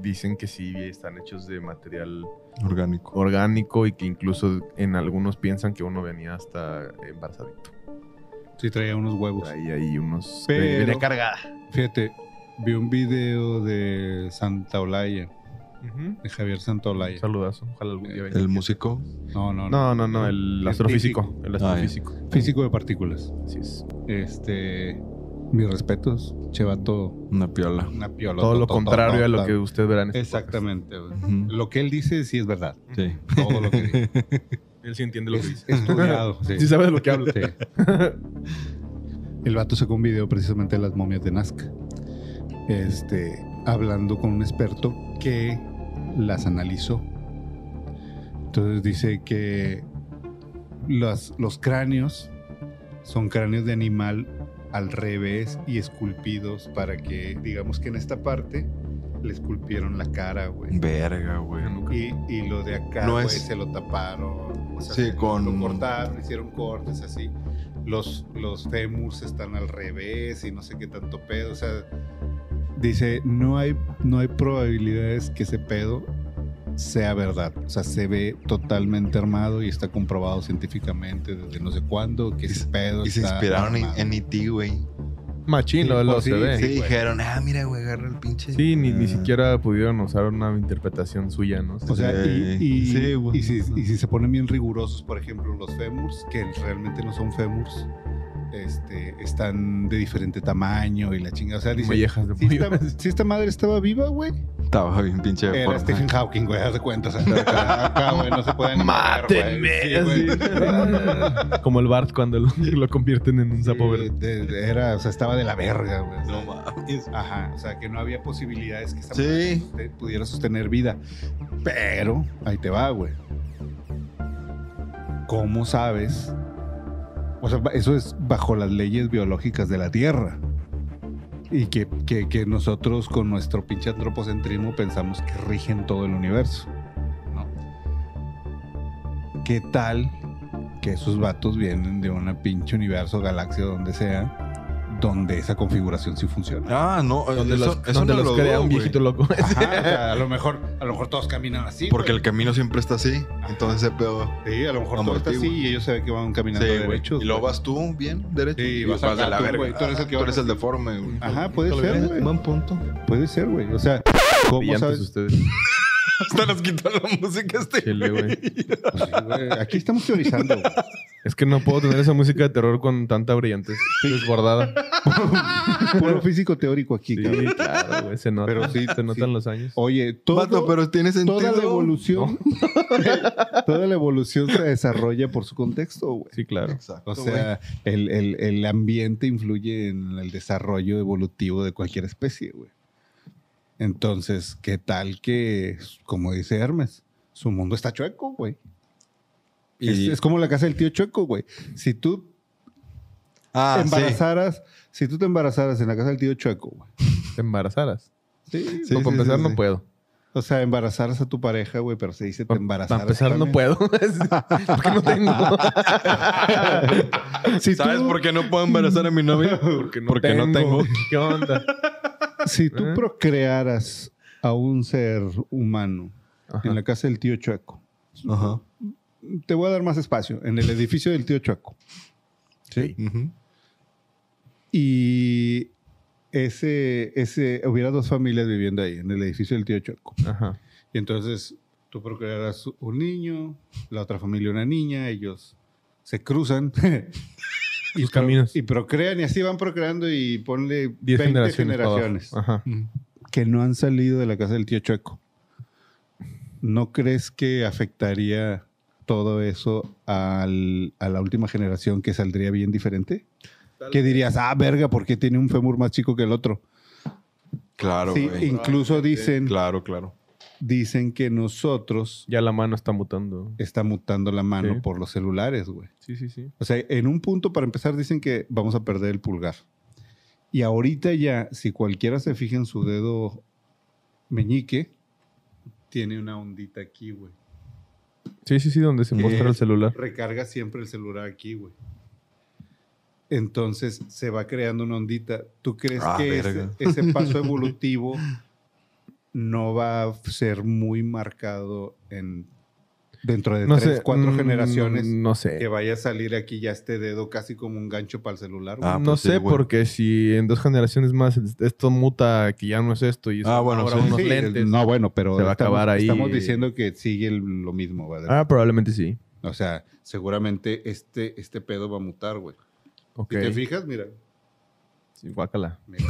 Speaker 2: dicen que sí están hechos de material
Speaker 5: Orgánico.
Speaker 2: orgánico y que incluso en algunos piensan que uno venía hasta embarazadito.
Speaker 4: Sí, traía unos huevos.
Speaker 2: Ahí hay unos...
Speaker 4: Pero-
Speaker 2: Venía cargada.
Speaker 4: Fíjate, vi un video de Santa Olaya, de Javier Santa
Speaker 2: Un
Speaker 4: Olaya.
Speaker 2: saludazo. Ojalá algún día venga.
Speaker 5: El músico.
Speaker 4: No, no, no.
Speaker 2: No, no, no. El astrofísico. El
Speaker 5: Ah, ya.
Speaker 2: astrofísico.
Speaker 4: Físico de partículas.
Speaker 2: Así es.
Speaker 4: Este, mis respetos, chevato,
Speaker 5: Una piola.
Speaker 4: una piola.
Speaker 2: Todo lo
Speaker 4: tototota.
Speaker 2: contrario a lo que ustedes verán.
Speaker 4: Exactamente, güey.
Speaker 5: Ujú.
Speaker 4: Lo que él dice sí es verdad.
Speaker 5: Sí.
Speaker 4: Todo lo que dice.
Speaker 2: Él sí entiende lo que dice.
Speaker 4: Estudiado. Sí,
Speaker 2: Sí sabe de lo que habla.
Speaker 4: Sí. El vato sacó un video precisamente de las momias de Nazca. Este, hablando con un experto que las analizó. Entonces dice que las- los cráneos son cráneos de animal al revés y esculpidos para que, digamos que en esta parte le esculpieron la cara, güey.
Speaker 5: Verga, güey.
Speaker 4: Y, y lo de acá,
Speaker 5: No
Speaker 4: güey,
Speaker 5: es-
Speaker 4: se lo taparon. o sea,
Speaker 5: Sí,
Speaker 4: se-
Speaker 5: con-
Speaker 4: Lo cortaron, hicieron cortes así. Los, los fémurs están al revés y no sé qué tanto pedo. O sea, dice, no hay, no hay probabilidades que ese pedo sea verdad. O sea, se ve totalmente armado y está comprobado científicamente desde no sé cuándo que ese pedo
Speaker 5: Y se
Speaker 4: está
Speaker 5: inspiraron en,
Speaker 4: armado.
Speaker 5: en E.T., güey.
Speaker 2: Machín, lo,
Speaker 4: Sí,
Speaker 2: lo
Speaker 4: pues
Speaker 2: se
Speaker 4: sí,
Speaker 2: ve.
Speaker 5: Sí,
Speaker 2: Sí,
Speaker 4: güey.
Speaker 5: dijeron, ah, mira, güey, agarra el pinche.
Speaker 2: ni, ni
Speaker 5: Ah.
Speaker 2: siquiera pudieron usar una interpretación suya, ¿no?
Speaker 4: O sea, y,
Speaker 5: Sí.
Speaker 4: y-
Speaker 5: Sí, güey.
Speaker 4: y si, y si se ponen bien rigurosos, por ejemplo, los fémurs, que realmente no son fémurs, este, están de diferente tamaño y la chingada. O sea, dice,
Speaker 2: Mollejas de
Speaker 4: si
Speaker 2: pollo.
Speaker 4: esta, si esta madre estaba viva, güey,
Speaker 5: Estaba bien pinche de
Speaker 4: era este
Speaker 5: forma.
Speaker 4: Stephen Hawking, güey, haz de cuenta. O sea, acá, acá, güey, no se pueden...
Speaker 2: Como el Bart cuando lo, lo convierten en un sapo verde.
Speaker 4: Era, o sea, estaba de la verga, güey.
Speaker 5: No mames.
Speaker 4: pues, Ajá, o sea, que no había posibilidades que esta
Speaker 5: Sí.
Speaker 4: madre pudiera sostener vida. Pero, ahí te va, güey. ¿Cómo sabes? O sea, eso es bajo las leyes biológicas de la Tierra. Y que, que- que nosotros con nuestro pinche antropocentrismo pensamos que rigen todo el universo. ¿no? ¿Qué tal que esos vatos vienen de una pinche universo, galaxia, donde sea, donde esa configuración sí funciona?
Speaker 5: Ah, no.
Speaker 2: Donde
Speaker 5: eso,
Speaker 2: los,
Speaker 5: eso
Speaker 2: donde
Speaker 5: no
Speaker 2: los
Speaker 5: lo
Speaker 2: crea
Speaker 5: dudo,
Speaker 2: un
Speaker 5: güey.
Speaker 2: viejito loco.
Speaker 4: Ajá, o sea, a lo mejor, a lo mejor todos caminan así.
Speaker 5: Porque
Speaker 4: güey.
Speaker 5: el camino siempre está así. Entonces ese pedo.
Speaker 4: Sí, a lo mejor todo está así
Speaker 5: amortigua.
Speaker 4: y ellos se ven que van caminando
Speaker 5: Sí, güey.
Speaker 4: derechos.
Speaker 5: Y luego
Speaker 4: güey.
Speaker 5: vas tú bien derecho.
Speaker 4: Sí,
Speaker 5: y
Speaker 4: vas
Speaker 5: vas,
Speaker 4: acá
Speaker 5: de la
Speaker 4: tú,
Speaker 5: verga.
Speaker 4: güey. Tú eres el que
Speaker 5: Tú
Speaker 4: vas
Speaker 5: eres el deforme, güey.
Speaker 4: Ajá, puede
Speaker 2: Nunca lo
Speaker 4: ser,
Speaker 2: vi.
Speaker 4: güey.
Speaker 5: Buen punto.
Speaker 4: Puede ser, güey. O sea, ¿cómo
Speaker 2: Brillantes
Speaker 4: sabes?
Speaker 2: ustedes.
Speaker 5: Hasta nos quitó la música este.
Speaker 2: Chile, güey.
Speaker 4: Pues sí, güey, Aquí estamos teorizando. güey.
Speaker 2: Es que no puedo tener esa música de terror con tanta brillantez desbordada.
Speaker 4: Puro físico teórico aquí,
Speaker 2: Sí,
Speaker 4: cabrón.
Speaker 2: claro, güey. Se nota.
Speaker 4: Pero sí,
Speaker 2: se notan
Speaker 4: sí.
Speaker 2: los años.
Speaker 4: Oye, todo,
Speaker 5: Vato, pero tiene sentido.
Speaker 4: toda la evolución. toda la evolución se desarrolla por su contexto, güey.
Speaker 2: Sí, claro.
Speaker 5: Exacto,
Speaker 4: O sea, el, el- el ambiente influye en el desarrollo evolutivo de cualquier especie, güey. Entonces, ¿qué tal que, como dice Hermes, su mundo está chueco, güey?
Speaker 5: güey.
Speaker 4: Es,
Speaker 5: Y-
Speaker 4: es como la casa del tío chueco, güey. Si tú
Speaker 5: ah, sí.
Speaker 4: embarazaras, si tú te embarazaras en la casa del tío chueco, güey.
Speaker 2: Te embarazaras.
Speaker 4: Sí,
Speaker 5: Sí,
Speaker 2: No, para
Speaker 5: sí,
Speaker 2: empezar
Speaker 5: sí,
Speaker 2: no
Speaker 5: sí.
Speaker 2: puedo.
Speaker 4: O sea, embarazaras a tu pareja, güey, pero se dice te
Speaker 2: Para
Speaker 4: embarazaras.
Speaker 2: empezar no
Speaker 4: también.
Speaker 2: puedo. Porque no tengo.
Speaker 4: Si
Speaker 5: ¿Sabes
Speaker 4: tú-
Speaker 5: por qué no puedo embarazar a mi novia?
Speaker 2: Porque no
Speaker 5: Porque
Speaker 2: tengo.
Speaker 5: no tengo.
Speaker 2: ¿Qué onda?
Speaker 4: Si tú
Speaker 2: ¿Eh?
Speaker 4: procrearas a un ser humano
Speaker 2: Ajá.
Speaker 4: en la casa del tío Chueco,
Speaker 5: Ajá.
Speaker 4: te voy a dar más espacio, en el edificio del tío Chuaco. ¿Sí?
Speaker 5: Ujú.
Speaker 4: Y ese, ese, hubiera dos familias viviendo ahí, en el edificio del tío Chuaco.
Speaker 2: Ajá.
Speaker 4: Y entonces tú procrearás un niño, la otra familia una niña, ellos se cruzan. y
Speaker 2: Sus
Speaker 4: pro-
Speaker 2: caminos.
Speaker 4: Y procrean, y así van procreando y ponle
Speaker 2: 10
Speaker 4: 20 generaciones,
Speaker 2: generaciones. para abajo. Ajá.
Speaker 4: que no han salido de la casa del tío Chueco. ¿No crees que afectaría todo eso al- a la última generación que saldría bien diferente? Que dirías, ah, verga, ¿por qué tiene un fémur más chico que el otro?
Speaker 5: Claro,
Speaker 4: Sí,
Speaker 5: güey.
Speaker 4: incluso dicen,
Speaker 5: Claro, claro.
Speaker 4: dicen que nosotros
Speaker 2: Ya la mano está mutando.
Speaker 4: está mutando la mano
Speaker 2: Sí.
Speaker 4: por los celulares, güey.
Speaker 2: Sí, sí, sí.
Speaker 4: O sea, en un punto, para empezar, dicen que vamos a perder el pulgar. Y ahorita ya, si cualquiera se fija en su dedo meñique, tiene una ondita aquí, güey.
Speaker 2: Sí, sí, sí, donde se
Speaker 5: ¿Qué?
Speaker 2: muestra el celular.
Speaker 4: Recarga siempre el celular aquí, güey. Entonces se va creando una ondita. ¿Tú crees
Speaker 5: Ah,
Speaker 4: que ese,
Speaker 5: verga.
Speaker 4: ese paso evolutivo no va a ser muy marcado en dentro de tres, cuatro
Speaker 2: mm,
Speaker 4: generaciones?
Speaker 2: No
Speaker 4: que
Speaker 2: sé.
Speaker 4: vaya a salir aquí ya este dedo casi como un gancho para el celular. güey.
Speaker 5: Ah,
Speaker 2: no
Speaker 5: pues sí,
Speaker 2: sé,
Speaker 5: güey.
Speaker 2: porque si en dos generaciones más esto muta, que ya no es esto y es
Speaker 5: Ah, bueno,
Speaker 2: ahora
Speaker 5: sí.
Speaker 2: unos
Speaker 4: Sí,
Speaker 2: lentes.
Speaker 4: No, bueno, pero
Speaker 2: Se va a acabar ahí.
Speaker 4: estamos diciendo que sigue el- lo mismo, ¿verdad?
Speaker 2: Ah, probablemente sí.
Speaker 4: O sea, seguramente este, este pedo va a mutar, güey.
Speaker 2: Ok.
Speaker 4: Si te fijas, mira.
Speaker 2: Sí, guácala.
Speaker 4: mira.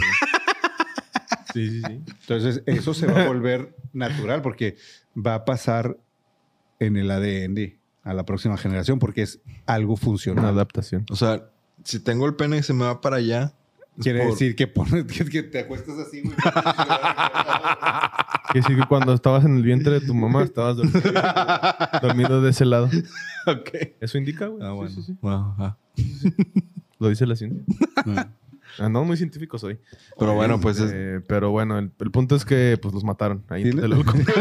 Speaker 2: Sí, sí, sí.
Speaker 4: Entonces, eso se va a volver natural porque va a pasar en el ADN a la próxima generación porque es algo
Speaker 2: Una
Speaker 4: funcional.
Speaker 2: adaptación.
Speaker 5: O sea, si tengo el pene y se me va para allá. es
Speaker 4: Quiere
Speaker 5: por-
Speaker 4: decir que, pones- que- que te acuestas así, güey.
Speaker 2: Que sí, que cuando estabas en el vientre de tu mamá estabas dormido, dormido de ese lado.
Speaker 4: ok.
Speaker 2: Eso indica, güey.
Speaker 4: Ah,
Speaker 2: Sí,
Speaker 4: bueno.
Speaker 2: sí, sí.
Speaker 5: Bueno, ajá.
Speaker 2: Lo dice la ciencia. Andamos muy científicos hoy.
Speaker 5: Pero bueno, pues es-
Speaker 2: Eh, pero bueno, el, el punto es que pues los mataron. Ahí
Speaker 4: Sí,
Speaker 2: te
Speaker 4: ¿no?
Speaker 2: lo conté.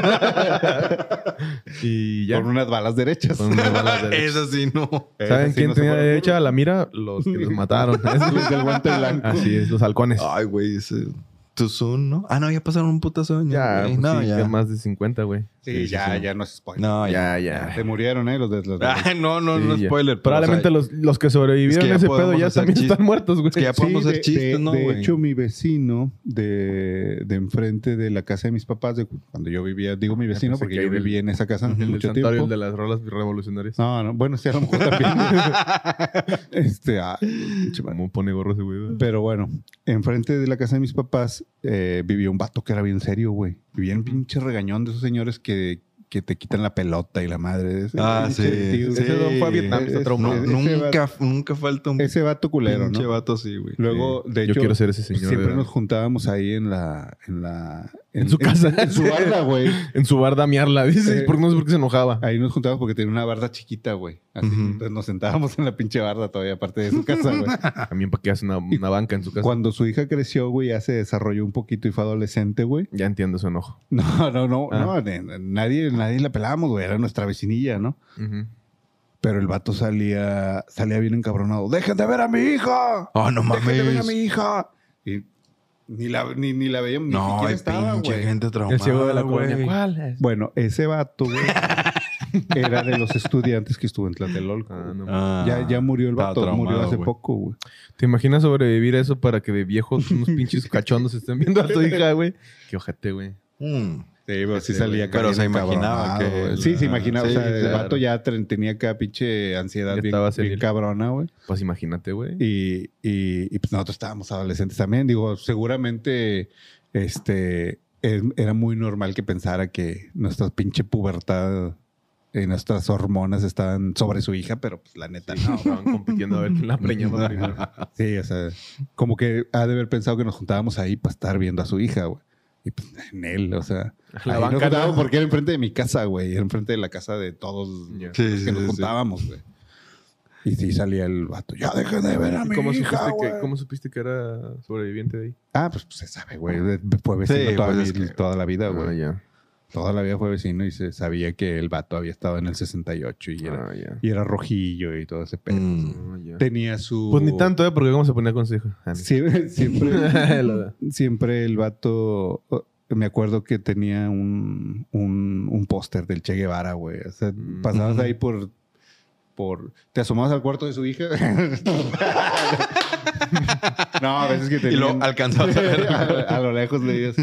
Speaker 2: y ya.
Speaker 4: Con unas balas derechas.
Speaker 2: Con unas balas derechas.
Speaker 5: Esa sí, no.
Speaker 2: ¿Saben
Speaker 4: Esas sí
Speaker 2: quién
Speaker 4: no se
Speaker 2: tenía
Speaker 4: fueron.
Speaker 2: derecha a la mira? Los que los mataron. Eso es lo-
Speaker 4: Los del guante blanco.
Speaker 2: Así es, los halcones.
Speaker 5: Ay, güey, ese. Tu Zoom, ¿no? Ah, no, ya pasaron un putazo. de
Speaker 2: ya,
Speaker 5: años, güey.
Speaker 2: pues,
Speaker 5: no,
Speaker 2: sí,
Speaker 5: ya.
Speaker 2: que más de 50, güey.
Speaker 4: Sí,
Speaker 5: Sí, sí,
Speaker 4: ya,
Speaker 5: sí.
Speaker 4: ya no es spoiler.
Speaker 5: No, ya. Ah,
Speaker 4: Te murieron, ¿eh? Los de los de-
Speaker 5: Ay, no, no,
Speaker 2: Sí,
Speaker 5: no
Speaker 2: ya.
Speaker 5: spoiler. pero,
Speaker 2: Probablemente
Speaker 5: o
Speaker 2: los,
Speaker 5: sea,
Speaker 2: los que sobrevivieron
Speaker 5: es que ya
Speaker 2: a ese
Speaker 5: podemos
Speaker 2: pedo ya
Speaker 5: hacer
Speaker 2: también
Speaker 5: chistes.
Speaker 2: están muertos, güey.
Speaker 5: Es que ya podemos hacer chistes, ¿no,
Speaker 4: de
Speaker 5: güey?
Speaker 4: hecho, mi vecino de, de enfrente de la casa de mis papás, de cu- cuando yo vivía, digo
Speaker 5: Ah, pues
Speaker 4: mi vecino
Speaker 2: pensé
Speaker 4: porque
Speaker 2: que
Speaker 4: yo
Speaker 2: era el-
Speaker 4: vivía en esa casa
Speaker 2: El del
Speaker 4: mucho
Speaker 2: santuario,
Speaker 4: tiempo.
Speaker 2: el de las rolas
Speaker 5: Ah,
Speaker 2: revolucionarias.
Speaker 4: No, no, bueno, sí, a lo mejor también. este, ah,
Speaker 2: ¿Cómo pone gorro ese güey? güey?
Speaker 4: pero bueno, enfrente de la casa de mis papás eh, vivía un vato que era bien serio, güey. Y bien pinche regañón de esos señores que, que te quitan la pelota y la madre. de ese
Speaker 5: Ah,
Speaker 4: pinche
Speaker 5: sí.
Speaker 4: tío,
Speaker 5: Ese
Speaker 4: güey.
Speaker 2: don fue a Vietnam, está
Speaker 4: Ese-
Speaker 2: traumado.
Speaker 4: ese
Speaker 5: nunca,
Speaker 4: vato-
Speaker 5: nunca falta un
Speaker 4: Ese vato culero,
Speaker 5: pinche
Speaker 4: ¿no?
Speaker 5: vato así, güey.
Speaker 4: Luego, de
Speaker 2: Yo
Speaker 4: hecho,
Speaker 2: quiero ser ese señor.
Speaker 4: Siempre
Speaker 2: de-
Speaker 4: nos juntábamos ahí en la. En, la,
Speaker 2: En su casa.
Speaker 4: En, su barda, güey.
Speaker 2: En su bar damearla, dices.
Speaker 4: Eh,
Speaker 2: porque no sé por qué se enojaba.
Speaker 4: Ahí nos juntábamos porque tenía una barda chiquita, güey. Así.
Speaker 5: Ujú.
Speaker 4: Entonces nos sentábamos en la pinche barda todavía, aparte de su casa, güey.
Speaker 2: También para que hace una, una banca en su casa.
Speaker 4: Ah. Cuando su hija creció, güey, ya se desarrolló un poquito y fue adolescente, güey.
Speaker 2: Ya entiendo su enojo.
Speaker 4: No, no, no.
Speaker 2: Ah.
Speaker 4: no ne- nadie, nadie la pelábamos, güey. Era nuestra vecinilla, ¿no? Pero el vato salía, salía bien encabronado. ¡Dejen de ver a mi hija!
Speaker 5: Oh, no
Speaker 4: ¡Dejen de ver a
Speaker 5: mames.
Speaker 4: mi hija! Y ni la, ni, ni la veíamos, ni
Speaker 5: No,
Speaker 4: siquiera
Speaker 5: hay
Speaker 4: estaba,
Speaker 5: pinche
Speaker 4: güey.
Speaker 5: gente traumada.
Speaker 2: El ciego de la
Speaker 5: güey.
Speaker 2: colonia. ¿Cuál es?
Speaker 4: Bueno, ese vato, güey, era de los estudiantes que estuvo en Tlatelolco.
Speaker 2: Ah, no.
Speaker 5: Ah,
Speaker 4: ya, ya murió el
Speaker 5: estaba
Speaker 4: vato,
Speaker 5: traumado,
Speaker 4: murió hace
Speaker 5: güey.
Speaker 4: poco, güey.
Speaker 2: ¿Te imaginas sobrevivir a eso para que de viejos unos pinches cachondos estén viendo a tu hija, güey? Qué ojete, güey.
Speaker 5: Mm.
Speaker 4: pero sí
Speaker 2: Ese,
Speaker 4: salía
Speaker 5: güey. Pero se
Speaker 4: bien
Speaker 5: imaginaba
Speaker 4: encabronado,
Speaker 5: que
Speaker 4: güey.
Speaker 5: la-
Speaker 4: Sí, se imaginaba.
Speaker 5: Sí,
Speaker 4: o sea, el
Speaker 2: claro.
Speaker 4: vato ya tre- tenía acá pinche ansiedad
Speaker 2: Ya
Speaker 4: bien,
Speaker 2: estaba
Speaker 4: bien
Speaker 2: senil.
Speaker 4: cabrona, güey.
Speaker 2: Pues imagínate, güey.
Speaker 4: Y, y- y, pues nosotros estábamos adolescentes también. Digo, seguramente este, es- era muy normal que pensara que nuestra pinche pubertad y nuestras hormonas estaban sobre su hija, pero pues la neta no.
Speaker 2: Estaban compitiendo a ver quién la preñaba primero.
Speaker 4: Sí, o sea, como que ha de haber pensado que nos juntábamos ahí para estar viendo a su hija, güey. Y pues en él, o sea.
Speaker 2: La
Speaker 4: ahí nos
Speaker 2: banca,
Speaker 4: juntábamos
Speaker 2: ¿no?
Speaker 4: porque era enfrente de mi casa, güey. Era enfrente de la casa de todos
Speaker 2: Ya.
Speaker 5: Sí,
Speaker 4: los
Speaker 5: sí,
Speaker 4: que nos
Speaker 5: sí, sí.
Speaker 4: juntábamos, güey. Y sí salía el vato, ya dejen de ver a
Speaker 2: ¿Y
Speaker 4: mi
Speaker 2: cómo,
Speaker 4: hija,
Speaker 2: supiste que,
Speaker 4: güey".
Speaker 2: cómo supiste que era sobreviviente de ahí?
Speaker 4: Ah, pues, pues, se sabe, güey. Fue vecino
Speaker 5: Sí,
Speaker 4: toda,
Speaker 5: pues,
Speaker 4: mi-
Speaker 5: es que-
Speaker 4: toda la vida, güey.
Speaker 2: Ah, ya.
Speaker 4: Toda la vida fue vecino y se sabía que el vato había estado en el 68 y era,
Speaker 2: Ah, ya.
Speaker 4: y era rojillo y todo ese pedo.
Speaker 5: Mm.
Speaker 2: Ah, ya.
Speaker 4: Tenía su...
Speaker 2: Pues ni tanto, ¿eh? Porque cómo se ponía con su hija. Ah,
Speaker 4: Siempre, siempre,
Speaker 2: Lo-
Speaker 4: siempre el vato. Me acuerdo que tenía un, un, un póster del Che Guevara, güey. O sea,
Speaker 2: Mm.
Speaker 4: pasabas
Speaker 5: Ujú.
Speaker 4: ahí por por... ¿Te asomabas al cuarto de su hija? no, a veces que
Speaker 5: Y
Speaker 4: tenían...
Speaker 5: lo alcanzabas a ver.
Speaker 4: a, a lo lejos leías.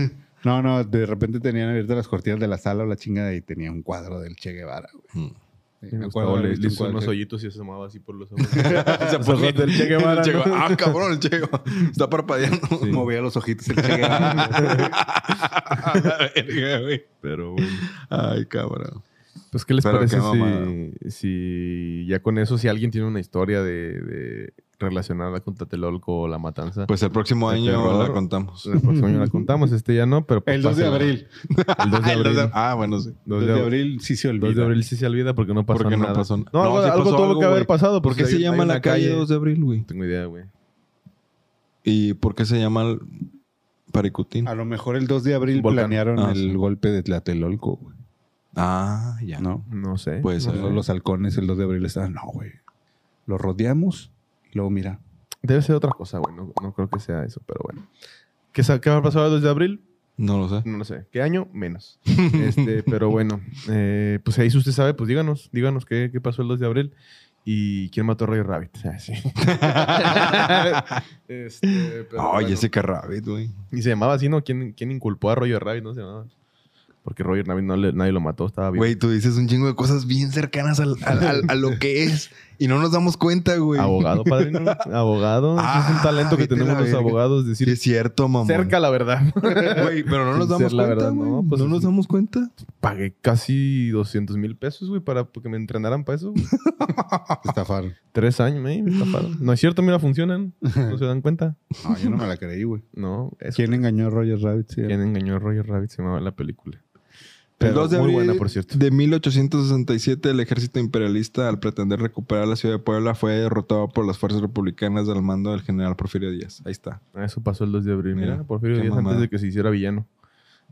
Speaker 4: No, no, de repente tenían abiertas las cortinas de la sala o la chingada y tenía un cuadro del Che Guevara, güey.
Speaker 5: Mm.
Speaker 4: Sí,
Speaker 2: Me
Speaker 4: me
Speaker 2: acuerdo,
Speaker 4: acuerdo
Speaker 2: le,
Speaker 4: de
Speaker 2: le hizo unos
Speaker 4: cuadro.
Speaker 2: hoyitos y se asomaba así por los ojos.
Speaker 5: Se
Speaker 2: ponía-
Speaker 5: del Che Guevara.
Speaker 2: el Che Guevara.
Speaker 5: Ah, cabrón, el Che Guevara. Está parpadeando.
Speaker 4: Movía los ojitos el Che Guevara.
Speaker 5: A la verga, güey.
Speaker 2: Pero bueno.
Speaker 5: Ay, cabrón.
Speaker 2: Pues, ¿qué les
Speaker 5: Pero
Speaker 2: parece
Speaker 5: qué mamada.
Speaker 2: si, si ya con eso, si alguien tiene una historia de, de relacionada con Tlatelolco o La Matanza?
Speaker 5: Pues el próximo
Speaker 2: De
Speaker 5: año
Speaker 2: terror.
Speaker 5: la contamos.
Speaker 2: el próximo año la contamos, este ya no, pero... pues,
Speaker 4: El 2 de
Speaker 2: pásenla.
Speaker 4: abril.
Speaker 2: El 2 de
Speaker 5: Ah, el
Speaker 2: abril.
Speaker 5: dos de- Ah, bueno, sí.
Speaker 2: 2
Speaker 4: 2
Speaker 2: de
Speaker 4: de
Speaker 2: abril.
Speaker 4: abril sí se
Speaker 2: 2 de
Speaker 4: olvida.
Speaker 2: abril sí se olvida porque no pasó
Speaker 5: Porque no
Speaker 2: nada.
Speaker 5: pasó nada.
Speaker 2: No, algo,
Speaker 5: sí
Speaker 2: algo
Speaker 5: pasó
Speaker 2: tuvo que
Speaker 5: algo,
Speaker 2: haber
Speaker 5: güey.
Speaker 2: pasado.
Speaker 5: ¿Por qué
Speaker 2: pues,
Speaker 5: se
Speaker 2: hay- hay
Speaker 5: llama
Speaker 2: una
Speaker 5: la calle 2 de abril, güey?
Speaker 2: No tengo idea, güey.
Speaker 5: ¿Y por qué se llama el Paricutín?
Speaker 4: A lo mejor el 2 de abril
Speaker 2: Volcán.
Speaker 4: planearon
Speaker 5: Ah,
Speaker 4: el
Speaker 5: sí.
Speaker 4: golpe de Tlatelolco, güey.
Speaker 5: Ah, ya.
Speaker 4: ¿No?
Speaker 2: No sé.
Speaker 5: Pues,
Speaker 4: Los- los halcones el 2 de abril estaban, no, güey. Los rodeamos y luego mira.
Speaker 2: Debe ser otra cosa, güey. No, no creo que sea eso, pero bueno. ¿Qué, sa- qué va a pasar el 2 de abril?
Speaker 5: no lo sé.
Speaker 2: No lo sé. ¿Qué año? Menos. Este, pero bueno, eh, pues ahí si usted sabe, pues díganos, díganos qué, qué pasó el 2 de abril y quién mató a Roger Rabbit. Ah, sí. Este, pero
Speaker 5: Ay,
Speaker 2: bueno.
Speaker 5: ese que Rabbit, güey.
Speaker 2: Y se llamaba así, ¿no? ¿Quién, quién inculpó a Roger Rabbit? No se llamaba. Porque Roger Rabbit no le- nadie lo mató, estaba bien.
Speaker 5: Güey, tú dices un chingo de cosas bien cercanas al- al- al- a lo que es y no nos damos cuenta, güey.
Speaker 2: Abogado, padrino. Abogado.
Speaker 5: Ah,
Speaker 2: es un talento que
Speaker 5: vete a la
Speaker 2: tenemos los
Speaker 5: verga.
Speaker 2: abogados.
Speaker 5: Sí,
Speaker 2: Decir
Speaker 5: es cierto, mamón.
Speaker 2: cerca la verdad.
Speaker 5: Güey, pero no nos
Speaker 2: Sin ser
Speaker 5: damos
Speaker 2: la
Speaker 5: cuenta,
Speaker 2: verdad,
Speaker 5: güey.
Speaker 2: no,
Speaker 5: No,
Speaker 2: pues es
Speaker 5: nos
Speaker 2: un-
Speaker 5: damos cuenta.
Speaker 2: Pagué casi 200 mil pesos, güey, para que me entrenaran para eso. güey.
Speaker 4: Estafaron.
Speaker 2: Tres años, eh, me estafaron. No es cierto, mira, funcionan. No se dan cuenta.
Speaker 4: No, yo no me la creí, güey.
Speaker 2: No, eso.
Speaker 4: ¿Quién engañó a Roger Rabbit? Sí,
Speaker 2: ¿Quién engañó a Roger Rabbit? Se llamaba la película.
Speaker 5: el 2 de
Speaker 2: muy
Speaker 5: abril
Speaker 2: buena, por cierto.
Speaker 5: de 1867, el ejército imperialista, al pretender recuperar la ciudad de Puebla, fue derrotado por las fuerzas republicanas al mando del general Porfirio Díaz. Ahí está.
Speaker 2: Ah, Eso pasó el 2 de abril. Mira,
Speaker 5: Mira,
Speaker 2: Porfirio
Speaker 5: qué
Speaker 2: Díaz antes
Speaker 5: mamada.
Speaker 2: de que se hiciera villano.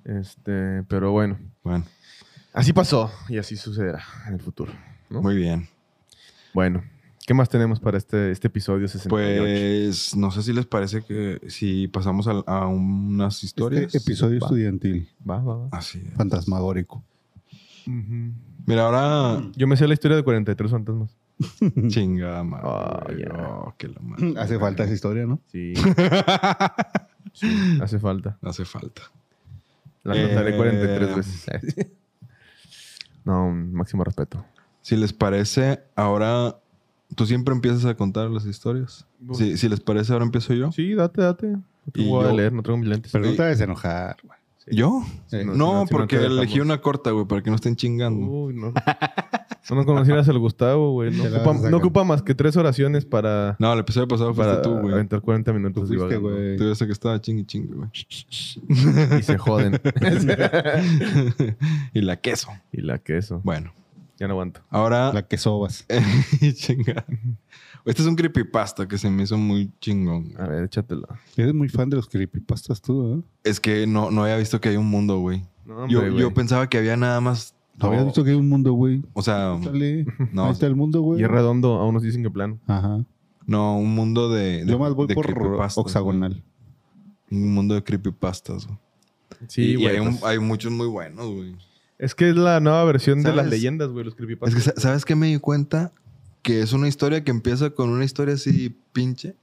Speaker 2: Este, pero bueno.
Speaker 5: Bueno,
Speaker 2: Así pasó y así sucederá en el futuro. ¿no?
Speaker 5: muy bien.
Speaker 2: Bueno, ¿qué más tenemos para este, este episodio 68?
Speaker 5: Pues no sé si les parece que si pasamos al- a, unas historias.
Speaker 4: Este episodio
Speaker 5: Va.
Speaker 4: estudiantil,
Speaker 2: Va, va, va.
Speaker 5: Así es.
Speaker 4: fantasmagórico.
Speaker 2: Ujú.
Speaker 5: Mira, ahora.
Speaker 2: Yo me sé la historia de 43 fantasmas.
Speaker 5: Chingada madre.
Speaker 2: Ah,
Speaker 5: güey.
Speaker 2: ya.
Speaker 5: Oh, que la madre.
Speaker 4: Hace falta esa historia, ¿no?
Speaker 2: Sí. Sí, hace falta.
Speaker 5: Hace falta.
Speaker 2: La
Speaker 5: Eh,
Speaker 2: contaré 43 veces. no, máximo respeto.
Speaker 5: Si les parece, ahora. Tú siempre empiezas a contar las historias.
Speaker 2: Voy.
Speaker 5: Si, si les parece, ahora empiezo yo.
Speaker 2: Sí, date, date. No
Speaker 5: Y
Speaker 2: voy a
Speaker 5: yo-
Speaker 2: leer, no tengo mis lentes.
Speaker 4: Pero no te vayas a enojar, güey.
Speaker 5: ¿Yo?
Speaker 4: Eh,
Speaker 2: si no,
Speaker 5: No,
Speaker 2: si no te
Speaker 5: porque
Speaker 2: dejamos.
Speaker 5: elegí una corta, güey, para que no estén chingando.
Speaker 2: Uy, no. No nos conocieras al Gustavo, güey. No,
Speaker 4: Te la
Speaker 2: ocupa-
Speaker 4: vas a sacar.
Speaker 2: no ocupa más que tres oraciones para,
Speaker 5: No, el episodio pasado fuiste
Speaker 2: para
Speaker 5: tú, güey.
Speaker 2: aventar 40 minutos.
Speaker 4: Tú fuiste,
Speaker 2: divagando.
Speaker 4: güey.
Speaker 5: Tú ese que estaba chingue chingue, güey.
Speaker 2: Y se joden.
Speaker 5: y la queso.
Speaker 2: y la queso.
Speaker 5: Bueno,
Speaker 2: Ya no aguanto.
Speaker 5: ahora.
Speaker 4: La que sobas.
Speaker 5: Y chinga. Este es un creepypasta que se me hizo muy chingón.
Speaker 2: A ver, échatela.
Speaker 4: Eres muy fan de los creepypastas tú, ¿eh?
Speaker 5: Es que no, no había visto que hay un mundo, güey.
Speaker 2: No,
Speaker 5: Yo,
Speaker 2: hombre,
Speaker 5: yo
Speaker 2: güey.
Speaker 5: pensaba que había nada más.
Speaker 4: ¿No habías visto que hay un mundo, güey?
Speaker 5: O sea,
Speaker 4: Sale.
Speaker 5: no.
Speaker 4: Ahí está el mundo, güey.
Speaker 2: Y es redondo, aún nos dicen que plano.
Speaker 4: Ajá.
Speaker 5: no, un mundo de. de-
Speaker 4: Yo más voy
Speaker 5: de
Speaker 4: por
Speaker 5: creepypastas,
Speaker 4: hexagonal.
Speaker 5: güey. Un mundo de creepypastas, güey.
Speaker 2: Sí,
Speaker 5: y, y
Speaker 2: güey.
Speaker 5: hay, un-
Speaker 2: pues,
Speaker 5: hay muchos muy buenos, güey.
Speaker 2: Es que es la nueva versión de las
Speaker 5: ¿Sabes?
Speaker 2: leyendas, güey, los
Speaker 5: Es
Speaker 2: creepypastas.
Speaker 5: que, sa- ¿sabes qué me di cuenta? Que es una historia que empieza con una historia así pinche,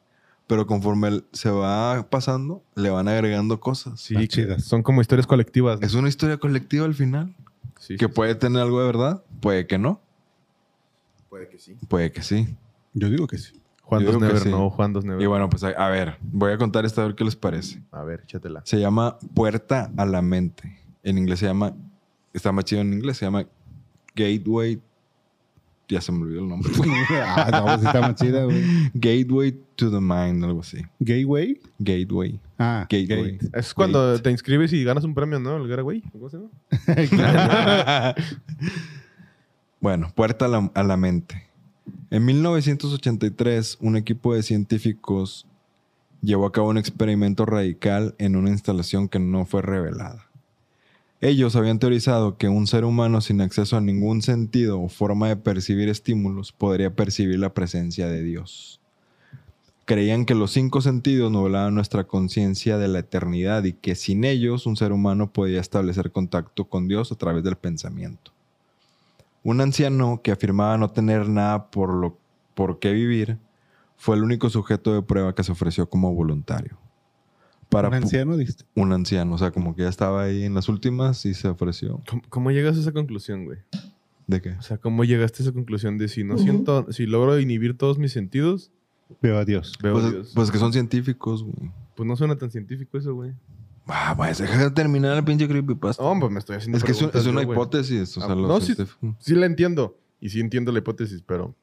Speaker 5: pero conforme el- se va pasando, le van agregando cosas.
Speaker 2: Sí,
Speaker 4: Las
Speaker 2: que
Speaker 4: chidas.
Speaker 2: son como historias colectivas. ¿no?
Speaker 5: Es una historia colectiva al final,
Speaker 2: Sí,
Speaker 5: que pues,
Speaker 2: sí,
Speaker 5: puede tener algo de verdad, puede que no,
Speaker 2: sí. Puede que sí.
Speaker 5: puede que sí.
Speaker 4: Yo digo que sí.
Speaker 2: Juan
Speaker 5: Yo
Speaker 2: dos
Speaker 5: digo que
Speaker 2: Never,
Speaker 5: sí.
Speaker 2: no, Juan dos Never.
Speaker 5: Y bueno, pues a, a ver, voy a contar esta a ver qué les parece.
Speaker 2: A ver, échatela.
Speaker 5: Se llama Puerta a la Mente. En inglés se llama, está más chido en inglés, se llama Gateway. Ya se me olvidó el nombre.
Speaker 4: ah, no, sí está más chida, güey.
Speaker 5: Gateway to the Mind, algo así.
Speaker 4: Gateway.
Speaker 5: Gateway.
Speaker 4: Ah,
Speaker 5: Gateway.
Speaker 4: gate.
Speaker 2: Es cuando te inscribes y ganas un premio, ¿no? El Garaway. ¿Cómo se llama?
Speaker 5: bueno, puerta a la, a la mente. En 1983, un equipo de científicos llevó a cabo un experimento radical en una instalación que no fue revelada. Ellos habían teorizado que un ser humano sin acceso a ningún sentido o forma de percibir estímulos podría percibir la presencia de Dios. Creían que los cinco sentidos nublaban nuestra conciencia de la eternidad y que sin ellos un ser humano podía establecer contacto con Dios a través del pensamiento. Un anciano que afirmaba no tener nada por lo por qué vivir fue el único sujeto de prueba que se ofreció como voluntario. Para
Speaker 4: ¿Un
Speaker 5: pu-
Speaker 4: anciano dijiste?
Speaker 5: un anciano, o sea, como que ya estaba ahí en las últimas y se ofreció.
Speaker 2: ¿Cómo, cómo llegas a esa conclusión, güey?
Speaker 5: ¿De qué?
Speaker 2: O sea, ¿cómo llegaste a esa conclusión de si no siento, si logro inhibir todos mis sentidos,
Speaker 4: Veo a Dios.
Speaker 2: veo a Dios?
Speaker 5: Pues, pues que son científicos, güey.
Speaker 2: Pues no suena tan científico eso, güey.
Speaker 5: Ah, pues deja de terminar el pinche creepypasta.
Speaker 2: No, pues me estoy haciendo
Speaker 5: es que es, un-
Speaker 2: preguntas
Speaker 5: es una
Speaker 2: yo, güey.
Speaker 5: hipótesis, o sea,
Speaker 2: Ah,
Speaker 5: los
Speaker 2: no, sí.
Speaker 5: científicos.
Speaker 2: Sí la entiendo. Y sí entiendo la hipótesis, pero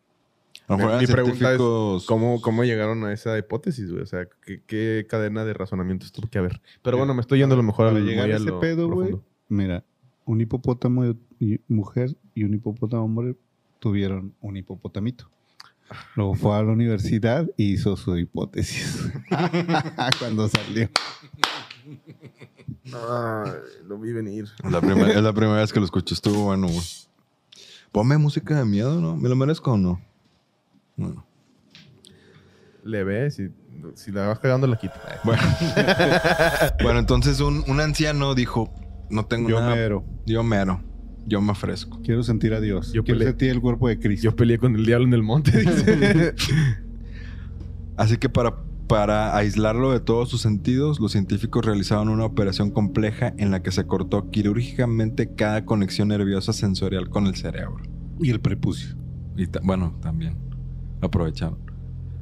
Speaker 5: A lo mejor
Speaker 2: Mi-
Speaker 5: eran
Speaker 2: mi pregunta es,
Speaker 5: científicos-
Speaker 2: ¿cómo, cómo llegaron a esa hipótesis, güey? O sea, ¿qué, qué cadena de razonamientos tuvo que haber? Pero bueno, me estoy yendo a lo mejor
Speaker 4: Para
Speaker 2: al-
Speaker 4: llegar
Speaker 2: muy
Speaker 4: a ese
Speaker 2: lo
Speaker 4: pedo, güey.
Speaker 2: profundo.
Speaker 4: Mira, un hipopótamo y- y mujer y un hipopótamo hombre tuvieron un hipopotamito. Luego fue a la universidad y hizo su hipótesis. Cuando salió.
Speaker 2: Ay, lo vi venir.
Speaker 5: La primera- es la primera vez que lo escucho. Estuvo bueno, güey. Ponme música de miedo, ¿no? ¿Me lo merezco o no? Bueno.
Speaker 2: Le ves y si la vas cagando la quita.
Speaker 5: Bueno, Bueno, entonces un, un anciano dijo, no tengo
Speaker 4: Yo
Speaker 5: nada.
Speaker 4: mero.
Speaker 5: Yo mero. Yo me ofrezco.
Speaker 4: Quiero sentir a Dios.
Speaker 2: Yo
Speaker 4: Quiero
Speaker 2: peleé.
Speaker 4: sentir el cuerpo de Cristo.
Speaker 2: Yo peleé con el diablo en el monte, dice.
Speaker 5: Así que para, para aislarlo de todos sus sentidos, los científicos realizaron una operación compleja en la que se cortó quirúrgicamente cada conexión nerviosa sensorial con el cerebro.
Speaker 4: y el prepucio.
Speaker 5: Y ta- bueno, también aprovecharon.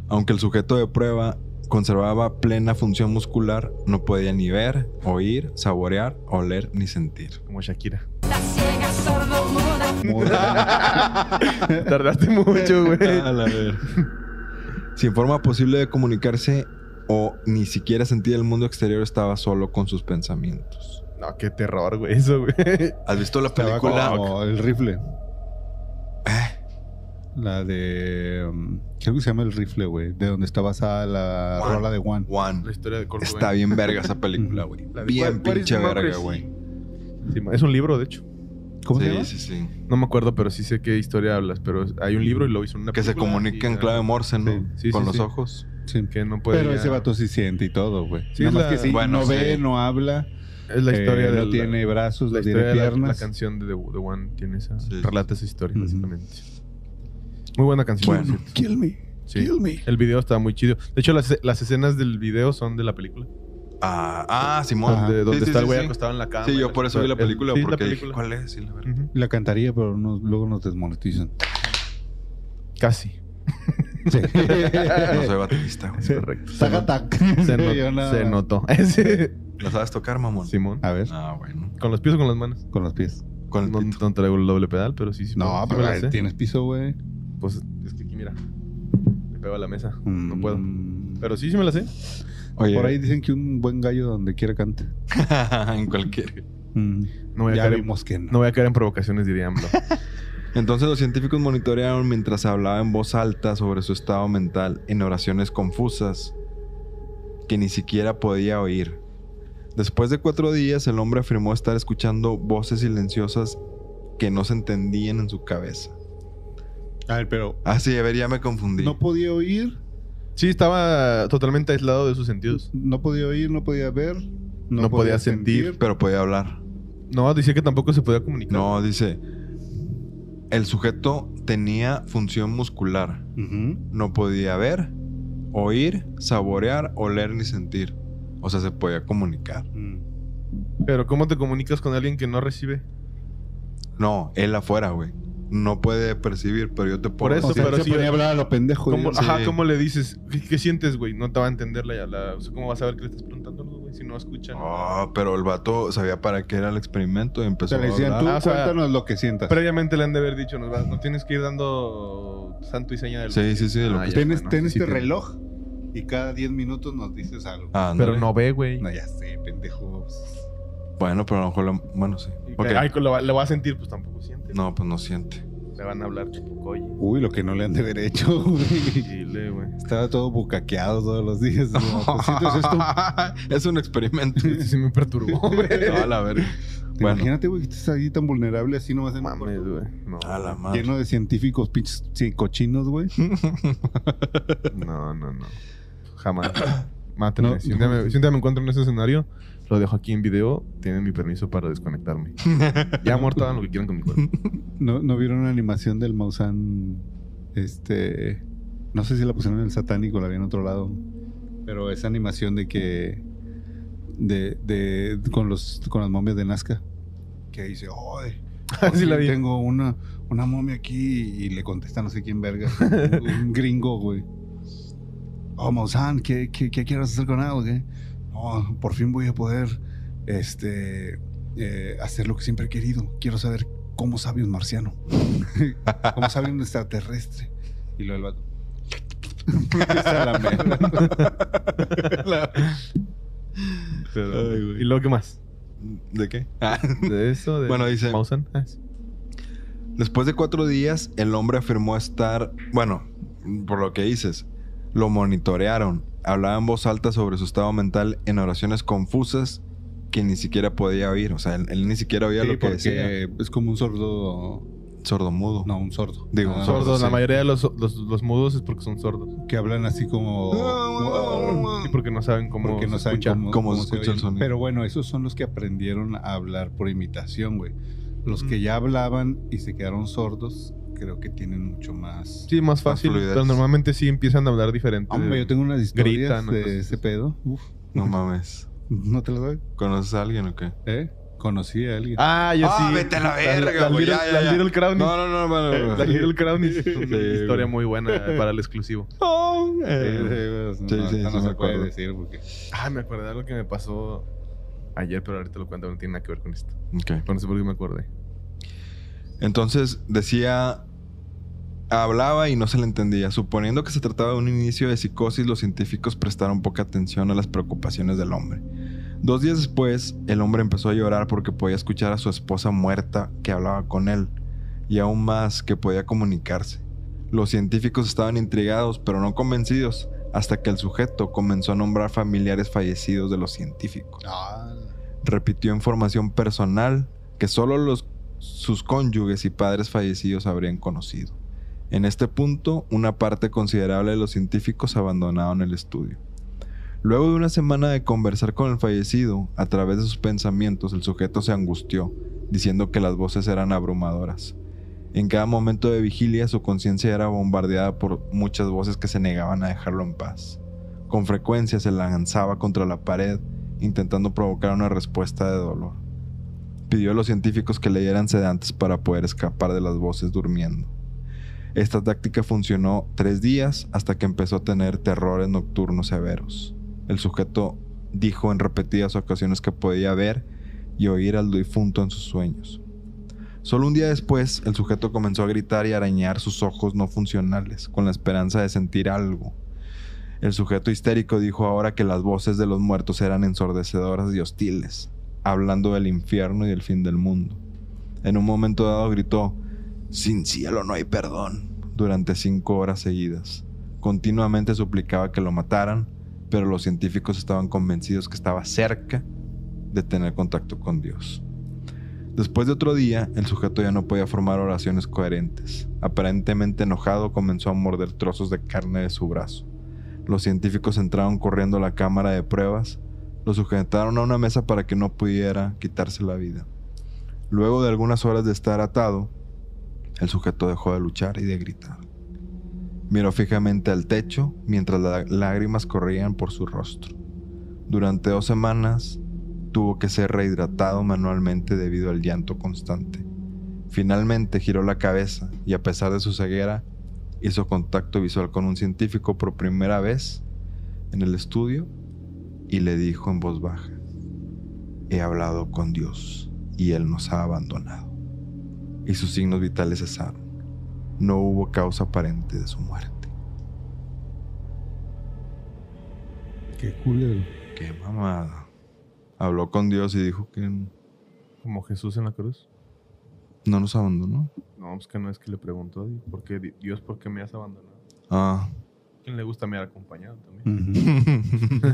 Speaker 5: Aunque el sujeto de prueba conservaba plena función muscular, no podía ni ver, oír, saborear, oler ni sentir.
Speaker 2: Como Shakira.
Speaker 7: La ciega sordo muda.
Speaker 2: Tardaste mucho, güey.
Speaker 5: Sin forma posible de comunicarse o ni siquiera sentir el mundo exterior, estaba solo con sus pensamientos.
Speaker 2: No, qué terror, güey, eso, güey.
Speaker 5: ¿Has visto la
Speaker 4: Estaba
Speaker 5: película?
Speaker 4: como el rifle.
Speaker 2: ¿Eh?
Speaker 4: La de. um, creo que se llama el rifle, güey. De donde está basada la
Speaker 5: Juan.
Speaker 4: rola de Juan.
Speaker 5: Juan.
Speaker 2: historia de Kurt
Speaker 5: Está
Speaker 2: Cobain.
Speaker 5: bien verga esa película, güey.
Speaker 2: La de
Speaker 5: Bien
Speaker 2: What- What is
Speaker 5: pinche verga,
Speaker 2: Democracy?
Speaker 5: güey.
Speaker 2: Sí, ma- es un libro, de hecho.
Speaker 4: ¿Cómo se
Speaker 5: Sí,
Speaker 4: llama?
Speaker 5: sí, sí.
Speaker 2: No me acuerdo, pero sí sé qué historia hablas. Pero hay un libro y lo hizo en una
Speaker 5: Que se
Speaker 2: película
Speaker 5: comunica
Speaker 2: y
Speaker 5: en
Speaker 2: ya.
Speaker 5: clave Morse, ¿no?
Speaker 2: Sí, sí,
Speaker 5: Con
Speaker 2: sí,
Speaker 5: los
Speaker 2: sí.
Speaker 5: ojos.
Speaker 4: Sí.
Speaker 2: Que no puede.
Speaker 4: Pero ese vato sí siente y todo, güey.
Speaker 2: Sí,
Speaker 4: Nada
Speaker 2: es
Speaker 4: más
Speaker 2: la-
Speaker 4: que sí,
Speaker 5: Bueno,
Speaker 4: no ve,
Speaker 5: sí.
Speaker 4: no habla.
Speaker 2: Es la historia
Speaker 4: eh,
Speaker 2: de
Speaker 4: No tiene brazos,
Speaker 2: la
Speaker 4: no tiene
Speaker 2: historia de la- La,
Speaker 4: piernas.
Speaker 2: canción de The, The One tiene esa.
Speaker 5: Sí, sí.
Speaker 2: relata esa historia,
Speaker 4: Ujú.
Speaker 2: básicamente. Muy buena canción.
Speaker 5: Bueno.
Speaker 2: por cierto.
Speaker 6: Kill me.
Speaker 2: Sí.
Speaker 6: Kill me.
Speaker 2: El video está muy chido. De hecho, las, e-, las escenas del video son de la película.
Speaker 5: Ah, ah, Simón.
Speaker 4: Ajá.
Speaker 2: De donde
Speaker 5: Sí, sí,
Speaker 2: está el
Speaker 5: sí,
Speaker 2: güey
Speaker 5: sí.
Speaker 2: acostado en la cama.
Speaker 5: Sí, yo por eso vi la
Speaker 2: El-
Speaker 5: película,
Speaker 2: sí, la
Speaker 5: porque dije,
Speaker 2: película.
Speaker 5: ¿cuál es? Y la verga.
Speaker 2: Ujú.
Speaker 4: La cantaría, pero nos- luego nos desmonetizan.
Speaker 2: Casi.
Speaker 4: Sí.
Speaker 5: No soy baterista, güey.
Speaker 4: Sí.
Speaker 2: Correcto.
Speaker 4: Taca, tac.
Speaker 2: Se, notó.
Speaker 4: Yo nada
Speaker 2: se
Speaker 4: más.
Speaker 2: notó.
Speaker 5: ¿La sabes tocar, mamón?
Speaker 2: Simón.
Speaker 4: A ver,
Speaker 5: Ah, bueno.
Speaker 2: Con los pies o con las manos.
Speaker 4: con los pies.
Speaker 5: Con el
Speaker 2: No,
Speaker 5: pito.
Speaker 2: no traigo el doble pedal, pero sí. sí
Speaker 4: No,
Speaker 2: sí me
Speaker 4: pero
Speaker 2: la sé.
Speaker 4: tienes piso, güey.
Speaker 2: Pues es que aquí, mira. Me pego a la mesa. No
Speaker 4: Mm.
Speaker 2: puedo. Pero sí, sí me la sé.
Speaker 5: Oye,
Speaker 4: Por ahí dicen que un buen gallo donde quiera cante.
Speaker 5: en cualquier.
Speaker 4: Mm.
Speaker 2: No voy a
Speaker 4: Ya
Speaker 2: caer en-
Speaker 4: vimos que no.
Speaker 2: No voy a caer en provocaciones, diría AMLO.
Speaker 5: Entonces los científicos monitorearon mientras hablaba en voz alta sobre su estado mental en oraciones confusas que ni siquiera podía oír. Después de cuatro días, el hombre afirmó estar escuchando voces silenciosas que no se entendían en su cabeza.
Speaker 4: A ver, pero
Speaker 5: Ah, sí, a ver, ya me confundí.
Speaker 4: no podía oír,
Speaker 2: Sí, estaba totalmente aislado de sus sentidos.
Speaker 4: no podía oír, no podía ver, no,
Speaker 2: No podía sentir.
Speaker 5: pero podía hablar.
Speaker 2: No, decía que tampoco se podía comunicar.
Speaker 5: No, dice, el sujeto tenía función muscular.
Speaker 4: Ujú.
Speaker 5: No podía ver, oír, saborear, oler ni sentir. O sea, se podía comunicar.
Speaker 4: Mm.
Speaker 2: Pero ¿cómo te comunicas con alguien que no recibe?
Speaker 5: No, él afuera, güey. No puede percibir, pero yo te puedo...
Speaker 2: Por eso,
Speaker 4: O sea,
Speaker 2: pero
Speaker 4: se
Speaker 2: sí-
Speaker 4: ponía a hablar a lo pendejo.
Speaker 2: ¿Cómo,
Speaker 4: digamos.
Speaker 2: ajá, ¿cómo le dices? ¿Qué, qué sientes, güey? No te va a entender la... la- o sea, ¿Cómo vas a ver que le estás preguntando algo, güey? Si no escuchan.
Speaker 5: Ah, pero el vato sabía para qué era el experimento y
Speaker 4: O
Speaker 5: empezó
Speaker 4: sea,
Speaker 5: a
Speaker 4: le decían,
Speaker 5: hablar.
Speaker 4: tú
Speaker 2: Ah, o sea,
Speaker 4: cuéntanos lo que sientas.
Speaker 2: Previamente le han de haber dicho, nos vas- no tienes que ir dando santo y seña del...
Speaker 5: Sí, sí, sí. de lo
Speaker 2: Ah,
Speaker 5: que-
Speaker 2: ya,
Speaker 4: Ten,
Speaker 2: bueno,
Speaker 4: ten
Speaker 2: sí, sí,
Speaker 4: este reloj y cada 10 minutos nos dices algo.
Speaker 5: Ah, ándale.
Speaker 2: Pero no ve, güey.
Speaker 4: No, ya sé, pendejos.
Speaker 5: Bueno, pero a lo mejor... lo- Bueno, sí.
Speaker 2: Y
Speaker 5: Ok.
Speaker 2: que- Ay, lo, va- lo va a sentir, pues tampoco siente.
Speaker 5: No, pues no siente.
Speaker 2: Le van a hablar, tampoco oye.
Speaker 4: Uy, lo que no le han de haber hecho, güey.
Speaker 2: Chile, güey.
Speaker 4: Estaba todo bucaqueado todos los días. ¿no? Pues, sientes esto.
Speaker 5: es un experimento.
Speaker 2: Sí, sí me perturbó, güey.
Speaker 5: No, a la verga.
Speaker 4: ¿Te
Speaker 5: Bueno.
Speaker 4: Imagínate, güey, que estés ahí tan vulnerable así nomás en un
Speaker 2: Mames,
Speaker 4: cuarto,
Speaker 2: güey. No,
Speaker 5: A la madre.
Speaker 4: Lleno de científicos pinches sí, cochinos, güey.
Speaker 2: no, no, no. Jamás. Mátenme.
Speaker 4: No,
Speaker 2: si, un día
Speaker 4: no.
Speaker 2: me, si un día me encuentro en ese escenario, lo dejo aquí en video. Tienen mi permiso para desconectarme. ya muerto, hagan lo que quieran con mi cuerpo.
Speaker 4: ¿No, no vieron una animación del Maussan? Este. No sé si la pusieron en el satánico, la vi en otro lado. Pero esa animación de que. De, de- con, los, con las momias de Nazca. Que dice, ¡ay! por
Speaker 2: Así Ah, la
Speaker 4: fin
Speaker 2: vi.
Speaker 4: Tengo una, una momia aquí y le contesta no sé quién verga. un, un gringo, güey. Oh, Maussan, ¿qué, qué, qué quieres hacer con algo? qué? No, por fin voy a poder este, eh, hacer lo que siempre he querido. Quiero saber cómo sabe un marciano. cómo sabe un extraterrestre. Y lo del vato. Empieza a lamer.
Speaker 2: Pero-
Speaker 5: Ay, güey.
Speaker 2: ¿Y luego qué más?
Speaker 5: ¿De qué? Ah.
Speaker 2: ¿De eso? De
Speaker 5: Bueno, dice-
Speaker 2: Mausan? Ah, sí.
Speaker 5: Después de cuatro días, el hombre afirmó estar. Bueno, por lo que dices, lo monitorearon. Hablaba en voz alta sobre su estado mental en oraciones confusas que ni siquiera podía oír. O sea, él, él ni siquiera oía
Speaker 4: Sí,
Speaker 5: lo que decía.
Speaker 4: porque es como un sordo.
Speaker 5: Sordomudo.
Speaker 4: No, un sordo.
Speaker 5: Digo, un
Speaker 4: Ah,
Speaker 5: sordo,
Speaker 2: Sordos.
Speaker 5: pues sí.
Speaker 2: La mayoría de los, los, los mudos es porque son sordos.
Speaker 4: Que hablan así como.
Speaker 5: Ah.
Speaker 2: Y porque no saben cómo
Speaker 4: porque no
Speaker 2: se
Speaker 4: saben
Speaker 2: escucha.
Speaker 4: cómo,
Speaker 5: cómo se
Speaker 4: se
Speaker 5: escucha el
Speaker 4: oye.
Speaker 5: sonido.
Speaker 4: Pero bueno, esos son los que aprendieron a hablar por imitación, güey. Los que
Speaker 2: Mm.
Speaker 4: ya hablaban y se quedaron sordos, creo que tienen mucho más.
Speaker 2: Sí, más fácil.
Speaker 5: fluidez.
Speaker 2: pero normalmente sí empiezan a hablar diferente.
Speaker 4: Hombre, yo tengo unas historias
Speaker 2: Gritan,
Speaker 4: de
Speaker 2: entonces-
Speaker 4: ese pedo. Uf,
Speaker 5: No mames.
Speaker 4: ¿No te las doy?
Speaker 5: ¿Conoces a alguien o qué?
Speaker 4: ¿Eh? Conocí a alguien.
Speaker 2: Ah, yo
Speaker 5: Ah,
Speaker 2: sí.
Speaker 5: vete a la verga,
Speaker 2: la,
Speaker 5: güey,
Speaker 2: Little-
Speaker 5: ya, ya,
Speaker 2: la
Speaker 5: ya.
Speaker 2: Little Crown.
Speaker 5: No, no, no, bueno, bueno.
Speaker 2: La Little Crown es
Speaker 5: Sí,
Speaker 2: una
Speaker 5: güey.
Speaker 2: historia muy buena para el exclusivo.
Speaker 5: Oh,
Speaker 4: Sí, sí,
Speaker 5: eh.
Speaker 4: pues, no,
Speaker 5: sí,
Speaker 4: ahorita
Speaker 5: sí,
Speaker 4: no
Speaker 5: sí me
Speaker 4: se puede
Speaker 5: acuerdo.
Speaker 4: decir porque
Speaker 2: Ah, me acordé de algo que me pasó ayer, pero ahorita lo cuento, no tiene nada que ver con esto.
Speaker 5: Ok.
Speaker 2: Pero No sé por qué me acordé.
Speaker 5: Entonces decía, hablaba y no se le entendía. Suponiendo que se trataba de un inicio de psicosis, los científicos prestaron poca atención a las preocupaciones del hombre. Dos días después, el hombre empezó a llorar porque podía escuchar a su esposa muerta que hablaba con él, y aún más que podía comunicarse. Los científicos estaban intrigados, pero no convencidos, hasta que el sujeto comenzó a nombrar familiares fallecidos de los científicos repitió información personal que solo los, sus cónyuges y padres fallecidos habrían conocido. En este punto, una parte considerable de los científicos abandonaron el estudio. Luego de una semana de conversar con el fallecido, a través de sus pensamientos, el sujeto se angustió, diciendo que las voces eran abrumadoras. En cada momento de vigilia, su conciencia era bombardeada por muchas voces que se negaban a dejarlo en paz. Con frecuencia se lanzaba contra la pared, intentando provocar una respuesta de dolor. Pidió a los científicos que le dieran sedantes para poder escapar de las voces durmiendo. Esta táctica funcionó tres días hasta que empezó a tener terrores nocturnos severos. El sujeto dijo en repetidas ocasiones que podía ver y oír al difunto en sus sueños. Solo un día después, el sujeto comenzó a gritar y arañar sus ojos no funcionales, con la esperanza de sentir algo. El sujeto histérico dijo ahora que las voces de los muertos eran ensordecedoras y hostiles, hablando del infierno y del fin del mundo. En un momento dado gritó, Sin cielo no hay perdón, durante cinco horas seguidas. Continuamente suplicaba que lo mataran, pero los científicos estaban convencidos que estaba cerca de tener contacto con Dios. Después de otro día, el sujeto ya no podía formar oraciones coherentes. Aparentemente enojado, comenzó a morder trozos de carne de su brazo. Los científicos entraron corriendo a la cámara de pruebas, lo sujetaron a una mesa para que no pudiera quitarse la vida. Luego de algunas horas de estar atado, el sujeto dejó de luchar y de gritar. Miró fijamente al techo mientras las lágrimas corrían por su rostro. Durante dos semanas tuvo que ser rehidratado manualmente debido al llanto constante. Finalmente giró la cabeza y a pesar de su ceguera, hizo contacto visual con un científico por primera vez en el estudio y le dijo en voz baja, he hablado con Dios y Él nos ha abandonado. Y sus signos vitales cesaron. No hubo causa aparente de su muerte.
Speaker 4: qué culero.
Speaker 5: Qué mamada. Habló con Dios y dijo que no
Speaker 2: Como Jesús en la cruz.
Speaker 5: nos abandonó.
Speaker 2: No, pues que no es que le preguntó, di- ¿por qué, di- Dios, ¿por qué me has abandonado?
Speaker 5: Ah.
Speaker 2: ¿Quién le gusta me ha acompañado también?
Speaker 4: Ujú.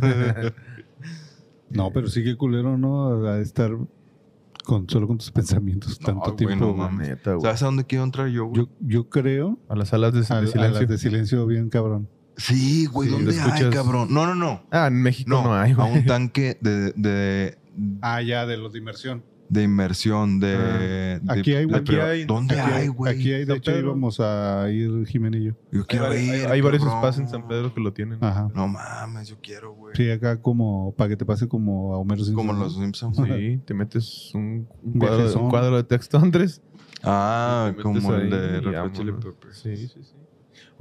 Speaker 4: No, pero sí que culero, ¿no? A estar con, solo con tus pensamientos tanto
Speaker 5: güey,
Speaker 4: tiempo.
Speaker 5: no
Speaker 4: güey.
Speaker 5: mames.
Speaker 2: Neta, güey.
Speaker 5: ¿Sabes a dónde quiero entrar yo, güey?
Speaker 4: Yo, yo creo
Speaker 2: A las salas de, de
Speaker 4: al- a las
Speaker 2: silencio.
Speaker 4: de silencio bien cabrón.
Speaker 5: Sí, güey,
Speaker 2: Sí, lo
Speaker 5: ¿dónde hay,
Speaker 2: escuchas.
Speaker 5: cabrón? No, no, no.
Speaker 2: Ah, en México no,
Speaker 5: No,
Speaker 2: hay,
Speaker 5: a
Speaker 2: güey.
Speaker 5: un tanque de, de,
Speaker 4: Ah, ya, de los de inmersión.
Speaker 5: de inmersión, de...
Speaker 4: Ah,
Speaker 5: de-
Speaker 4: aquí hay, güey.
Speaker 5: de-
Speaker 4: Aquí
Speaker 2: hay-
Speaker 5: ¿Dónde
Speaker 4: Aquí-
Speaker 5: hay, güey?
Speaker 4: Aquí hay, de hecho, íbamos a ir Jimenillo.
Speaker 5: Yo
Speaker 2: Hay,
Speaker 5: quiero ir,
Speaker 2: hay- hay varios
Speaker 5: cabrón.
Speaker 2: espacios en San Pedro que lo tienen.
Speaker 4: Ajá.
Speaker 5: No mames, yo quiero, güey.
Speaker 4: Sí, acá como para que te pase como a Homero Simpson.
Speaker 5: Como
Speaker 4: ¿no?
Speaker 5: los Simpsons.
Speaker 2: Sí, te metes un, un cuadro, de-
Speaker 4: Viajezón.
Speaker 2: un cuadro de texto, Andrés.
Speaker 5: Ah,
Speaker 2: Y te metes
Speaker 5: como el
Speaker 2: ahí
Speaker 5: de
Speaker 2: y
Speaker 5: Red Hot Chili
Speaker 2: vámonos.
Speaker 5: Peppers.
Speaker 2: Sí, sí, sí.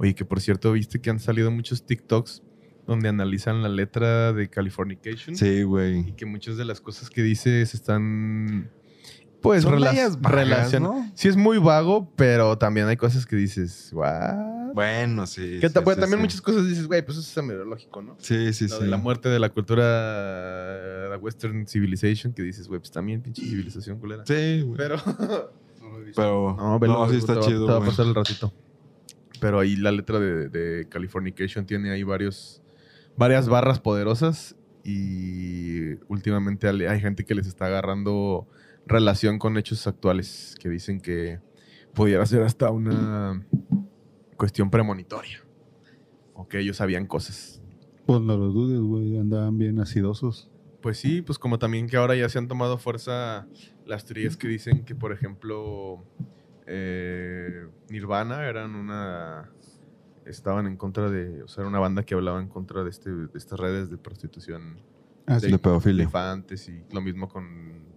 Speaker 2: Oye, que por cierto, viste que han salido muchos TikToks donde analizan la letra de Californication.
Speaker 5: Sí,
Speaker 2: Y
Speaker 5: güey.
Speaker 2: que muchas de las cosas que dices están. Pues
Speaker 5: Son
Speaker 2: rela-
Speaker 5: rayas vagas,
Speaker 2: relacion-
Speaker 5: ¿no?
Speaker 2: Sí, es muy vago, pero también hay cosas que dices, ¿what?
Speaker 5: Bueno, sí.
Speaker 2: Que
Speaker 5: sí,
Speaker 2: ta- pues,
Speaker 5: sí,
Speaker 2: también
Speaker 5: sí.
Speaker 2: muchas cosas dices, güey, pues eso es meteorológico, ¿no?
Speaker 5: Sí, sí,
Speaker 2: Lo
Speaker 5: sí.
Speaker 2: de la muerte de la cultura, la Western Civilization, que dices, güey, pues también pinche civilización culera.
Speaker 5: Sí, güey.
Speaker 2: Pero.
Speaker 5: Pero.
Speaker 2: No,
Speaker 5: No,
Speaker 2: velo, güey,
Speaker 5: sí
Speaker 2: te
Speaker 5: está
Speaker 2: va-
Speaker 5: chido,
Speaker 2: Te va a
Speaker 5: güey.
Speaker 2: pasar el ratito. Pero ahí la letra de, de Californication tiene ahí varios, varias barras poderosas y últimamente ale- hay gente que les está agarrando relación con hechos actuales que dicen que pudiera ser hasta una cuestión premonitoria o que ellos sabían cosas.
Speaker 4: Pues no lo dudes, güey. Andaban bien acidosos.
Speaker 2: Pues sí, pues como también que ahora ya se han tomado fuerza las teorías que dicen que, por ejemplo, eh, Nirvana eran una... Estaban en contra de... O sea, era una banda que hablaba en contra de, este, de estas redes de prostitución
Speaker 4: Ah,
Speaker 5: De
Speaker 2: de
Speaker 5: pedofilia.
Speaker 2: infantes y lo mismo con,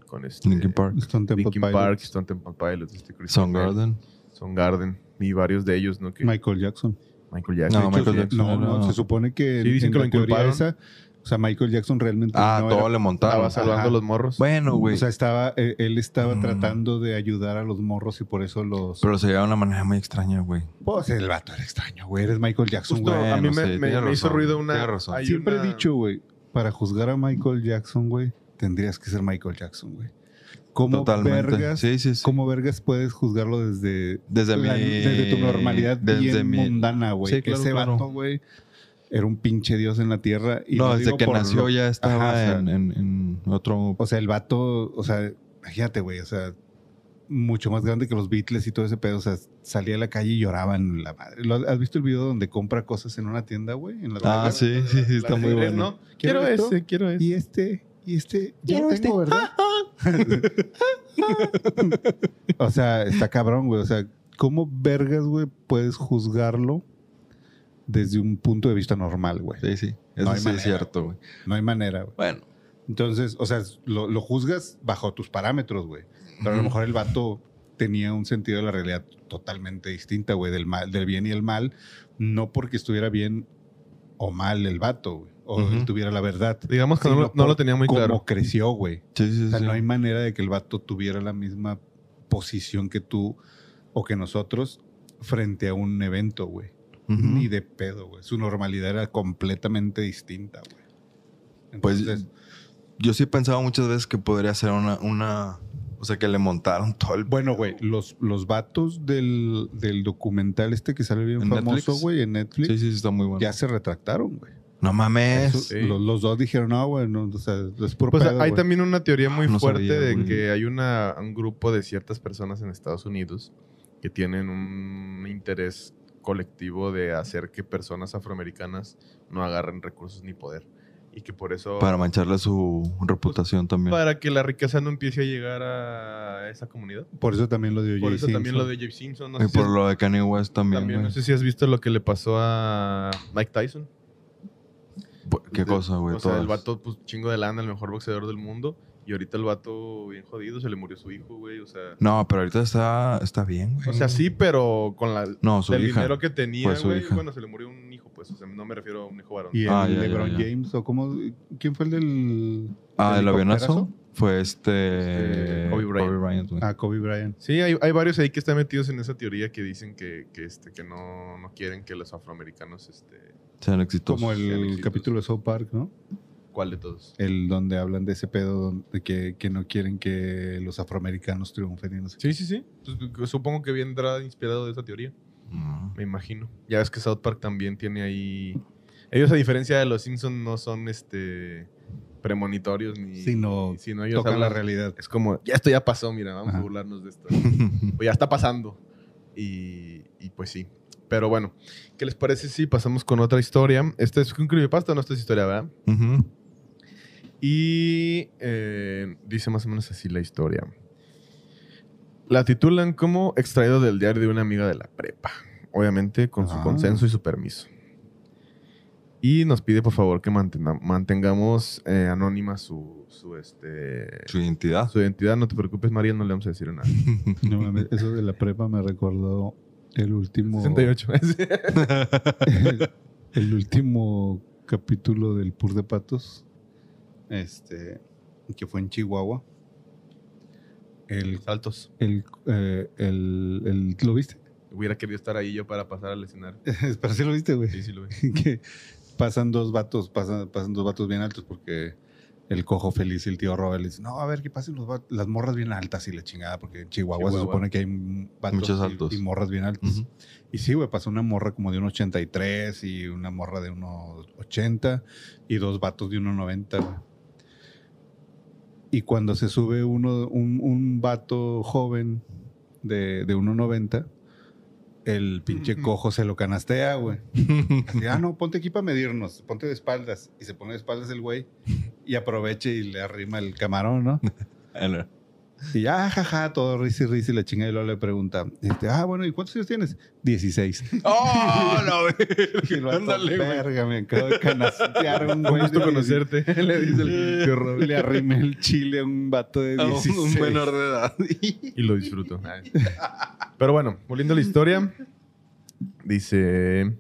Speaker 2: con este...
Speaker 5: Linkin Park.
Speaker 4: Stone Temple
Speaker 2: Linkin
Speaker 4: Pilots,
Speaker 2: Park, Stone Temple Pilots, este Chris
Speaker 5: Soundgarden.
Speaker 2: Soundgarden y varios de ellos, ¿no? Que
Speaker 4: Michael Jackson.
Speaker 2: Michael Jackson.
Speaker 5: No,
Speaker 2: De hecho,
Speaker 5: Michael Jackson.
Speaker 4: No,
Speaker 5: no.
Speaker 4: no, se supone que
Speaker 2: Sí, dicen que lo
Speaker 4: la teoría
Speaker 2: inculparon.
Speaker 4: esa, o sea, Michael Jackson realmente
Speaker 5: Ah,
Speaker 4: no
Speaker 5: todo
Speaker 4: era-
Speaker 5: le
Speaker 2: Estaba
Speaker 5: montaron.
Speaker 2: salvando
Speaker 4: Ajá.
Speaker 2: los morros.
Speaker 5: Bueno, güey.
Speaker 4: o sea, estaba, eh, él estaba
Speaker 5: Mm.
Speaker 4: tratando de ayudar a los morros y por eso los...
Speaker 5: Pero se lleva de una manera muy extraña, güey.
Speaker 4: pues el vato era extraño, güey. Eres Michael Jackson,
Speaker 2: Justo,
Speaker 4: güey.
Speaker 5: Bueno,
Speaker 2: a mí me,
Speaker 5: sí,
Speaker 2: me-
Speaker 5: tiene
Speaker 2: me hizo
Speaker 5: razón,
Speaker 2: ruido una...
Speaker 5: tiene razón.
Speaker 2: hay
Speaker 4: Siempre
Speaker 2: una-
Speaker 4: he dicho, güey, para juzgar a Michael Jackson, güey, tendrías que ser Michael Jackson, güey. ¿Cómo
Speaker 5: Totalmente.
Speaker 4: vergas?
Speaker 5: sí, sí, sí.
Speaker 4: ¿Cómo vergas puedes juzgarlo desde,
Speaker 5: Desde
Speaker 4: la-
Speaker 5: mi.
Speaker 4: desde tu normalidad bien mundana, güey?
Speaker 5: Sí, claro,
Speaker 4: Ese
Speaker 5: claro.
Speaker 4: vato, güey, era un pinche dios en la tierra. Y
Speaker 5: No,
Speaker 4: lo
Speaker 5: desde
Speaker 4: digo
Speaker 5: que
Speaker 4: por
Speaker 5: nació
Speaker 4: lo-
Speaker 5: ya estaba
Speaker 4: Ajá, o sea,
Speaker 5: en, en- en otro.
Speaker 4: O sea, el vato, o sea, imagínate, güey, o sea, mucho más grande que los Beatles y todo ese pedo. O sea, salía a la calle y lloraban la madre. ¿Lo- ¿Has visto el video donde compra cosas en una tienda, güey? En
Speaker 5: Ah,
Speaker 4: la droga?
Speaker 5: sí, sí, sí, está
Speaker 2: Las
Speaker 5: muy
Speaker 2: mujeres,
Speaker 5: bueno.
Speaker 2: ¿no? Quiero
Speaker 4: ¿Quiero esto?
Speaker 2: ese, quiero ese.
Speaker 4: Y este, y este, ya tengo, ¿verdad? o sea, está cabrón, güey. O sea, ¿cómo vergas, güey, puedes juzgarlo desde un punto de vista normal, güey?
Speaker 5: Sí, sí.
Speaker 4: No
Speaker 5: Eso
Speaker 4: hay
Speaker 5: sí
Speaker 4: manera.
Speaker 5: es cierto, güey.
Speaker 4: No hay manera, güey.
Speaker 5: Bueno.
Speaker 4: Entonces, o sea, lo, lo juzgas bajo tus parámetros, güey. Pero a lo mejor el vato tenía un sentido de la realidad totalmente distinta, güey, del mal, del bien y el mal, no porque estuviera bien o mal el vato, güey, o
Speaker 5: Ujú.
Speaker 4: él tuviera la verdad.
Speaker 2: Digamos que
Speaker 4: sino
Speaker 2: no, lo- no
Speaker 4: por
Speaker 2: lo tenía muy
Speaker 4: cómo
Speaker 2: claro.
Speaker 4: creció, güey.
Speaker 5: Sí, sí,
Speaker 4: O
Speaker 5: sí.
Speaker 4: sea, no hay manera de que el vato tuviera la misma posición que tú o que nosotros frente a un evento, güey.
Speaker 5: Ujú.
Speaker 4: Ni de pedo, güey. Su normalidad era completamente distinta, güey.
Speaker 5: Pues
Speaker 4: Entonces,
Speaker 5: yo sí he pensado muchas veces que podría ser una, una. O sea, que le montaron todo el.
Speaker 4: bueno, güey, los, los vatos del, del documental este que sale bien
Speaker 5: ¿En
Speaker 4: famoso,
Speaker 5: Netflix?
Speaker 4: güey, en Netflix,
Speaker 5: Sí, sí, sí, está muy bueno.
Speaker 4: ya se retractaron, güey.
Speaker 5: No mames.
Speaker 4: Eso- eh,
Speaker 2: sí.
Speaker 4: Los, los dos dijeron, no, güey, no, o sea, es puro
Speaker 2: Pues
Speaker 4: pedo,
Speaker 2: hay
Speaker 4: güey".
Speaker 2: también una teoría muy
Speaker 5: No
Speaker 2: fuerte
Speaker 5: sabía,
Speaker 2: de
Speaker 5: güey.
Speaker 2: que hay una, un grupo de ciertas personas en Estados Unidos que tienen un interés colectivo de hacer que personas afroamericanas no agarren recursos ni poder. Y que por eso...
Speaker 5: Para mancharle su reputación también.
Speaker 2: para que la riqueza no empiece a llegar a esa comunidad.
Speaker 4: Por eso también lo dio
Speaker 2: Por
Speaker 4: Jay
Speaker 2: eso también
Speaker 4: Simpson.
Speaker 2: lo de Jeff Simpson. No
Speaker 5: y
Speaker 4: pues,
Speaker 2: sé si
Speaker 5: por
Speaker 2: has-
Speaker 5: lo de Kanye West también.
Speaker 2: también, no
Speaker 5: güey.
Speaker 2: sé si has visto lo que le pasó a Mike Tyson.
Speaker 4: este,
Speaker 5: Pu- Pues, ¿Qué
Speaker 2: De-
Speaker 5: cosa, güey?
Speaker 2: O sea, el
Speaker 5: Todas.
Speaker 2: vato, pues, chingo de lana, el mejor boxeador del mundo. Y ahorita el vato, bien jodido, se le murió su hijo, güey. O sea,
Speaker 5: No, pero ahorita está, está bien, güey.
Speaker 2: o sea sí, pero con la,
Speaker 5: no, su
Speaker 2: el
Speaker 5: hija.
Speaker 2: dinero que tenía,
Speaker 5: Fue su
Speaker 2: güey.
Speaker 5: hija.
Speaker 2: Bueno, se le murió un hijo, pues. O sea, no me refiero a un hijo varón.
Speaker 4: Y el
Speaker 5: Ah, ya, ya,
Speaker 4: LeBron
Speaker 5: ya.
Speaker 4: James, o cómo, ¿quién fue el del
Speaker 5: Ah, el
Speaker 4: ¿El
Speaker 5: avionazo
Speaker 4: helicópterazo?
Speaker 5: fue este.
Speaker 2: Este, Kobe Bryant.
Speaker 5: güey.
Speaker 4: Ah, Kobe Bryant.
Speaker 2: Sí, hay, hay varios ahí que están metidos en esa teoría que dicen que, que, este, que no, no quieren que los afroamericanos, este,
Speaker 5: Sean exitosos.
Speaker 4: Como
Speaker 2: sean
Speaker 4: el
Speaker 2: exitosos.
Speaker 4: capítulo de South Park, ¿no?
Speaker 2: ¿cuál de todos?
Speaker 4: El donde hablan de ese pedo don- de que, que no quieren que los afroamericanos triunfen y no sé qué.
Speaker 2: Sí, sí, sí. Pues, supongo que vendrá inspirado de esa teoría.
Speaker 5: Mm.
Speaker 2: Me imagino. Ya ves que South Park también tiene ahí. Ellos, a diferencia de los Simpsons, no son este premonitorios ni.
Speaker 4: Sino
Speaker 2: sino ellos
Speaker 4: Tocan la
Speaker 2: hablan-
Speaker 4: realidad.
Speaker 2: Es como, ya esto ya pasó, mira, vamos a
Speaker 4: Ajá.
Speaker 2: burlarnos de esto. o ya está pasando. Y, y pues sí. Pero bueno, ¿qué les parece si pasamos con otra historia? Esta es un creepypasta, no esta es historia, ¿verdad?
Speaker 5: Ujú.
Speaker 2: Y eh, dice más o menos así la historia. La titulan como extraído del diario de una amiga de la prepa. Obviamente con su
Speaker 4: Ah.
Speaker 2: consenso y su permiso. Y nos pide por favor que mantena- mantengamos eh, anónima su, su, este,
Speaker 5: Su identidad.
Speaker 2: su identidad. No te preocupes, María, no le vamos a decir nada.
Speaker 4: No mames, eso de la prepa me recordó el último.
Speaker 2: 68.
Speaker 4: el último capítulo del Pur de Patos. Este. Que fue en Chihuahua. El.
Speaker 2: Saltos.
Speaker 4: el, eh, el- el- ¿Lo viste?
Speaker 2: Hubiera querido estar ahí yo para pasar al escenario.
Speaker 4: Espero si lo viste, güey.
Speaker 2: Sí, sí lo vi.
Speaker 4: que pasan dos vatos, pasan, pasan dos vatos bien altos porque el cojo feliz y el tío Robert le dicen, no, a ver, que pasen los vatos- las morras bien altas y la chingada, porque en Chihuahua, se
Speaker 2: Chihuahua.
Speaker 4: supone que hay m- vatos
Speaker 5: Muchos
Speaker 4: y-
Speaker 5: altos.
Speaker 4: Y, morras bien altas.
Speaker 5: Ujú.
Speaker 4: Y sí, güey, pasó una morra como de 1,83 y una morra de 1,80 y dos vatos de 1,90, güey. Y cuando se sube uno, un, un vato joven de, de 1,90, el pinche cojo se lo canastea, güey. Así, ah, no, ponte aquí para medirnos, ponte de espaldas. Y se pone de espaldas el güey y aprovecha y le arrima el camarón, ¿no?
Speaker 5: Ala.
Speaker 4: Y ya, jaja, todo risi, risi, la chinga y luego le pregunta, este, ah, bueno, ¿y cuántos años tienes? 16.
Speaker 5: ¡Oh, la
Speaker 4: Y el
Speaker 5: verga!
Speaker 4: vato,
Speaker 5: Ándale, güey.
Speaker 4: verga, me acabo de canastear a un
Speaker 2: Un
Speaker 4: güey.
Speaker 2: gusto
Speaker 4: de 16".
Speaker 2: conocerte, le dice el tío Robert.
Speaker 4: Le arrimé el chile a un vato de
Speaker 5: A un-
Speaker 4: 16.
Speaker 5: Un menor de edad.
Speaker 2: y lo disfruto. Pero bueno, volviendo a la historia, dice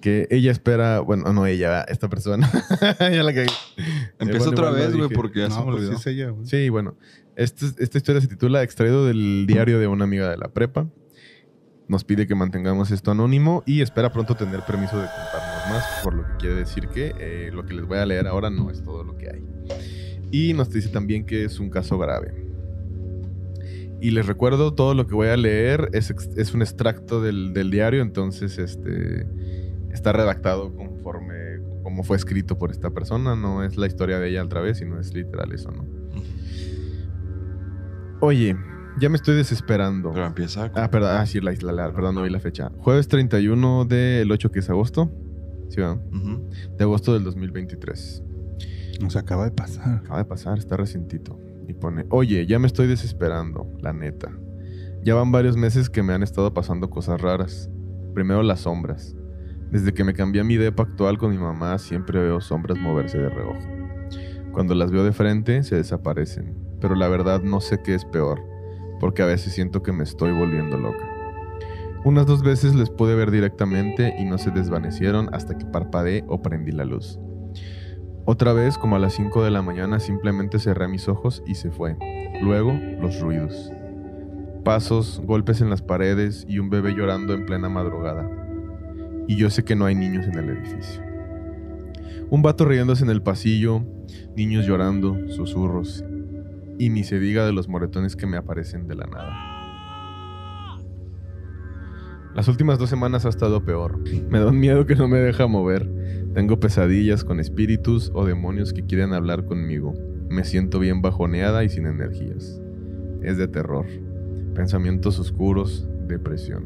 Speaker 2: que ella espera, bueno, no ella, esta persona. ya la cagué.
Speaker 5: Empieza
Speaker 2: Igual-
Speaker 5: otra
Speaker 2: igual lo
Speaker 5: vez, güey,
Speaker 2: dije.
Speaker 5: porque ya se
Speaker 4: No,
Speaker 5: me
Speaker 4: pues sí
Speaker 5: olvidó.
Speaker 4: es ella, güey.
Speaker 2: Sí, bueno, este- esta historia se titula Extraído del diario de una amiga de la prepa. Nos pide que mantengamos esto anónimo y espera pronto tener permiso de contarnos más, por lo que quiere decir que eh, lo que les voy a leer ahora no es todo lo que hay. Y nos dice también que es un caso grave. Y les recuerdo, todo lo que voy a leer es, ex- es un extracto del, del diario, entonces este, está redactado conforme como fue escrito por esta persona, no es la historia de ella otra vez, sino es literal eso, ¿no? Oye, ya me estoy desesperando.
Speaker 5: Pero empieza con-
Speaker 2: Ah, perdón, ah, sí, la, la- la- perdón, no vi la fecha. Jueves 31 del 8, que es agosto. Sí, ¿verdad?
Speaker 5: Ujú.
Speaker 2: De agosto del 2023.
Speaker 4: Nos acaba de pasar.
Speaker 2: Acaba de pasar, está recientito. Y pone, oye, ya me estoy desesperando, la neta. Ya van varios meses que me han estado pasando cosas raras. Primero las sombras. Desde que me cambié a mi depa actual con mi mamá, siempre veo sombras moverse de reojo. Cuando las veo de frente, se desaparecen. Pero la verdad no sé qué es peor, porque a veces siento que me estoy volviendo loca. Unas dos veces les pude ver directamente y no se desvanecieron hasta que parpadeé o prendí la luz. Otra vez, como a las 5 de la mañana, simplemente cerré mis ojos y se fue. Luego, los ruidos. Pasos, golpes en las paredes y un bebé llorando en plena madrugada. Y yo sé que no hay niños en el edificio. Un vato riéndose en el pasillo, niños llorando, susurros. Y ni se diga de los moretones que me aparecen de la nada. Las últimas dos semanas ha estado peor. Me da un miedo que no me deja mover. Tengo pesadillas con espíritus o demonios que quieren hablar conmigo. Me siento bien bajoneada y sin energías. Es de terror. Pensamientos oscuros, depresión.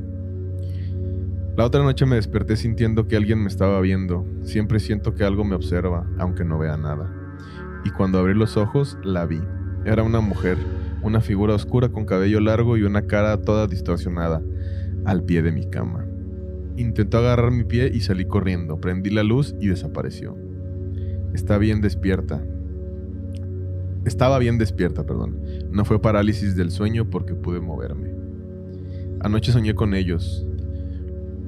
Speaker 2: La otra noche me desperté sintiendo que alguien me estaba viendo. Siempre siento que algo me observa, aunque no vea nada. Y cuando abrí los ojos, la vi. Era una mujer, una figura oscura con cabello largo y una cara toda distorsionada, al pie de mi cama. Intentó agarrar mi pie y salí corriendo. Prendí la luz y desapareció. Está bien despierta. Estaba bien despierta, perdón. No fue parálisis del sueño porque pude moverme. Anoche soñé con ellos.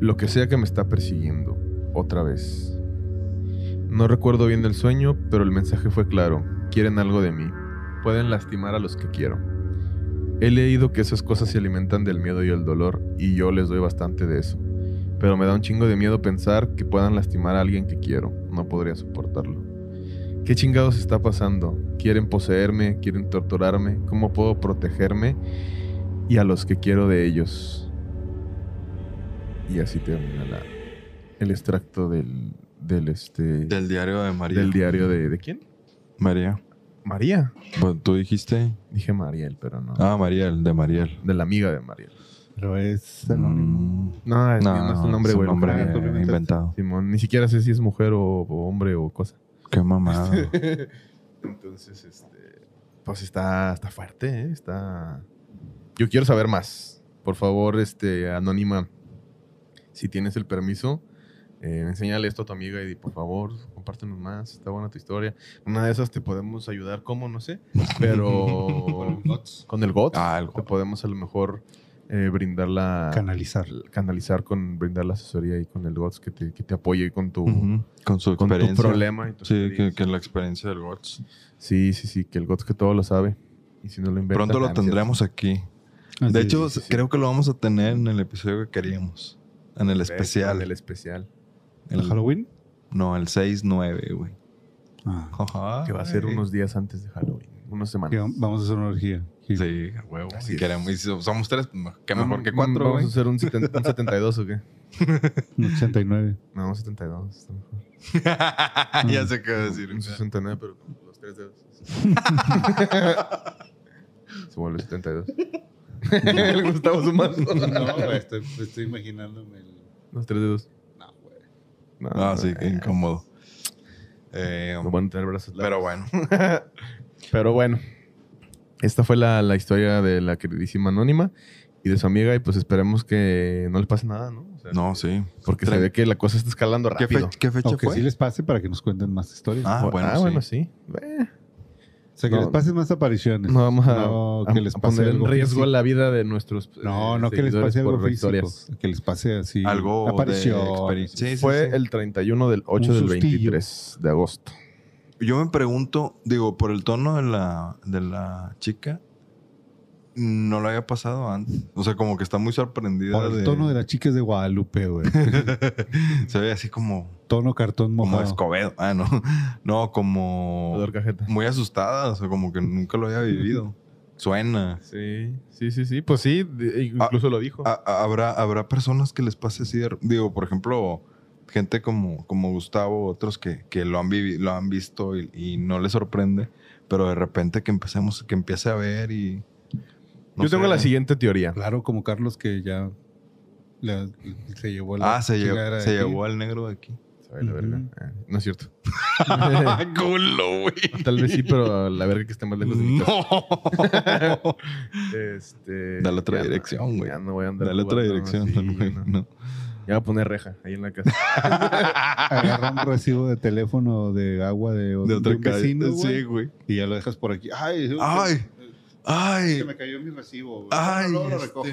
Speaker 2: Lo que sea que me está persiguiendo. Otra vez. No recuerdo bien el sueño, pero el mensaje fue claro. Quieren algo de mí. Pueden lastimar a los que quiero. He leído que esas cosas se alimentan del miedo y el dolor, y yo les doy bastante de eso pero me da un chingo de miedo pensar que puedan lastimar a alguien que quiero. No podría soportarlo. ¿Qué chingados está pasando? ¿Quieren poseerme? ¿Quieren torturarme? ¿Cómo puedo protegerme? Y a los que quiero de ellos. Y así termina la- el extracto del, del, este, del,
Speaker 5: Del diario de María.
Speaker 2: diario de, de quién?
Speaker 5: María.
Speaker 2: María.
Speaker 5: Bueno, tú dijiste.
Speaker 2: Dije Mariel, pero no.
Speaker 5: Ah, Mariel, de Mariel.
Speaker 2: De la amiga de Mariel.
Speaker 4: Pero es anónimo.
Speaker 5: Mm,
Speaker 2: No, es,
Speaker 5: No,
Speaker 2: no, es un
Speaker 5: es
Speaker 2: nombre,
Speaker 5: un
Speaker 2: güey.
Speaker 5: nombre
Speaker 2: Ah, tú lo inventaste.
Speaker 5: inventado.
Speaker 2: Simón, ni siquiera sé si es mujer o, o hombre o cosa.
Speaker 5: Qué mamada.
Speaker 2: Entonces, este, pues está, está fuerte, ¿eh? Está... Yo quiero saber más. Por favor, este, anónima, si tienes el permiso, eh, enséñale esto a tu amiga y di, por favor, compártenos más. Está buena tu historia. Una de esas te podemos ayudar, ¿cómo? No sé. Pero con el GOT,
Speaker 5: Ah, el
Speaker 2: te
Speaker 5: GOT.
Speaker 2: podemos a lo mejor eh, brindar la...
Speaker 4: Canalizar.
Speaker 2: canalizar con brindar la asesoría y con el GOTS que te, que te apoye con tu,
Speaker 5: Ujú. Con su
Speaker 2: con tu
Speaker 5: experiencia.
Speaker 2: problema. Y tu
Speaker 5: Sí, que,
Speaker 2: experiencia.
Speaker 5: que la experiencia del Watch.
Speaker 2: sí, sí, sí, que el GOTS que todo lo sabe. Y si no lo inventa,
Speaker 5: Pronto lo
Speaker 2: ah, no es
Speaker 5: tendremos aquí.
Speaker 4: Ah,
Speaker 5: De hecho,
Speaker 2: sí, sí.
Speaker 5: creo que lo vamos a tener en el episodio que queríamos. En el
Speaker 2: cierto.
Speaker 5: especial.
Speaker 2: El especial.
Speaker 4: ¿El
Speaker 5: El-
Speaker 4: Halloween?
Speaker 5: No, el 6-9, güey.
Speaker 4: Ah.
Speaker 5: Ajá.
Speaker 2: Que va a ser unos días antes de Halloween. Unas
Speaker 4: Que
Speaker 2: semanas.
Speaker 4: Vamos a hacer una orgía. Sí.
Speaker 5: Sí, a huevo.
Speaker 2: Así
Speaker 5: Si
Speaker 2: es.
Speaker 5: queremos. Y si somos tres, que
Speaker 2: No,
Speaker 5: mejor que
Speaker 2: no,
Speaker 5: cuatro,
Speaker 2: ¿Vamos
Speaker 5: güey.
Speaker 2: a hacer un, seten- un 72 o qué?
Speaker 4: Un 89.
Speaker 2: No, un 72. está mejor.
Speaker 5: ya sé qué decir.
Speaker 2: Un 69, pero con los tres dedos. Se vuelve 72. el Gustavo sumando.
Speaker 4: estoy, estoy imaginándome el...
Speaker 2: Los tres dedos.
Speaker 4: No, güey.
Speaker 2: No,
Speaker 5: Ah, sí, qué incómodo. Eh,
Speaker 2: No van a tener brazos largos.
Speaker 5: pero bueno.
Speaker 2: Pero bueno, esta fue la, la historia de la queridísima anónima y de su amiga y pues esperemos que no le pase nada, ¿no? O sea,
Speaker 5: No, sí.
Speaker 2: Porque se
Speaker 5: Tre-
Speaker 2: ve que la cosa está escalando
Speaker 5: ¿Qué, fe-
Speaker 2: rápido.
Speaker 5: qué fecha
Speaker 4: O que
Speaker 5: fue?
Speaker 4: sí les pase para que nos cuenten más historias.
Speaker 5: Ah,
Speaker 2: Bu-
Speaker 5: bueno,
Speaker 2: ah,
Speaker 5: sí.
Speaker 2: bueno, sí. Eh,
Speaker 4: o sea, que
Speaker 2: no.
Speaker 4: les pasen más apariciones.
Speaker 2: no vamos a,
Speaker 4: No,
Speaker 2: a-
Speaker 4: que les
Speaker 2: a
Speaker 4: pase
Speaker 2: poner en
Speaker 4: algo
Speaker 2: riesgo
Speaker 4: físico.
Speaker 2: la vida de nuestros
Speaker 4: No,
Speaker 2: eh,
Speaker 4: no que les
Speaker 2: seguidores
Speaker 4: pase algo
Speaker 2: por
Speaker 4: físico.
Speaker 2: victorias.
Speaker 4: Que les pase así.
Speaker 5: Algo
Speaker 4: aparición.
Speaker 5: de experiencia. Sí, sí,
Speaker 2: Fue
Speaker 5: sí.
Speaker 2: el 31 del 8
Speaker 4: Un
Speaker 2: del
Speaker 4: sustillo.
Speaker 2: 23 de agosto.
Speaker 5: Yo me pregunto, digo, por el tono de la, de la chica, no lo había pasado antes. O sea, como que está muy sorprendida.
Speaker 4: Por el tono de las chicas de Guadalupe, güey.
Speaker 5: Se ve así como,
Speaker 4: tono cartón
Speaker 5: como
Speaker 4: mojado.
Speaker 5: Escobedo. Ah, no. No, como
Speaker 2: Dolor cajeta.
Speaker 5: muy asustada. O sea, como que nunca lo había vivido. Suena.
Speaker 2: Sí, sí, sí, sí. Pues sí, de-
Speaker 4: Ah,
Speaker 2: incluso lo dijo.
Speaker 5: A- a- habrá, habrá personas que les pase así. de- digo, por ejemplo, gente como, como Gustavo, otros que, que lo, han vivi- lo han visto y, y no les sorprende, pero de repente que empecemos, que empiece a ver y. no
Speaker 2: Yo tengo
Speaker 5: sé.
Speaker 2: la siguiente teoría.
Speaker 4: Claro, como Carlos que ya la- se llevó la
Speaker 5: Ah, se, llevó,
Speaker 4: chingadera de
Speaker 5: se
Speaker 4: aquí.
Speaker 5: llevó al negro de aquí.
Speaker 2: Se va a ir la verga.
Speaker 4: Ujú.
Speaker 2: Ah, No es cierto.
Speaker 5: ¡Culo, güey!
Speaker 2: Tal vez sí, pero la verga que está más lejos de mi casa.
Speaker 5: ¡No!
Speaker 2: Este,
Speaker 5: Dale otra
Speaker 2: ya no-
Speaker 5: dirección, güey.
Speaker 2: Ya no voy a andar.
Speaker 5: Dale otra
Speaker 2: jugando
Speaker 5: dirección,
Speaker 2: así,
Speaker 5: güey.
Speaker 2: no.
Speaker 5: No.
Speaker 2: Ya voy a poner reja ahí en la casa.
Speaker 4: Agarra un recibo de teléfono de agua de,
Speaker 5: De otra
Speaker 4: un
Speaker 5: calle.
Speaker 4: vecino,
Speaker 5: sí,
Speaker 4: güey,
Speaker 5: güey.
Speaker 4: y ya lo dejas por aquí. Ay,
Speaker 5: ¡Ay!
Speaker 4: se
Speaker 5: ¡Ay!
Speaker 4: me cayó mi recibo. güey.
Speaker 5: ¡Ay!
Speaker 4: Luego lo
Speaker 5: este.
Speaker 4: recojo.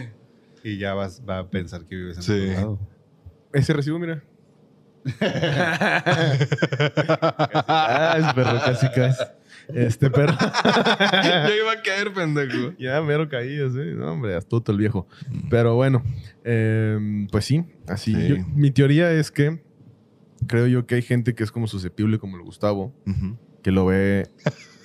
Speaker 4: Y ya vas va a pensar que vives en
Speaker 5: Sí.
Speaker 4: otro lado.
Speaker 2: Ese recibo, mira. ah, es perro, casi casi. Este perro.
Speaker 5: Yo iba a caer, pendejo.
Speaker 2: ya mero caído, sí. No, hombre, astuto el viejo. Pero bueno, eh, pues sí, así.
Speaker 5: Sí.
Speaker 2: yo- mi teoría es que creo yo que hay gente que es como susceptible, como el Gustavo,
Speaker 5: Ujú.
Speaker 2: que lo ve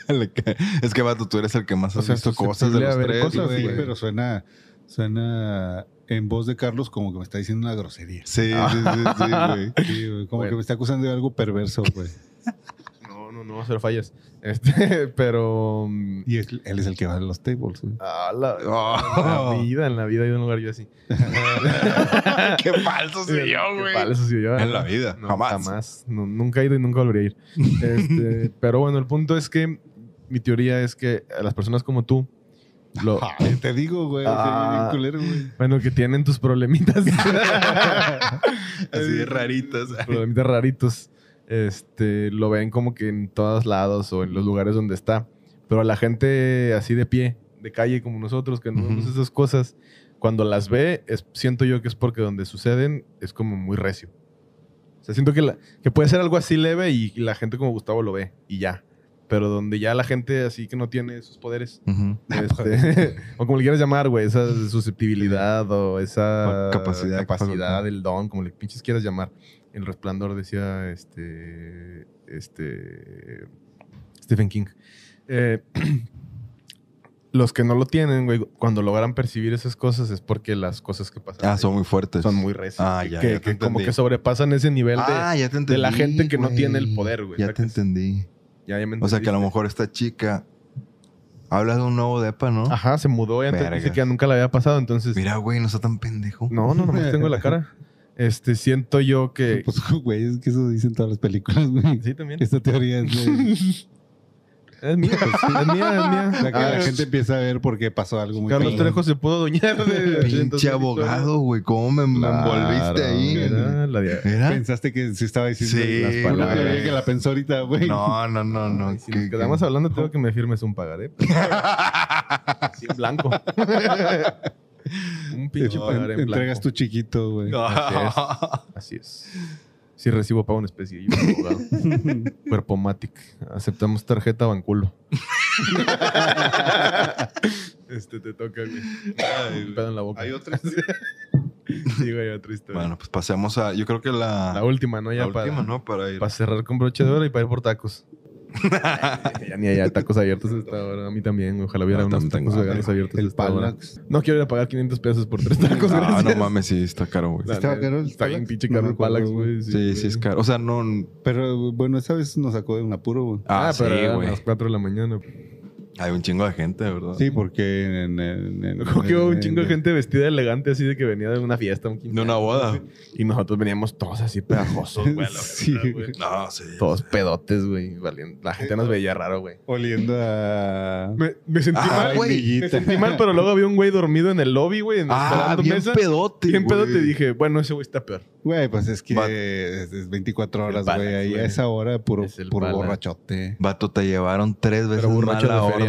Speaker 5: Le ca- Es que, vato, tú eres el que más
Speaker 2: O
Speaker 5: has
Speaker 2: sea,
Speaker 5: visto
Speaker 2: susceptible
Speaker 5: cosas de
Speaker 2: a
Speaker 5: los
Speaker 2: ver
Speaker 5: tres,
Speaker 2: cosas,
Speaker 5: güey.
Speaker 4: Sí, pero suena, suena en voz de Carlos como que me está diciendo una grosería.
Speaker 5: Sí,
Speaker 2: Ah.
Speaker 5: sí, sí, sí, güey.
Speaker 4: Sí, güey, como
Speaker 2: Bueno.
Speaker 4: que me está acusando de algo perverso, güey.
Speaker 2: No, no, no va a hacer fallas. Este, pero. mm,
Speaker 4: Y es- él es el que va a los tables, güey.
Speaker 2: ah, la,
Speaker 5: Oh.
Speaker 2: en la vida, en la vida hay un lugar yo así.
Speaker 5: Qué falso soy yo,
Speaker 2: Qué
Speaker 5: güey.
Speaker 2: pal, eso sí, yo.
Speaker 5: En la vida,
Speaker 2: No,
Speaker 5: jamás.
Speaker 2: No, nunca he ido y nunca volveré a ir. Este, pero bueno, el punto es que mi teoría es que a las personas como tú, lo-
Speaker 4: Ay, te digo, güey.
Speaker 2: Ah.
Speaker 4: soy bien culero, güey.
Speaker 2: bueno, que tienen tus problemitas.
Speaker 5: Así de raritas.
Speaker 2: problemitas raritos. Este, lo ven como que en todos lados o en los lugares donde está. Pero a la gente así de pie, de calle como nosotros, que no vemos
Speaker 5: Ujú.
Speaker 2: esas cosas, cuando las ve, es- siento yo que es porque donde suceden es como muy recio. O sea, siento que, la- que puede ser algo así leve y, y la gente como Gustavo lo ve y ya. Pero donde ya la gente así que no tiene esos poderes,
Speaker 5: Ujú.
Speaker 2: este, o como le quieras llamar, güey, esa susceptibilidad o esa
Speaker 5: Capacidad.
Speaker 2: capacidad, el don, como le pinches quieras llamar. El resplandor decía este, este, Stephen King. Eh, los que no lo tienen, güey, cuando logran percibir esas cosas es porque las cosas que pasan
Speaker 5: Ah,
Speaker 2: ahí
Speaker 5: son muy fuertes.
Speaker 2: son muy recias.
Speaker 5: Ah, ya,
Speaker 2: que
Speaker 5: ya te
Speaker 2: que como
Speaker 5: entendí.
Speaker 2: que sobrepasan ese nivel de...
Speaker 5: Ah, ya te entendí.
Speaker 2: de la gente que no
Speaker 5: güey.
Speaker 2: tiene el poder, güey.
Speaker 5: Ya te
Speaker 2: Sacas.
Speaker 5: entendí.
Speaker 2: Ya, ya me
Speaker 5: O sea, que a
Speaker 2: entendiste.
Speaker 5: lo mejor esta chica Hablas de un nuevo depa, ¿no?
Speaker 2: Ajá, se mudó y antes
Speaker 5: Verga.
Speaker 2: dice que nunca le había pasado, entonces...
Speaker 5: Mira, güey, no está tan pendejo.
Speaker 2: No, no, nomás tengo la cara. Este, siento yo que...
Speaker 4: Pues, güey, es que eso dicen todas las películas, güey.
Speaker 2: Sí, también.
Speaker 4: Esta teoría es de-
Speaker 2: Es mía, pues, es mía, es
Speaker 4: la
Speaker 2: mía.
Speaker 4: que la gente empieza a ver porque pasó algo muy
Speaker 2: Ah, Carlos
Speaker 4: cabrón.
Speaker 2: Trejo se pudo doñar de...
Speaker 5: Pinche
Speaker 2: 800
Speaker 5: abogado, güey. ¿Cómo me, me
Speaker 2: Claro,
Speaker 5: envolviste ahí?
Speaker 2: mira, la dia-
Speaker 5: ¿Era?
Speaker 4: Pensaste que sí estaba diciendo
Speaker 5: Sí,
Speaker 4: las palabras.
Speaker 5: güey.
Speaker 4: Teoría que la pensó ahorita, güey.
Speaker 5: No, no, no, no.
Speaker 2: Si
Speaker 5: ¿Qué-
Speaker 2: nos quedamos
Speaker 5: qué?
Speaker 2: hablando, tengo que me firmes un pagaré. Sí, en blanco. un
Speaker 4: Te-
Speaker 2: pinche pagaré en
Speaker 4: entregas
Speaker 2: blanco.
Speaker 4: tu chiquito, güey.
Speaker 2: Así es. Si recibo pago en especie, yo soy abogado. Cuerpo Matic. Aceptamos tarjeta banculo. este te toca, güey. Un pedo en la boca.
Speaker 6: Hay otra.
Speaker 2: Sí, güey, otra historia.
Speaker 5: Bueno, pues pasemos a. Yo creo que la.
Speaker 2: la última, ¿no?
Speaker 5: la
Speaker 2: Ya
Speaker 5: última,
Speaker 2: para,
Speaker 5: ¿no? Para ir.
Speaker 2: para cerrar con broche de oro y para ir por tacos. ya ni allá tacos abiertos hasta ahora. A mí también, güey. Ojalá hubiera
Speaker 5: No,
Speaker 2: unos
Speaker 5: también
Speaker 2: tacos
Speaker 5: tengo
Speaker 2: veganos
Speaker 5: hambre.
Speaker 2: abiertos
Speaker 4: El
Speaker 2: hasta ahora.
Speaker 4: Palax.
Speaker 2: No quiero ir a pagar 500 pesos por tres tacos,
Speaker 5: Ah,
Speaker 2: gracias.
Speaker 5: no mames, sí, está caro, güey.
Speaker 2: La
Speaker 4: ¿Estaba
Speaker 2: neta,
Speaker 4: caro el
Speaker 2: Está bien
Speaker 4: Palax?
Speaker 2: pinche
Speaker 4: No
Speaker 2: caro
Speaker 4: me
Speaker 2: el Palax,
Speaker 4: acuerdo, güey.
Speaker 2: güey.
Speaker 5: Sí, sí, es
Speaker 2: güey.
Speaker 5: caro. O sea, no.
Speaker 4: Pero bueno, esa vez nos sacó de un apuro, güey.
Speaker 5: Ah,
Speaker 2: Ah, pero
Speaker 5: sí,
Speaker 2: eran
Speaker 5: güey.
Speaker 2: las 4 de la mañana.
Speaker 5: Hay un chingo de gente, ¿verdad?
Speaker 4: Sí, porque en, en- en-
Speaker 2: Como que hubo un
Speaker 4: en-
Speaker 2: chingo de gente vestida elegante, así de que venía de una fiesta, un
Speaker 5: De
Speaker 2: quince
Speaker 5: una
Speaker 2: años,
Speaker 5: boda.
Speaker 2: Y nosotros veníamos todos así pegajosos, güey. a la
Speaker 4: Sí,
Speaker 2: verga, güey.
Speaker 5: No, sí.
Speaker 2: Todos pedotes, güey. valiendo- La gente nos veía raro, güey.
Speaker 4: Oliendo a...
Speaker 2: Me, me sentí
Speaker 5: Ah,
Speaker 2: mal,
Speaker 5: güey.
Speaker 2: Me sentí mal, pero luego había un güey dormido en el lobby, güey. en-
Speaker 5: Ah,
Speaker 2: esperando
Speaker 5: bien
Speaker 2: mesa.
Speaker 5: pedote.
Speaker 2: Bien pedo te
Speaker 5: güey.
Speaker 2: dije, bueno, ese güey está peor.
Speaker 4: Güey, pues es que
Speaker 5: Va-
Speaker 4: es, es 24 horas,
Speaker 2: Palax,
Speaker 4: güey. Ahí
Speaker 2: güey.
Speaker 4: a esa hora, puro,
Speaker 2: Es el
Speaker 4: puro
Speaker 2: Palax.
Speaker 4: borrachote.
Speaker 5: Vato, te llevaron tres veces
Speaker 2: borracho
Speaker 5: mala
Speaker 2: de feria.
Speaker 5: orden.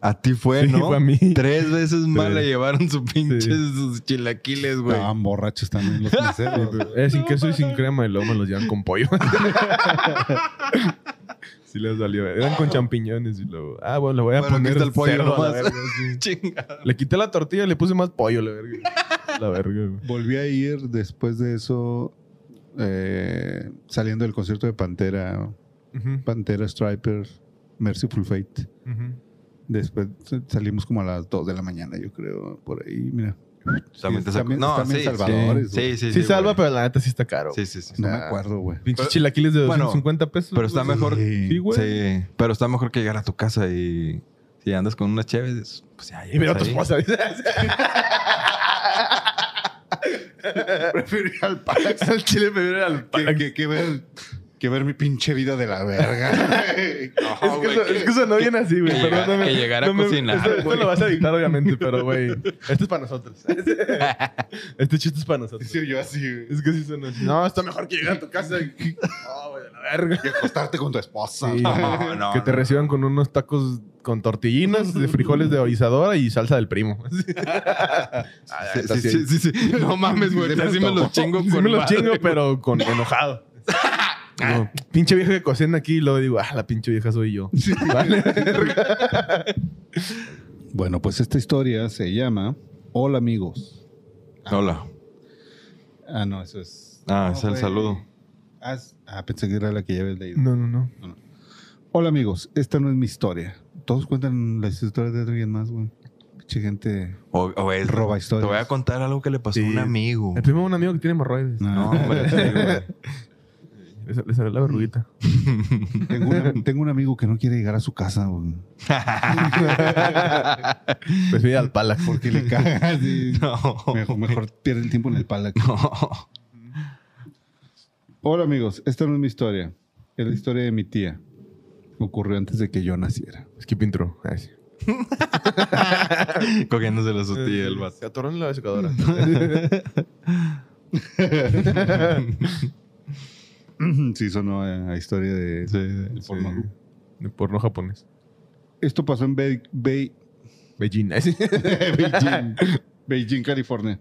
Speaker 5: A ti fue,
Speaker 2: Sí,
Speaker 5: ¿no?
Speaker 2: fue a mí.
Speaker 5: Tres veces mal le llevaron sus pinches sus chilaquiles, güey.
Speaker 4: Estaban borrachos también los meseros. güey.
Speaker 2: Eh, sin queso y sin crema, y luego me los llevan con pollo. sí les valió. Eran con champiñones y luego, ah, bueno, le voy a
Speaker 5: Bueno, aquí
Speaker 2: poner
Speaker 5: está el pollo
Speaker 2: cerdo a la
Speaker 5: nomás.
Speaker 2: verga, sí.
Speaker 5: Chingado.
Speaker 2: Le quité la tortilla y le puse más pollo, la verga. La verga, güey.
Speaker 4: Volví a ir después de eso, eh, saliendo del concierto de Pantera,
Speaker 2: Ujú,
Speaker 4: Pantera Striper, Merciful Fate.
Speaker 2: ujú.
Speaker 4: Después sa- salimos como a las 2 de la mañana, yo creo, por ahí, mira.
Speaker 5: También te sacó-
Speaker 4: También-
Speaker 5: No,
Speaker 4: también
Speaker 5: sí,
Speaker 4: salvadores,
Speaker 5: Sí, sí,
Speaker 4: güey.
Speaker 5: sí.
Speaker 2: Sí, salva,
Speaker 5: güey.
Speaker 2: pero la neta sí está caro.
Speaker 5: Sí, sí, sí.
Speaker 4: No me
Speaker 2: Ah.
Speaker 4: acuerdo, güey.
Speaker 2: Pinches
Speaker 5: Pero-
Speaker 2: chilaquiles de
Speaker 5: bueno,
Speaker 2: 250 pesos.
Speaker 5: Pero está
Speaker 2: güey.
Speaker 5: mejor.
Speaker 2: Sí,
Speaker 5: Sí,
Speaker 2: güey.
Speaker 5: Pero está mejor que llegar a tu casa y si andas con unas chéves, pues ya
Speaker 2: Y mira a tu
Speaker 5: llegas ahí.
Speaker 2: esposa.
Speaker 4: Prefiero ir al Palax al Chile, me ir al Palax. Que, que ver, que ver mi pinche vida de la verga.
Speaker 2: es,
Speaker 5: No,
Speaker 2: que
Speaker 5: güey,
Speaker 2: eso, es que sonó bien así, güey.
Speaker 5: que llegara-
Speaker 2: perdóname.
Speaker 5: que llegara a
Speaker 2: me-
Speaker 5: cocinar,
Speaker 2: Esto, esto
Speaker 5: güey.
Speaker 2: lo vas a editar, obviamente, pero, güey. Esto es para nosotros. Este chiste es para nosotros.
Speaker 6: decir yo así, güey.
Speaker 2: Es que sí sonó así. No, está mejor que llegar a tu casa. y- No, güey, de la verga.
Speaker 6: Y acostarte con tu esposa. Ah,
Speaker 2: Sí.
Speaker 5: No, no,
Speaker 2: que te
Speaker 5: no.
Speaker 2: reciban con unos tacos con tortillinas de frijoles de orizadora y salsa del primo.
Speaker 5: Ah, Sí, sí, sí, sí, sí. No mames, güey.
Speaker 4: Sí me
Speaker 5: Así me los
Speaker 4: antojó.
Speaker 5: chingo
Speaker 2: Sí
Speaker 5: con
Speaker 2: me los
Speaker 5: madre.
Speaker 2: chingo, pero con enojado. No, pinche vieja que cocina aquí y luego digo, ah, la pinche vieja soy yo. Vale.
Speaker 4: bueno, pues esta historia se llama Hola, amigos.
Speaker 5: Hola.
Speaker 4: Ah, no, eso es.
Speaker 5: Ah,
Speaker 4: No,
Speaker 5: es el
Speaker 4: güey.
Speaker 5: saludo.
Speaker 4: Ah, es- ah, pensé que era la que ya habías leído.
Speaker 2: No, no, no.
Speaker 4: Hola, amigos. Esta no es mi historia. Todos cuentan las historias de alguien más, güey. Pinche gente.
Speaker 5: O, o es-
Speaker 4: Roba
Speaker 5: Te
Speaker 4: historias.
Speaker 5: voy a contar algo que le pasó
Speaker 2: Sí.
Speaker 5: a un amigo.
Speaker 2: El primo es un amigo que tiene hemorroides.
Speaker 5: No, hombre. sí, güey.
Speaker 2: Le sa- Le salió la verruguita.
Speaker 4: Tengo, una- tengo un amigo que no quiere llegar a su casa, güey.
Speaker 2: Pues mira al pala.
Speaker 4: Porque le caga. así.
Speaker 5: No.
Speaker 4: Mejor, mejor pierde el tiempo en el palac.
Speaker 5: No.
Speaker 4: Hola, amigos. Esta no es mi historia. Es la historia de mi tía. Ocurrió antes de que yo naciera.
Speaker 2: Es que pintro. Ay, sí.
Speaker 5: Cogiéndose la sotilla el vato.
Speaker 2: Se atoró en la secadora.
Speaker 4: sí, sonó a, a historia de.
Speaker 5: Sí, sí.
Speaker 4: forma.
Speaker 2: De porno japonés.
Speaker 4: Esto pasó en Be- Be-
Speaker 2: Beijing. Ay, sí.
Speaker 4: Beijing, Beijing, California.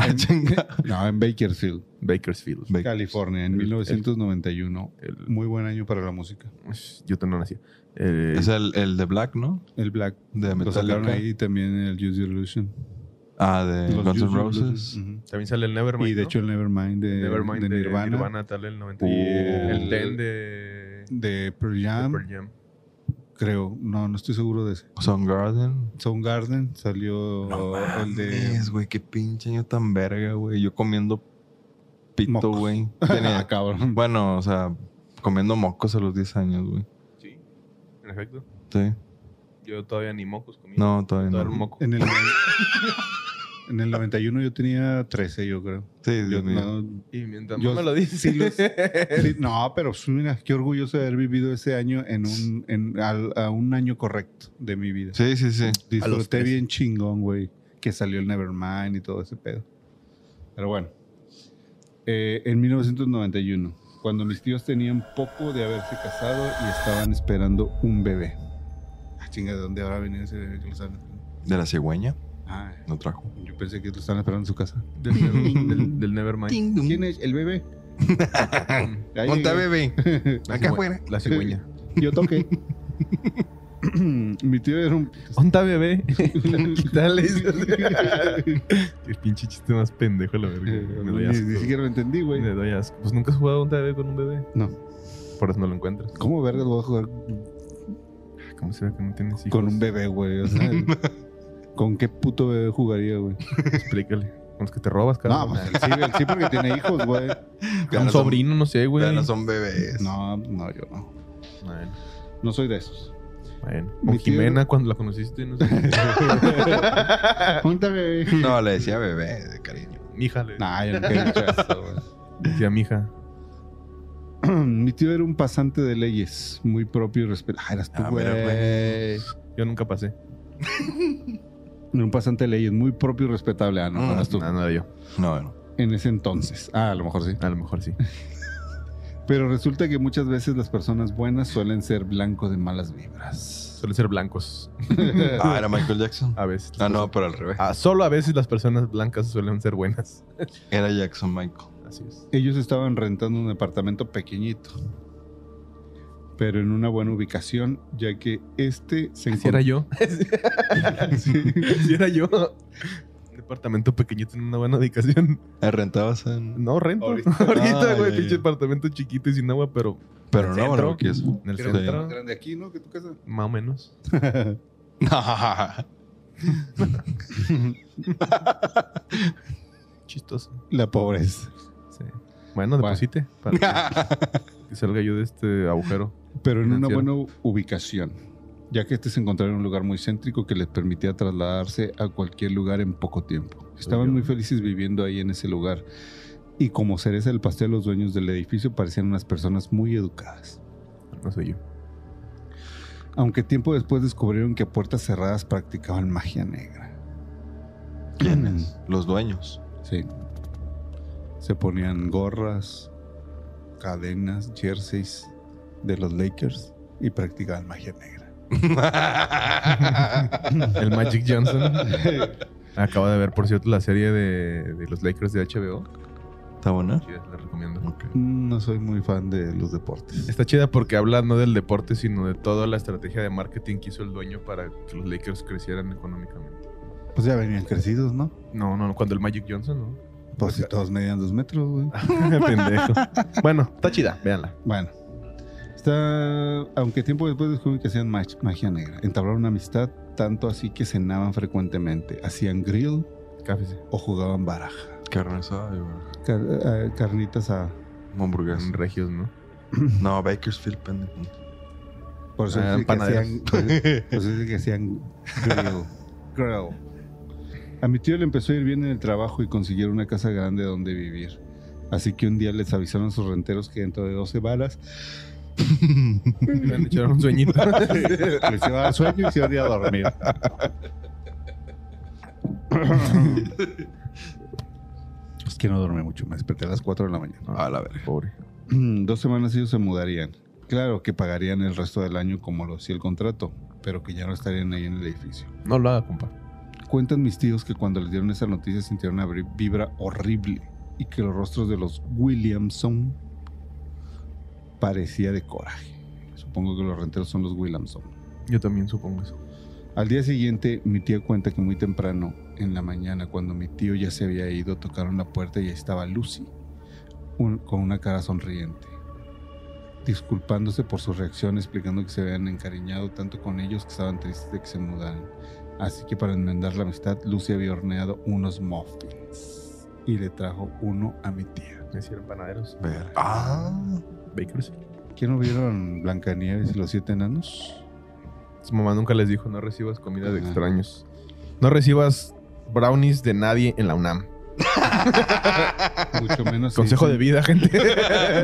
Speaker 5: Ah, chinga.
Speaker 4: No, en Bakersfield,
Speaker 2: Bakersfield.
Speaker 4: California, en
Speaker 2: El-
Speaker 4: 1991.
Speaker 2: El-
Speaker 4: Muy buen año para la música.
Speaker 2: Yo te no nací. Eh,
Speaker 5: Es el, el de Black, ¿no?
Speaker 4: El Black.
Speaker 5: De
Speaker 4: Lo sacaron
Speaker 5: Metallica.
Speaker 4: ahí también el Use Your Illusion.
Speaker 5: Ah, de
Speaker 4: Los
Speaker 5: Guns N'
Speaker 4: Use Your
Speaker 5: Roses.
Speaker 4: Illusion,
Speaker 2: También sale el
Speaker 4: ujú.
Speaker 2: Nevermind.
Speaker 4: Y de
Speaker 2: ¿no?
Speaker 4: hecho el Nevermind de,
Speaker 2: Nevermind
Speaker 4: de Nirvana,
Speaker 2: tal el 90.
Speaker 4: Y
Speaker 2: el
Speaker 4: el-
Speaker 2: Ten de, de
Speaker 4: de Pearl Jam,
Speaker 2: Pearl Jam.
Speaker 4: creo. No, no estoy seguro de ese.
Speaker 5: Soundgarden.
Speaker 4: Soundgarden salió el de...
Speaker 5: Mames, güey, qué pinche año tan verga, güey. Yo comiendo pito,
Speaker 4: Mocos.
Speaker 5: güey.
Speaker 4: Ah,
Speaker 5: Tenía-
Speaker 4: cabrón.
Speaker 5: bueno, o sea, comiendo mocos a los 10 años, güey.
Speaker 2: En efecto.
Speaker 5: Sí.
Speaker 2: Yo todavía ni mocos comí.
Speaker 5: No, todavía
Speaker 2: Todavía era un
Speaker 5: no.
Speaker 2: moco.
Speaker 4: En el, en el 91 yo tenía 13, yo creo.
Speaker 5: Sí, Dios
Speaker 4: Yo
Speaker 5: mío.
Speaker 4: no,
Speaker 2: Y mientras
Speaker 4: Yo
Speaker 2: no me lo dices.
Speaker 4: sí los- sí, no, pero pues, mira, qué orgulloso de haber vivido ese año en un, en, al- a un año correcto de mi vida.
Speaker 5: Sí, sí, sí.
Speaker 4: Disfruté
Speaker 2: 13.
Speaker 4: bien chingón, güey. Que salió el Nevermind y todo ese pedo. Pero bueno. Eh, en 1991, cuando mis tíos tenían poco de haberse casado y estaban esperando un bebé. Ah, chinga, ¿de dónde habrá venido ese bebé que lo están esperando?
Speaker 5: De la cigüeña,
Speaker 4: Ah,
Speaker 5: no trajo.
Speaker 4: yo pensé que lo estaban esperando en su casa.
Speaker 2: Del, Never- del- del Nevermind.
Speaker 4: ¿Quién es el bebé? Ya
Speaker 5: Mm. Monta
Speaker 4: llegué.
Speaker 5: bebé.
Speaker 2: La
Speaker 5: Acá
Speaker 2: cigüe-
Speaker 5: afuera.
Speaker 2: La cigüeña.
Speaker 4: Yo toqué. Mi tío era un...
Speaker 2: ¿Onta bebé? Quítale. Qué pinche chiste más pendejo, la verga. Me doy
Speaker 4: Ni,
Speaker 2: asco.
Speaker 4: ni siquiera lo entendí, Eh, güey.
Speaker 2: Me doy asco. Pues nunca has jugado onta bebé con un bebé.
Speaker 4: No.
Speaker 2: Por eso no lo encuentras.
Speaker 4: ¿Cómo vergas voy a jugar
Speaker 2: Ay, ¿Cómo se ve que no tienes hijos?
Speaker 4: Con un bebé, güey. o sea, ¿Con qué puto bebé jugaría, güey?
Speaker 2: Explícale. Con los que te robas,
Speaker 4: No,
Speaker 2: cabrón.
Speaker 4: pues él sí, él sí porque tiene hijos, güey.
Speaker 5: Ya
Speaker 2: un
Speaker 5: no son-
Speaker 2: sobrino, no sé, güey.
Speaker 5: ya no son bebés.
Speaker 4: No, no, yo no.
Speaker 2: Bueno,
Speaker 4: No soy de esos.
Speaker 2: bueno.
Speaker 4: Mi
Speaker 2: Con
Speaker 4: tío-
Speaker 2: Jimena, cuando la conociste, no sé.
Speaker 4: Junta bebé.
Speaker 5: No, le decía bebé de cariño.
Speaker 2: Mija, le
Speaker 4: No, yo nunca he dicho eso, güey.
Speaker 2: decía mija.
Speaker 4: Mi tío era un pasante de leyes, muy propio y respetado. Ah, eras tú,
Speaker 5: Ah,
Speaker 4: güey.
Speaker 5: mira,
Speaker 2: Yo nunca pasé.
Speaker 4: Era un pasante de leyes, muy propio y respetable. Ah, no,
Speaker 5: Mm.
Speaker 4: eras tú.
Speaker 2: No, no era yo.
Speaker 5: No, no.
Speaker 4: En ese entonces. Ah, a lo mejor sí.
Speaker 2: A lo mejor sí.
Speaker 4: Pero resulta que muchas veces las personas buenas suelen ser blanco de malas vibras.
Speaker 2: Suelen ser blancos.
Speaker 5: Ah, era Michael Jackson.
Speaker 2: A veces.
Speaker 5: Ah, no, pero al revés.
Speaker 2: Ah, solo a veces las personas blancas suelen ser buenas.
Speaker 5: Era Jackson Michael.
Speaker 2: Así es.
Speaker 4: Ellos estaban rentando un departamento pequeñito, pero en una buena ubicación, ya que este se
Speaker 2: Si era
Speaker 4: encontraba.
Speaker 2: yo. Si era yo. Un departamento pequeñito en una buena ubicación.
Speaker 5: Eh, Rentabas en.
Speaker 2: No, rento.
Speaker 4: Ahorita.
Speaker 2: Ahorita,
Speaker 5: Ah,
Speaker 2: güey.
Speaker 5: ya,
Speaker 2: pinche
Speaker 5: ya.
Speaker 2: departamento chiquito y sin agua, pero
Speaker 5: Pero
Speaker 2: ¿En
Speaker 5: no,
Speaker 2: centro?
Speaker 5: no, que es.
Speaker 2: en el
Speaker 5: Pero-
Speaker 2: centro,
Speaker 4: grande aquí, ¿no? Que tu casa.
Speaker 2: más o menos. Chistoso.
Speaker 4: La pobreza.
Speaker 2: Sí. Bueno, deposite para que, que salga yo de este agujero.
Speaker 4: Pero en una
Speaker 2: Financiero.
Speaker 4: buena ubicación, ya que este se encontraba en un lugar muy céntrico que les permitía trasladarse a cualquier lugar en poco tiempo. Estaban
Speaker 2: yo.
Speaker 4: muy felices viviendo ahí en ese lugar. Y como cereza del pastel, los dueños del edificio parecían unas personas muy educadas.
Speaker 2: No soy yo.
Speaker 4: aunque tiempo después descubrieron que a puertas cerradas practicaban magia negra.
Speaker 5: ¿Quiénes? Los dueños.
Speaker 4: Sí. Se ponían gorras, cadenas, jerseys de los Lakers y practicaban magia negra.
Speaker 2: El Magic Johnson. Acaba de ver, por cierto, la serie de, de los Lakers de HBO.
Speaker 5: ¿Está buena?
Speaker 2: Chida, la recomiendo.
Speaker 5: Ok.
Speaker 4: No soy muy fan de los deportes.
Speaker 2: Está chida porque habla no del deporte, sino de toda la estrategia de marketing que hizo el dueño para que los Lakers crecieran económicamente.
Speaker 4: Pues ya venían crecidos, ¿no?
Speaker 2: No, no, no, cuando el Magic Johnson, no.
Speaker 4: Pues si todos medían dos metros, güey.
Speaker 2: Pendejo. Bueno, está chida, véanla.
Speaker 4: Bueno. Está, aunque tiempo después descubrieron que hacían mach- magia negra. Entablaron una amistad, tanto así que cenaban frecuentemente. Hacían grill
Speaker 2: Cáfese.
Speaker 4: o jugaban baraja.
Speaker 5: Carne asada y bueno,
Speaker 4: Car- eh, carnitas a.
Speaker 5: hamburguesa.
Speaker 2: En Regios, ¿no?
Speaker 5: No, Bakersfield, pendejo.
Speaker 4: Por eso
Speaker 2: Ah,
Speaker 4: dice que
Speaker 2: panaderos.
Speaker 4: hacían. Por eso dice que hacían grill. Grill. A mi tío le empezó a ir bien en el trabajo y consiguieron una casa grande donde vivir. Así que un día les avisaron a sus renteros que dentro de 12 varas
Speaker 2: Me han echado un sueñito.
Speaker 4: les iba a dar sueño y se iban a ir a dormir. Es que no dormí mucho, me desperté a las 4 de la mañana.
Speaker 5: A la verga.
Speaker 2: Pobre.
Speaker 4: Mm, Dos semanas ellos se mudarían. Claro que pagarían el resto del año como lo hacía el contrato, pero que ya no estarían ahí en el edificio.
Speaker 2: No lo haga, compa.
Speaker 4: Cuentan mis tíos que cuando les dieron esa noticia sintieron una bri- vibra horrible y que los rostros de los Williamson parecía de coraje. Supongo que los renteros son los Williamson.
Speaker 2: Yo también supongo eso.
Speaker 4: Al día siguiente, mi tía cuenta que muy temprano en la mañana, cuando mi tío ya se había ido, tocaron la puerta y ahí estaba Lucy, un- con una cara sonriente, disculpándose por su reacción, explicando que se habían encariñado tanto con ellos que estaban tristes de que se mudaran. Así que para enmendar la amistad, Lucy había horneado unos muffins y le trajo uno a mi tía.
Speaker 2: Me hicieron panaderos.
Speaker 5: Verga. Ah.
Speaker 2: Bakers.
Speaker 4: ¿Quién no vieron Blancanieves y los siete enanos?
Speaker 2: Su mamá nunca les dijo, no recibas comida de
Speaker 4: Ajá.
Speaker 2: extraños. No recibas brownies de nadie en la UNAM.
Speaker 4: Mucho menos. se
Speaker 2: Consejo de vida,
Speaker 4: dicen-
Speaker 2: gente.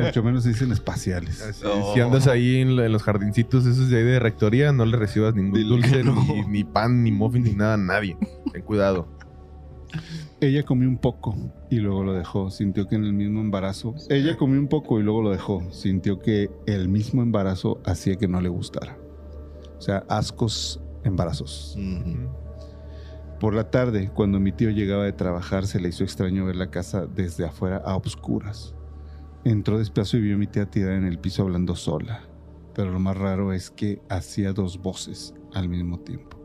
Speaker 4: Mucho menos se dicen espaciales.
Speaker 2: Así, Si andas ahí en, la- en los jardincitos esos de ahí de rectoría, no le recibas ningún
Speaker 5: Dile que
Speaker 2: dulce,
Speaker 5: no.
Speaker 2: ni, ni pan, ni muffin, ni nada a nadie. Ten cuidado.
Speaker 4: Ella comió un poco y luego lo dejó. Sintió que en el mismo embarazo. Ella comió un poco y luego lo dejó. Sintió que el mismo embarazo hacía que no le gustara. O sea, ascos embarazos.
Speaker 5: Mm.
Speaker 4: Por la tarde, cuando mi tío llegaba de trabajar, se le hizo extraño ver la casa desde afuera a obscuras. Entró despacio y vio a mi tía tirada en el piso hablando sola. Pero lo más raro es que hacía dos voces al mismo tiempo.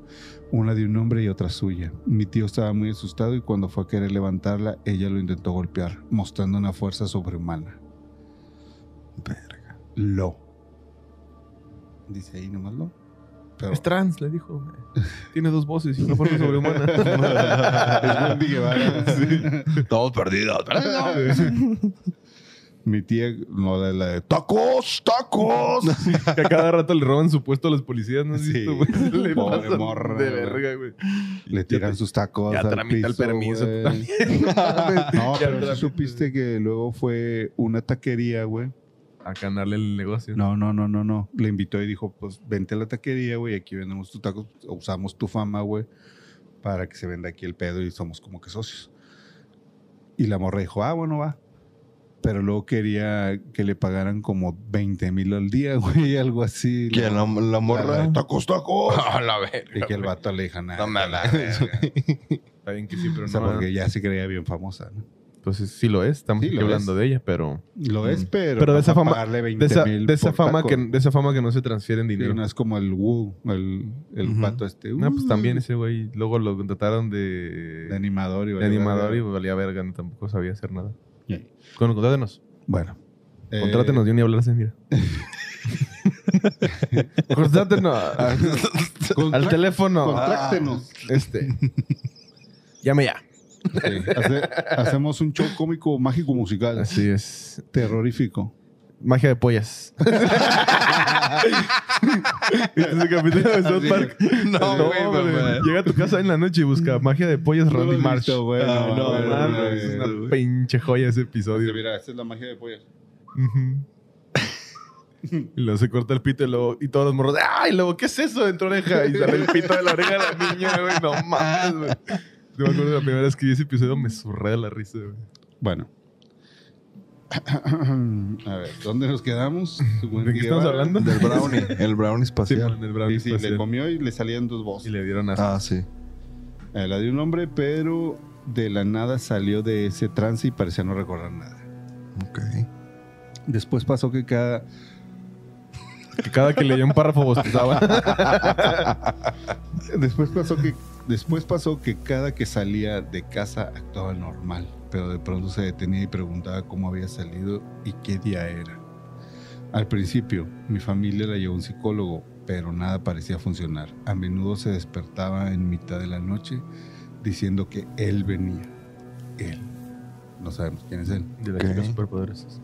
Speaker 4: Una de un hombre y otra suya. Mi tío estaba muy asustado y cuando fue a querer levantarla, ella lo intentó golpear, mostrando una fuerza sobrehumana. Verga. Lo. Dice ahí nomás lo. Pero
Speaker 2: Es trans, le dijo. Tiene dos voces y una forma sobrehumana.
Speaker 4: Wendy Guevara.
Speaker 5: Todos perdidos.
Speaker 4: Mi tía, no la, la de tacos, tacos.
Speaker 2: que a cada rato le roban su puesto a los policías, ¿no has
Speaker 4: Sí.
Speaker 2: visto, güey? Le
Speaker 4: Pobre
Speaker 2: pasan
Speaker 4: morra,
Speaker 2: de
Speaker 4: güey.
Speaker 2: verga, güey.
Speaker 4: Le tiran sus tacos.
Speaker 2: Ya
Speaker 4: al
Speaker 2: tramita el
Speaker 4: piso,
Speaker 2: permiso, tú
Speaker 4: güey.
Speaker 2: también.
Speaker 4: No,
Speaker 2: Ya
Speaker 4: pero
Speaker 2: tramita.
Speaker 4: sí supiste que luego fue una taquería, güey.
Speaker 2: A ganarle el negocio.
Speaker 4: No, no, no, no, no. Le invitó y dijo, pues vente a la taquería, güey, aquí vendemos tus tacos, usamos tu fama, güey, para que se venda aquí el pedo y somos como que socios. Y la morra dijo, ah, bueno, va. Pero luego quería que le pagaran como 20 mil al día, güey, algo así.
Speaker 5: ¿Quién? ¿La, la
Speaker 4: La
Speaker 5: morra?
Speaker 4: de
Speaker 5: Tacos, tacos. A la verga.
Speaker 4: Y que el vato le dijo,
Speaker 5: No
Speaker 4: nada.
Speaker 5: mames.
Speaker 2: Está bien que sí, pero
Speaker 4: O sea,
Speaker 2: no.
Speaker 4: porque ya se creía bien famosa, ¿no?
Speaker 2: Entonces sí lo es, estamos
Speaker 4: Sí,
Speaker 2: aquí
Speaker 4: lo
Speaker 2: hablando
Speaker 4: es.
Speaker 2: de ella, pero.
Speaker 4: Lo es,
Speaker 2: Mm.
Speaker 4: pero.
Speaker 2: Pero de
Speaker 4: vas
Speaker 2: esa
Speaker 4: a
Speaker 2: fama-
Speaker 4: pagarle 20
Speaker 2: De esa,
Speaker 4: mil
Speaker 2: de esa
Speaker 4: por
Speaker 2: fama
Speaker 4: taco.
Speaker 2: que, de esa fama que no se transfiere en
Speaker 4: Sí,
Speaker 2: dinero.
Speaker 4: no es como el Wu, el, el
Speaker 5: Ujú.
Speaker 4: vato este.
Speaker 2: No, pues
Speaker 4: uh,
Speaker 2: también ese güey. Luego lo contrataron de.
Speaker 4: De animador y
Speaker 2: de
Speaker 4: vale
Speaker 2: animador
Speaker 4: verga.
Speaker 2: y valía verga, no, tampoco sabía hacer nada.
Speaker 4: Sí.
Speaker 2: Bueno, contrátenos.
Speaker 4: Bueno. eh,
Speaker 2: Contrátenos, yo ni hablarse, mira. contrátenos.
Speaker 4: contra-
Speaker 2: al teléfono.
Speaker 4: Contráctenos.
Speaker 2: Ah, este. Llame ya. Ah.
Speaker 4: Sí, hace- hacemos un show cómico, mágico, musical.
Speaker 2: Así es.
Speaker 4: Terrorífico.
Speaker 2: Magia de pollas. este es el capítulo de South Park.
Speaker 5: No, güey,
Speaker 2: hombre.
Speaker 5: mamá.
Speaker 2: Llega a tu casa en la noche y busca magia de pollas
Speaker 4: No lo
Speaker 2: Randy
Speaker 4: he visto,
Speaker 2: Marsh.
Speaker 4: güey, no,
Speaker 2: Ah, no,
Speaker 4: güey, no
Speaker 2: mames,
Speaker 4: lo he
Speaker 2: es
Speaker 4: visto,
Speaker 2: una pinche joya ese episodio.
Speaker 4: Mira, esta es la magia de pollas.
Speaker 2: Ujú. Y luego se corta el pito y, luego, y todos los morros, ¡ay! Luego, ¿qué es eso de tu oreja? Y sale el pito de la oreja de la niña, güey, no mames, güey. Yo me acuerdo de la primera vez que vi ese episodio, me surré de la risa, güey.
Speaker 4: Bueno. A ver, ¿dónde nos quedamos?
Speaker 2: ¿De qué estamos hablando?
Speaker 5: Del brownie. El brownie
Speaker 2: Sí,
Speaker 5: espacial.
Speaker 2: en el brownie
Speaker 4: Y sí, le
Speaker 2: espacial.
Speaker 4: comió y le salían dos voces.
Speaker 2: Y le dieron asco.
Speaker 5: Ah, sí.
Speaker 4: Eh, La de un hombre, pero de la nada salió de ese trance y parecía no recordar nada.
Speaker 5: Ok.
Speaker 4: Después pasó que cada.
Speaker 2: Que cada que leía un párrafo bostezaba.
Speaker 4: Después pasó que. Después pasó que cada que salía de casa actuaba normal, pero de pronto se detenía y preguntaba cómo había salido y qué día era. Al principio, mi familia la llevó a un psicólogo, pero nada parecía funcionar. A menudo se despertaba en mitad de la noche diciendo que él venía. Él. No sabemos quién es él.
Speaker 2: De las
Speaker 5: Ok.
Speaker 2: chicas superpoderosas.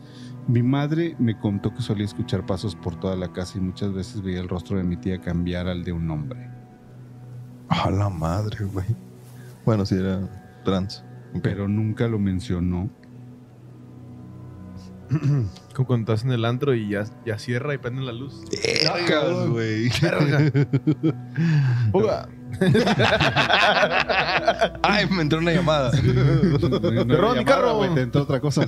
Speaker 4: Mi madre me contó que solía escuchar pasos por toda la casa y muchas veces veía el rostro de mi tía cambiar al de un hombre.
Speaker 5: A la madre, güey. Bueno, sí era trans. Ok.
Speaker 4: Pero nunca lo mencionó.
Speaker 2: Como cuando estás en el antro y ya, ya cierra y prende la luz.
Speaker 5: Vergas, güey.
Speaker 2: Fuga.
Speaker 5: Ay, me entró una llamada.
Speaker 4: Te
Speaker 2: roban mi carro!
Speaker 4: Te entró otra cosa.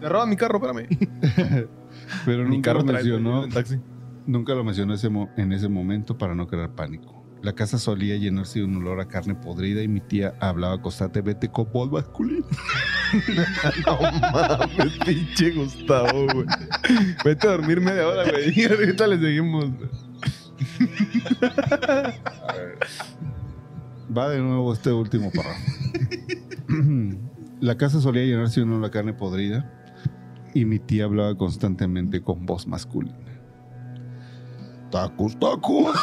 Speaker 2: Me roban mi carro, espérame.
Speaker 4: Pero
Speaker 2: Mi
Speaker 4: nunca
Speaker 2: carro
Speaker 4: lo
Speaker 2: trae
Speaker 4: mencionó.
Speaker 2: en taxi.
Speaker 4: Nunca lo mencionó ese mo- en ese momento para no crear pánico. La casa solía llenarse de un olor a carne podrida y mi tía hablaba constantemente con voz masculina.
Speaker 2: No mames, pinche Gustavo, güey. Vete a dormir media hora, güey. Y ahorita le seguimos. güey.
Speaker 4: Va de nuevo este último párrafo. la casa solía llenarse de una carne podrida y mi tía hablaba constantemente con voz masculina. Tacos, tacos.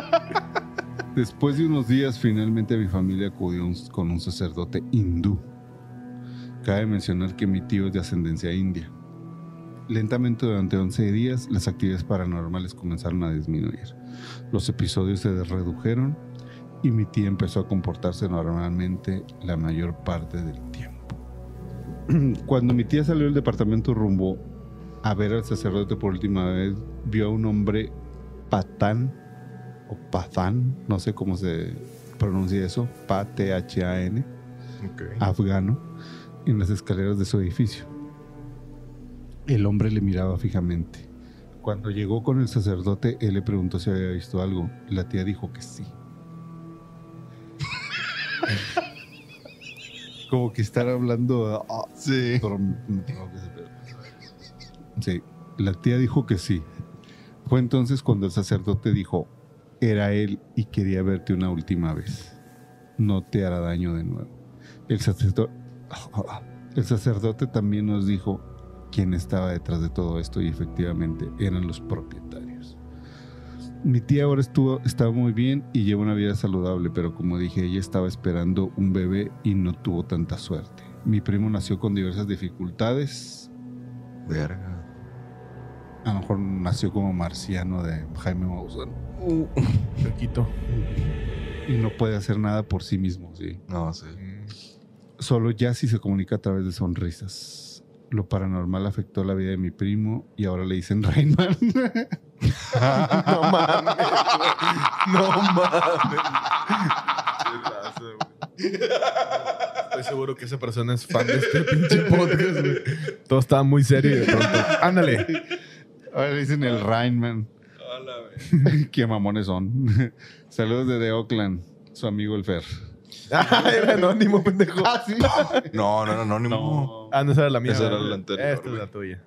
Speaker 4: Después de unos días, finalmente mi familia acudió un- con un sacerdote hindú. Cabe mencionar que mi tío es de ascendencia india. Lentamente durante 11 días, las actividades paranormales comenzaron a disminuir. Los episodios se redujeron y mi tía empezó a comportarse normalmente la mayor parte del tiempo. Cuando mi tía salió del departamento rumbo a ver al sacerdote por última vez, vio a un hombre patán o patán, no sé cómo se pronuncia eso, P-A-T-H-A-N,
Speaker 2: Ah.
Speaker 4: afgano, en las escaleras de su edificio. El hombre le miraba fijamente. Cuando llegó con el sacerdote, él le preguntó si había visto algo. La tía dijo que sí. Como que estar hablando. ah,
Speaker 6: Sí.
Speaker 4: pero no tengo que saber. Sí, la tía dijo que sí. Fue entonces cuando el sacerdote dijo, era él y quería verte una última vez. No te hará daño de nuevo. El sacerdote, el sacerdote también nos dijo quién estaba detrás de todo esto y efectivamente eran los propietarios. Mi tía ahora estuvo, está muy bien y lleva una vida saludable, pero como dije, ella estaba esperando un bebé y no tuvo tanta suerte. Mi primo nació con diversas dificultades.
Speaker 5: Verga.
Speaker 4: A lo mejor nació como marciano de Jaime Maussan
Speaker 2: Cerquito.
Speaker 4: y no puede hacer nada por sí mismo, sí.
Speaker 5: No, sí.
Speaker 2: Mm.
Speaker 4: Solo Yassi se comunica a través de sonrisas. Lo paranormal afectó la vida de mi primo y ahora le dicen Rainman.
Speaker 2: No mames. güey. No mames. Estoy seguro que esa persona es fan de este pinche podcast. güey. Todo estaba muy serio y de pronto. Ándale.
Speaker 4: ahora le dicen el Rainman. Qué mamones son. Saludos desde Oakland, su amigo el Fer.
Speaker 2: Ah, Era anónimo, pendejo.
Speaker 5: No, no, no, no, ni modo.
Speaker 2: Ah, no, esa era la mía.
Speaker 5: Esa era
Speaker 2: ¿verdad?
Speaker 5: la anterior,
Speaker 2: Esta es
Speaker 5: güey.
Speaker 2: la tuya.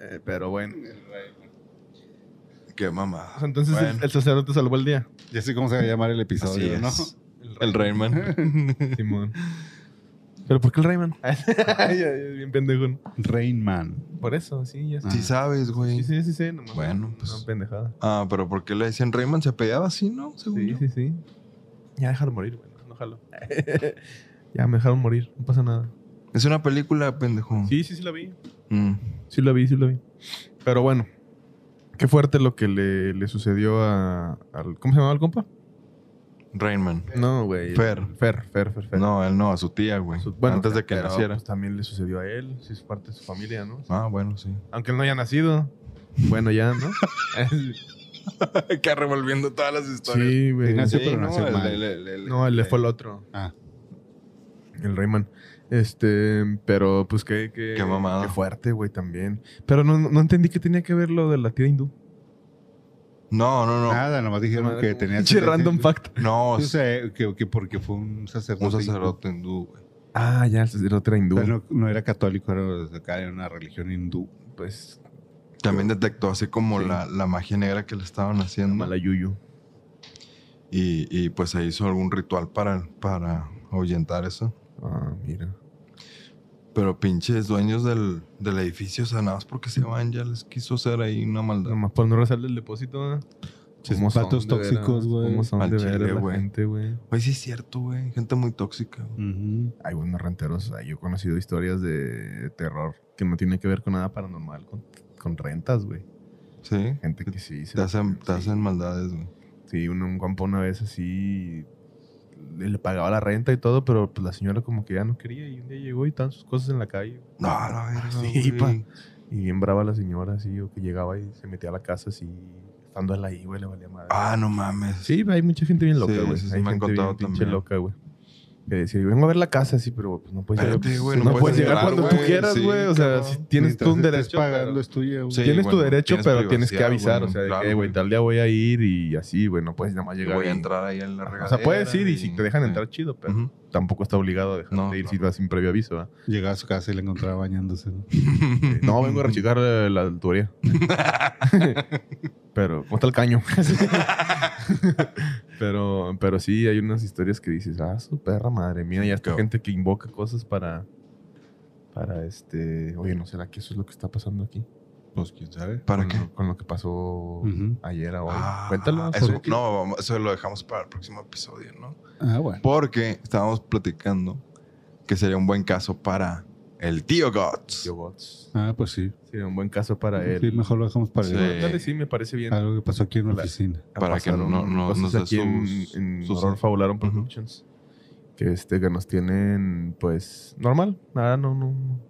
Speaker 2: Eh, pero bueno.
Speaker 5: Qué mamá.
Speaker 2: Entonces el- el, sacerdote salvó el día.
Speaker 4: Ya sé cómo se va a llamar el
Speaker 5: Así
Speaker 4: episodio,
Speaker 5: es.
Speaker 4: ¿no?
Speaker 5: El Rayman.
Speaker 2: Simón. ¿Pero por qué el Rayman? Ya, ya, bien pendejo. ¿no?
Speaker 4: Rainman.
Speaker 2: Por eso, sí, ya sé.
Speaker 5: Sí sabes,
Speaker 2: Ah. Sí,
Speaker 5: güey.
Speaker 2: sí, sí, sí. nomás
Speaker 5: Bueno,
Speaker 2: una
Speaker 5: pues.
Speaker 2: pendejada.
Speaker 5: Ah, pero ¿por qué le decían Rayman? ¿Se peleaba así, no? Según
Speaker 2: Sí,
Speaker 5: yo.
Speaker 2: sí, sí. Ya dejaron morir, güey. No jalo. ya me dejaron morir. No pasa nada.
Speaker 5: Es una película, pendejo.
Speaker 2: Sí, sí, sí la vi.
Speaker 5: Mm.
Speaker 2: Sí la vi, sí la vi. Pero bueno. Qué fuerte lo que le, le sucedió a, al... ¿Cómo se llamaba el compa?
Speaker 5: Rayman.
Speaker 2: No, güey.
Speaker 5: Fer.
Speaker 2: Fer, Fer, Fer, Fer.
Speaker 5: No, él no, a su tía, güey.
Speaker 2: Su- bueno,
Speaker 5: Antes de que
Speaker 2: pero,
Speaker 5: naciera.
Speaker 2: pues, también le sucedió a él. Sí, es parte de su familia, ¿no?
Speaker 5: Ah, bueno, sí.
Speaker 2: Aunque él no haya nacido. Bueno, ya, ¿no?
Speaker 5: que revolviendo todas las
Speaker 2: sí, güey.
Speaker 4: nació, pero
Speaker 5: no,
Speaker 4: nació
Speaker 5: el-
Speaker 4: mal.
Speaker 5: el- el- el-
Speaker 2: No, él le fue el otro.
Speaker 4: Ah.
Speaker 2: El Rayman. Este, pero pues que... que
Speaker 5: Qué mamada.
Speaker 2: fuerte, güey, también. Pero no, no entendí que tenía que ver lo de la tía hindú.
Speaker 5: No, no, no.
Speaker 4: Nada, nomás dijeron que tenía...
Speaker 2: Pinche random fact.
Speaker 5: No,
Speaker 4: O sea, que, que porque fue un sacerdote.
Speaker 5: un sacerdote hindú, güey.
Speaker 2: Ah, ya, el otro era hindú.
Speaker 4: Pero no, no era católico, era acá, era una religión hindú.
Speaker 2: pues,
Speaker 5: También detectó así como
Speaker 2: Sí.
Speaker 5: la, la magia negra que le estaban haciendo.
Speaker 2: mala yuyu.
Speaker 5: Y, y pues se hizo algún ritual para, para ahuyentar eso.
Speaker 2: Ah, mira.
Speaker 5: Pero pinches dueños del, del edificio, o sea, nada más porque se van, ya les quiso hacer ahí una maldad.
Speaker 2: Nomás por no rezarle el depósito, ¿eh?
Speaker 4: Ches
Speaker 2: ¿Cómo son
Speaker 4: patos
Speaker 2: de veras?
Speaker 4: tóxicos, güey.
Speaker 2: ¿Cómo son
Speaker 5: Al
Speaker 2: de
Speaker 5: chile,
Speaker 2: veras la
Speaker 5: güey.
Speaker 2: gente, güey?
Speaker 5: Güey, sí es cierto, güey. Gente muy tóxica.
Speaker 2: Mm.
Speaker 5: güey.
Speaker 4: Ujú.
Speaker 2: Hay buenos renteros. Ay, Yo he conocido historias de terror que no tiene que ver con nada paranormal, con, con rentas, güey.
Speaker 5: Sí.
Speaker 2: Gente que sí. se-
Speaker 5: Te hacen, te
Speaker 2: sí.
Speaker 5: hacen maldades, güey.
Speaker 2: Sí, un, un compa una vez así le pagaba la renta y todo, pero pues la señora como que ya no quería y un día llegó y estaban sus cosas en la calle.
Speaker 5: No, la verga,
Speaker 2: Sí,
Speaker 5: güey.
Speaker 2: Y bien brava la señora, así, o que llegaba y se metía a la casa así, estando él ahí, güey, le valía madre.
Speaker 5: Ah, no mames.
Speaker 2: Sí, hay mucha gente bien loca,
Speaker 5: Sí,
Speaker 2: güey.
Speaker 5: sí, sí,
Speaker 2: hay
Speaker 5: me han
Speaker 2: gente
Speaker 5: contado
Speaker 2: bien pinche
Speaker 5: también.
Speaker 2: loca, güey. Que decía, yo vengo a ver la casa, sí, pero pues, no puedes llegar,
Speaker 5: Espérate, güey,
Speaker 2: no
Speaker 5: no
Speaker 2: puedes
Speaker 5: puedes
Speaker 2: llegar
Speaker 5: entrar,
Speaker 2: cuando tú
Speaker 5: güey,
Speaker 2: quieras,
Speaker 5: sí,
Speaker 2: güey. o sea,
Speaker 5: cabrón.
Speaker 2: si tienes tú
Speaker 4: Mientras
Speaker 2: un
Speaker 4: estés
Speaker 2: derecho.
Speaker 4: pagando
Speaker 2: pero-
Speaker 4: es tuyo. güey.
Speaker 5: Sí,
Speaker 2: tienes tu
Speaker 5: bueno,
Speaker 2: derecho,
Speaker 5: tienes
Speaker 2: pero tienes que
Speaker 5: privacidad,
Speaker 2: avisar,
Speaker 5: güey,
Speaker 2: o sea, de
Speaker 5: claro,
Speaker 2: que, güey,
Speaker 5: güey.
Speaker 2: tal día voy a ir y así, güey, no puedes nada más llegar.
Speaker 5: Voy a
Speaker 2: y-
Speaker 5: entrar ahí en la regadera.
Speaker 2: O sea, puedes ir y si
Speaker 5: y-
Speaker 2: te dejan
Speaker 5: sí.
Speaker 2: entrar, chido, pero
Speaker 5: Ujú.
Speaker 2: tampoco está obligado a dejarte
Speaker 5: No,
Speaker 2: ir
Speaker 5: no,
Speaker 2: si vas sin previo aviso. ¿verdad?
Speaker 4: Llegaba a su casa y la encontraba bañándose. ¿no?
Speaker 2: Eh, No, vengo a rechicar eh, la tubería. pero, ¿cómo está el caño? pero, pero sí, hay unas historias que dices, ah, su perra madre mía, y hasta
Speaker 5: Cabrón.
Speaker 2: gente que invoca cosas para. Para este. Oye, ¿no será que eso es lo que está pasando aquí?
Speaker 4: Pues quién sabe.
Speaker 5: ¿Para
Speaker 2: con,
Speaker 5: qué?
Speaker 2: Con lo que pasó
Speaker 4: Ujú.
Speaker 2: ayer a hoy.
Speaker 5: Ah,
Speaker 2: Cuéntalo.
Speaker 5: eso-
Speaker 2: porque-
Speaker 5: no, vamos- eso lo dejamos para el próximo episodio, ¿no?
Speaker 4: Ah, bueno.
Speaker 5: Porque estábamos platicando que sería un buen caso para El tío Gots.
Speaker 2: Tío Bots.
Speaker 4: Ah, pues sí.
Speaker 2: Sí, un buen caso para él.
Speaker 4: Sí, mejor lo dejamos para
Speaker 5: Sí.
Speaker 4: el-
Speaker 2: Dale, sí, me parece bien.
Speaker 4: algo que pasó aquí en la
Speaker 2: La-
Speaker 4: oficina.
Speaker 5: Para que no- no- no
Speaker 2: cosas
Speaker 5: nos dé
Speaker 2: aquí en,
Speaker 5: sus-
Speaker 2: en
Speaker 5: sus-
Speaker 2: Horror Fabularon
Speaker 5: Ujú.
Speaker 2: Productions. Que este que nos tienen pues normal, nada, no no no.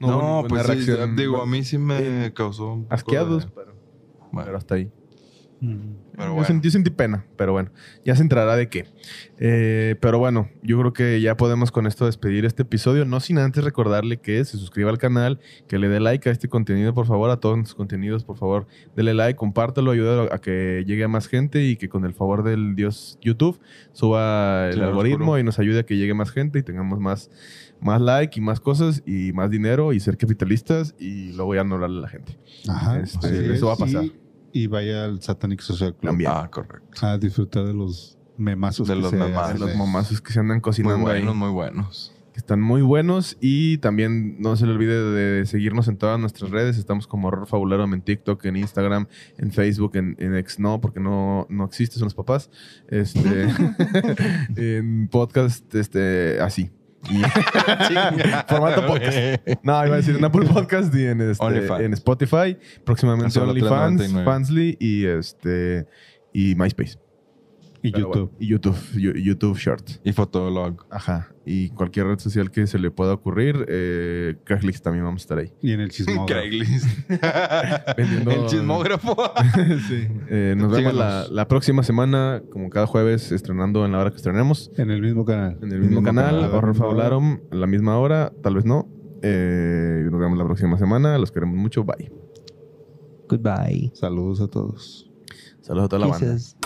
Speaker 5: No,
Speaker 2: hubo ninguna
Speaker 5: pues sí,
Speaker 2: reacción,
Speaker 5: digo,
Speaker 2: bueno,
Speaker 5: a mí sí me causó. un poco
Speaker 2: asqueados,
Speaker 5: de-
Speaker 2: pero,
Speaker 5: bueno, Ah,
Speaker 2: pero hasta ahí.
Speaker 5: pero
Speaker 2: yo,
Speaker 5: bueno.
Speaker 2: sentí, yo sentí pena, pero bueno, ya se entrará de qué. Eh, pero bueno, yo creo que ya podemos con esto despedir este episodio, no sin antes recordarle que se suscriba al canal, que le dé like a este contenido, por favor, a todos nuestros contenidos, por favor, dele like, compártelo, ayúdalo a que llegue a más gente y que con el favor del Dios YouTube suba el
Speaker 5: Claro,
Speaker 2: algoritmo
Speaker 5: oscuro.
Speaker 2: y nos ayude a que llegue más gente y tengamos más, más like y más cosas y más dinero y ser capitalistas y luego ya no hablarle a la gente.
Speaker 4: Ajá. Pues
Speaker 2: Este,
Speaker 4: así
Speaker 2: eso va a pasar.
Speaker 4: Y, y vaya al Satanic Social Club
Speaker 2: También.
Speaker 5: Ah, correcto.
Speaker 4: a disfrutar de los memazos.
Speaker 5: De
Speaker 4: que
Speaker 5: los
Speaker 4: se
Speaker 5: memazos.
Speaker 2: De
Speaker 4: hacen.
Speaker 2: los momazos que se andan
Speaker 5: Muy
Speaker 2: cocinando ahí.
Speaker 5: buenos, muy buenos.
Speaker 2: que están muy buenos y también no se le olvide de seguirnos en todas nuestras redes. Estamos como Horror Fabularum en TikTok, en Instagram, en Facebook, en, en X no, porque no, no existe, son los papás. Este, en podcast, este, así. Y- Formato podcast. No, iba a decir en Apple Podcast y en, este,
Speaker 5: OnlyFans.
Speaker 2: en Spotify. Próximamente
Speaker 5: Solo
Speaker 2: OnlyFans,
Speaker 5: 3.99.
Speaker 2: Fansly y este y MySpace.
Speaker 4: Y
Speaker 2: Pero
Speaker 4: YouTube.
Speaker 2: bueno, y YouTube, Yo- YouTube Short.
Speaker 5: Y Fotolog.
Speaker 2: Ajá. Y cualquier red social que se le pueda ocurrir, eh, Craigslist también vamos a estar ahí.
Speaker 4: Y en el chismógrafo.
Speaker 5: Craigslist.
Speaker 2: Vendiendo-
Speaker 5: El chismógrafo.
Speaker 2: sí. Eh, nos vemos la,
Speaker 5: Síganos.
Speaker 2: la próxima semana, como cada jueves, estrenando en la hora que estrenemos.
Speaker 4: En el mismo canal.
Speaker 2: En el mismo, canal, Horror
Speaker 4: mismo canal.
Speaker 2: Fabularum, a la misma hora, tal vez no. Eh, nos vemos la próxima semana. Los queremos mucho. Bye.
Speaker 8: Goodbye.
Speaker 4: Saludos a todos.
Speaker 2: Saludos a toda la banda.
Speaker 8: Kisses.